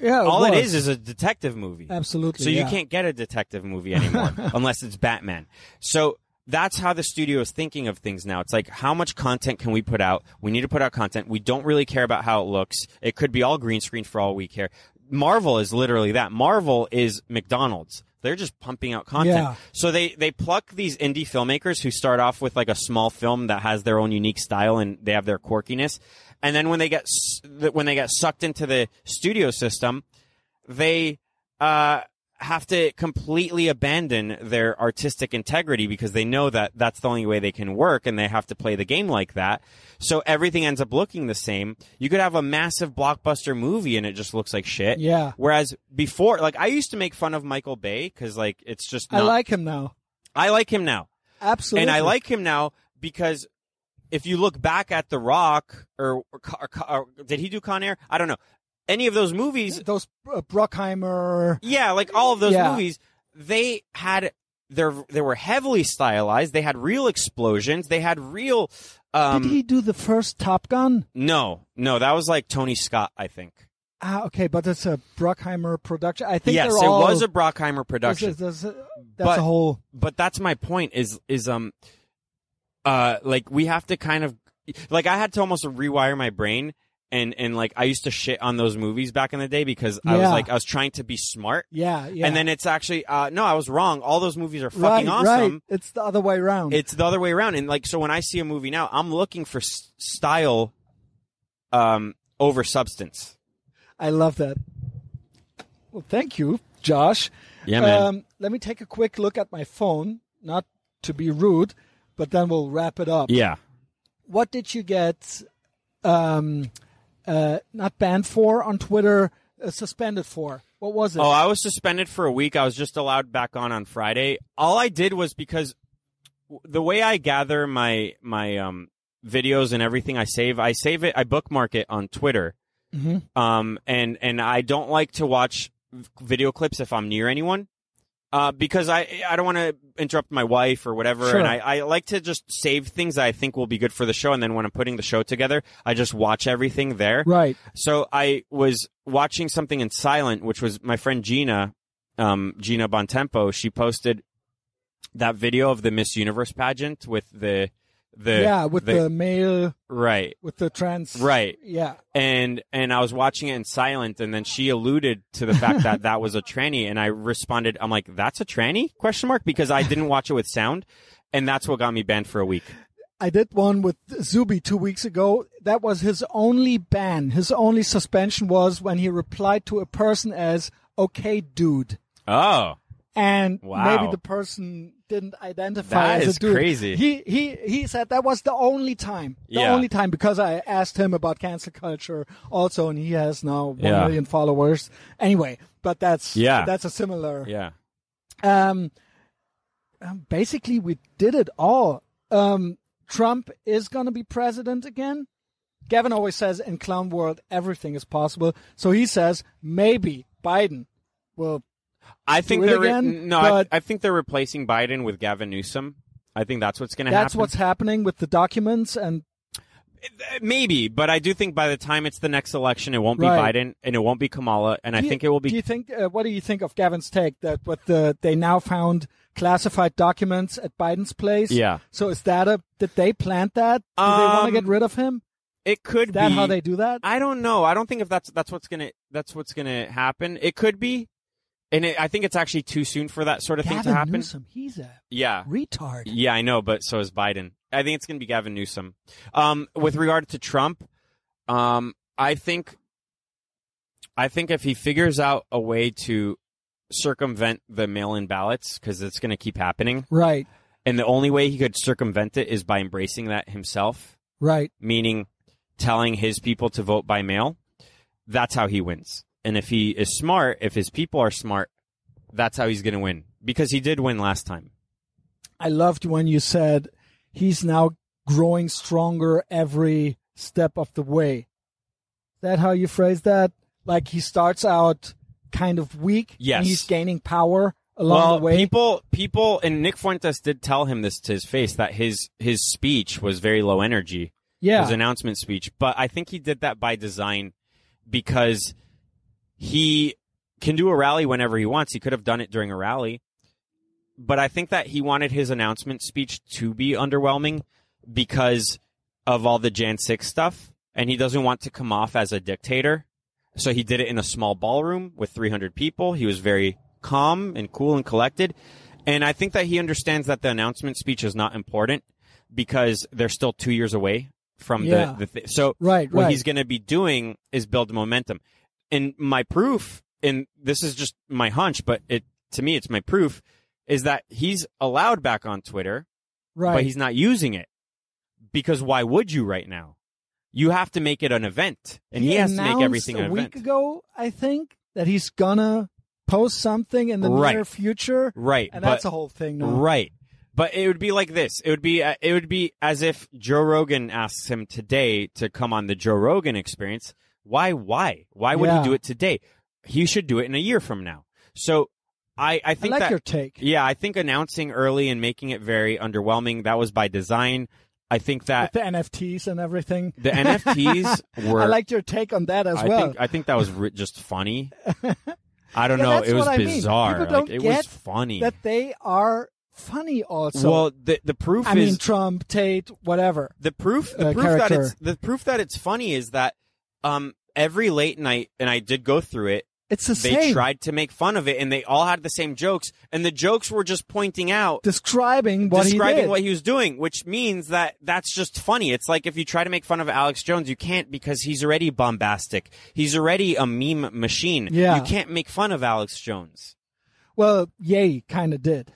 Yeah,
all it
was.
is is a detective movie
absolutely.
so you
yeah.
can't get a detective movie anymore unless it's Batman. So that's how the studio is thinking of things now. It's like, how much content can we put out? We need to put out content. We don't really care about how it looks. It could be all green screen for all we care. Marvel is literally that. Marvel is McDonald's. They're just pumping out content.
Yeah.
So they, they pluck these indie filmmakers who start off with like a small film that has their own unique style and they have their quirkiness. And then when they get, s- when they get sucked into the studio system, they uh, have to completely abandon their artistic integrity because they know that that's the only way they can work and they have to play the game like that. So everything ends up looking the same. You could have a massive blockbuster movie and it just looks like shit.
Yeah.
Whereas before, like I used to make fun of Michael Bay because like it's just
I
not-
like him now.
I like him now.
Absolutely.
And I like him now because if you look back at The Rock or, or, Con- or, Con- or did he do Con Air? I don't know. Any of those movies,
those uh, Bruckheimer.
yeah, like all of those
Yeah.
movies, they had their they were heavily stylized. They had real explosions. They had real. Um,
Did he do the first Top Gun?
No, no, that was like Tony Scott, I think.
Ah, okay, but it's a Bruckheimer production. I think
Yes,
they're
it
all,
was a Brockheimer
This
production.
is- this is- that's
But-
a whole.
but that's my point is is um uh like we have to kind of like I had to almost rewire my brain and and like I used to shit on those movies back in the day because I was
Yeah.
like I was trying to be smart
Yeah, yeah.
and then it's actually uh no I was wrong all those movies are
right,
fucking awesome
Right. It's the other way around.
It's the other way around. And like, so when I see a movie now, I'm looking for s- style um, over substance.
I love that. Well, thank you, Josh.
Yeah,
Um, let me take a quick look at my phone. Not to be rude, but then we'll wrap it up.
Yeah.
What did you get um, uh, not banned for on Twitter, uh, suspended for? What was it?
Oh, I was suspended for a week. I was just allowed back on on Friday. All I did was because w- the way I gather my my um, videos and everything I save, I save it, I bookmark it on Twitter.
Mhm.
Um, and and I don't like to watch v- video clips if I'm near anyone. Uh, because I I don't want to interrupt my wife or whatever,
Sure.
and I, I like to just save things that I think will be good for the show, and then when I'm putting the show together, I just watch everything there.
Right.
So I was watching something in silent, which was my friend Gina, um, Gina Bontempo. She posted that video of the Miss Universe pageant with the the
yeah, with the, male,
right
with the trans.
right
Yeah.
and and I was watching it in silent, and then she alluded to the fact that that was a tranny, and I responded, I'm like, that's a tranny question mark because I didn't watch it with sound, and that's what got me banned for a week.
I did one with Zuby two weeks ago. That was his only ban. His only suspension was when he replied to a person as, okay, dude.
Oh,
and
Wow.
maybe the person didn't identify
That
as
is
a dude.
crazy.
He he he said that was the only time, the
Yeah.
only time because I asked him about cancel culture also, and he has now one million
Yeah.
followers. Anyway, but that's
Yeah.
that's a similar.
yeah,
Um, um, basically, we did it all. Um, Trump is going to be president again. Gavin always says in clown world everything is possible, so he says maybe Biden will
I think
it
they're re-
again,
no,
but-
I, I think they're replacing Biden with Gavin Newsom. I think that's what's going to happen.
that's what's happening with the documents and
Maybe, but I do think by the time it's the next election, it won't be
Right.
Biden and it won't be Kamala, and I
Do you-
think it will be.
do you think uh, what do you think of gavin's take that what the they now found classified documents at biden's place
Yeah.
so is that a did they plant that do they want to
Um,
get rid of him
it could
is that
be.
how they do that
I don't know. I don't think if that's that's what's gonna that's what's gonna happen. It could be, and it, I think it's actually too soon for that sort of thing
gavin
to happen.
newsom he's a
Yeah,
retard
yeah, I know, but so is Biden. I think it's gonna be Gavin Newsom. Um, with regard to Trump, um, I think, I think if he figures out a way to circumvent the mail-in ballots because it's gonna keep happening.
right
And the only way he could circumvent it is by embracing that himself,
right
meaning telling his people to vote by mail. That's how he wins. And if he is smart, if his people are smart, that's how he's going to win because he did win last time.
i loved when you said he's now growing stronger every step of the way is that how you phrase that like he starts out kind of weak
Yes.
and he's gaining power along
well,
the way
people, people, and Nick Fuentes did tell him this to his face that his his speech was very low energy.
yeah
his announcement speech. But I think he did that by design because he can do a rally whenever he wants. He could have done it during a rally. But I think that he wanted his announcement speech to be underwhelming because of all the Jan 6 stuff. And he doesn't want to come off as a dictator. So he did it in a small ballroom with 300 people. He was very calm and cool and collected. And I think that he understands that the announcement speech is not important because they're still two years away from
Yeah.
the, the th- so
Right,
what
right.
he's going to be doing is build momentum. And my proof, and this is just my hunch, but it to me it's my proof, is that he's allowed back on Twitter,
right.
but he's not using it because why would you right now? You have to make it an event, and he, has to make
announced
everything
a
an
week
event.
ago. I think that he's gonna post something in the near
Right.
future,
Right,
and
but
that's a whole thing now.
Right. But it would be like this. It would be uh, it would be as if Joe Rogan asks him today to come on the Joe Rogan experience. Why why? Why would
Yeah.
he do it today? He should do it in a year from now. So I I
I
think
like
that
your take.
yeah, I think announcing early and making it very underwhelming that was by design. I think
With
that
the NFTs and everything.
the NFTs were
I liked your take on that as
I
well.
think I think that was ri- just funny. I don't
Yeah,
know,
that's
it was
what I mean.
bizarre.
People
Like
don't
it
get
was funny.
that they are funny also.
well, the the proof
I
is
mean, Trump, Tate, whatever.
the proof the
uh,
proof that
character.
it's the proof that it's funny is that um every late night and I did go through it
It's the
they
same.
tried to make fun of it and they all had the same jokes and the jokes were just pointing out
describing what
describing
he did.
what he was doing which means that that's just funny it's like if you try to make fun of Alex Jones you can't because he's already bombastic he's already a meme machine
Yeah.
you can't make fun of Alex Jones
well, Yay kind of did.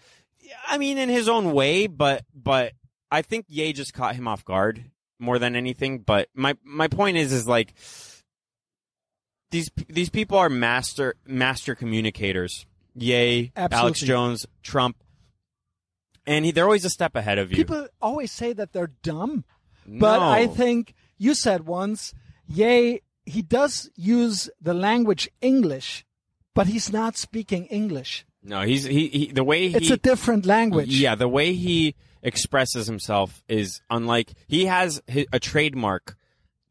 I mean, in his own way, but but I think Ye just caught him off guard more than anything. But my my point is is like these these people are master master communicators. Ye, Alex
Absolutely.
Jones, Trump, and he, they're always a step ahead of you.
People always say that they're dumb, but
No.
I think you said once, yay, he does use the language English, but he's not speaking English.
no, he's he, he the way he
It's a different language.
Yeah, the way he expresses himself is unlike. He has hi- a trademark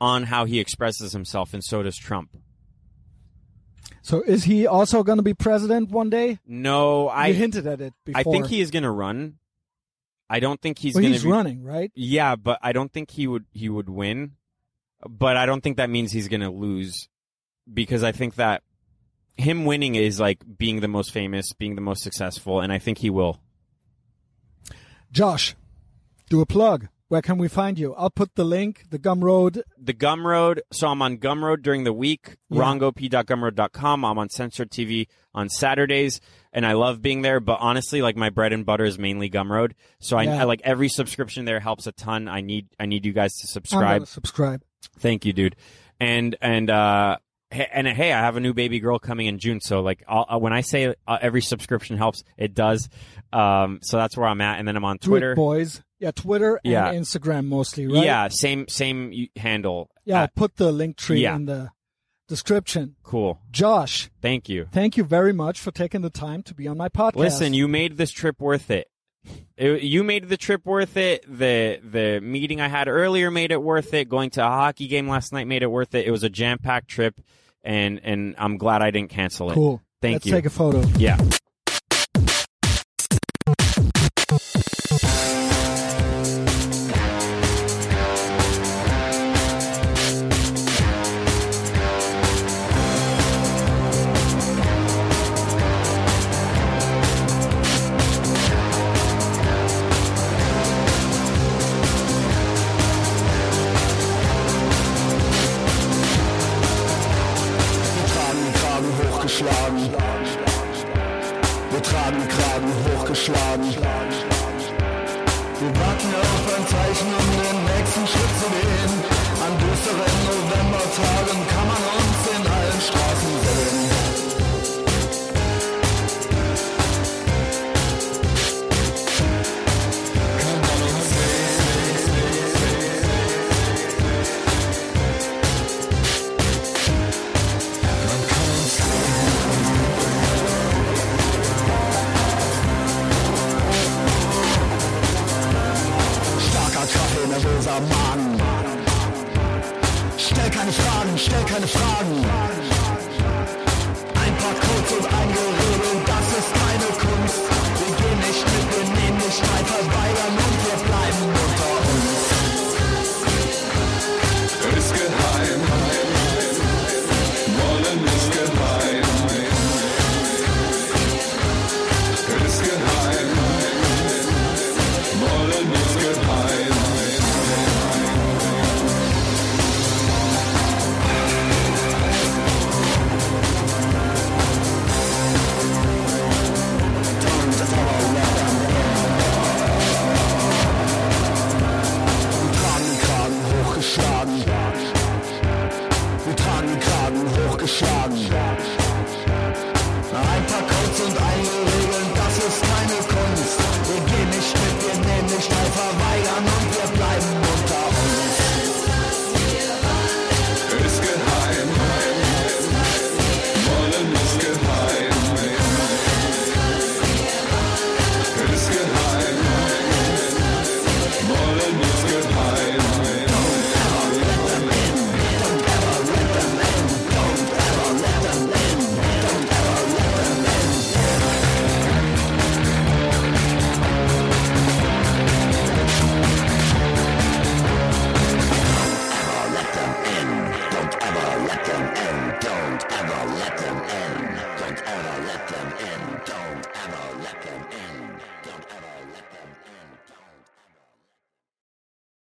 on how he expresses himself, and so does Trump.
So is he also going to be president one day?
No,
you
I
hinted at it before.
I think he is going to run. I don't think he's
Well,
going
he's
to be.
running, right?
Yeah, but I don't think he would he would win. But I don't think that means he's going to lose because I think that him winning is like being the most famous, being the most successful, and I think he will.
Josh, do a plug. Where can we find you? I'll put the link, the Gumroad.
the Gumroad. So I'm on Gumroad during the week,
Yeah.
rongop.gumroad.com. I'm on Censored TV on Saturdays, and I love being there. But honestly, like my bread and butter is mainly Gumroad. So I,
Yeah.
I like every subscription there helps a ton. I need I need you guys to
I'm
subscribe.
gonna subscribe.
Thank you, dude. And and uh he- and uh, hey, I have a new baby girl coming in June, so like I'll, uh, when I say uh, every subscription helps, it does. Um, so that's where I'm at, and then I'm on
Do it,
Twitter.
boys. Yeah, Twitter and
Yeah.
Instagram mostly, right?
Yeah, same same y- handle.
Yeah,
Uh,
I'll put the link tree
yeah.
in the description.
cool.
Josh,
Thank you.
thank you very much for taking the time to be on my podcast.
Listen, you made this trip worth it. It- You made the trip worth it. The the meeting I had earlier made it worth it. Going to a hockey game last night made it worth it. It was a jam packed trip, and and I'm glad I didn't cancel it.
cool.
Thank
Let's
you.
take a photo.
Yeah.
Wir tragen Kragen hochgeschlagen. Wir tragen Kragen hochgeschlagen. Wir warten auf ein Zeichen, um den nächsten Schritt zu gehen. An düsteren Novembertagen kann man uns in allen Straßen sehen. Kann man uns Starker Kaffee, nervöser Magen. Stell keine Fragen, stell keine Fragen. Ein paar Codes und ein Gerede, das ist keine Kunst. Wir gehen nicht mit, wir nehmen nicht mal verweigern und wir bleiben unter uns.
ist geheim. Wollen ist geheim. Ist geheim. Wollen ist geheim.
Wir tragen Kragen hochgeschlagen. Wir tragen Kragen hochgeschlagen.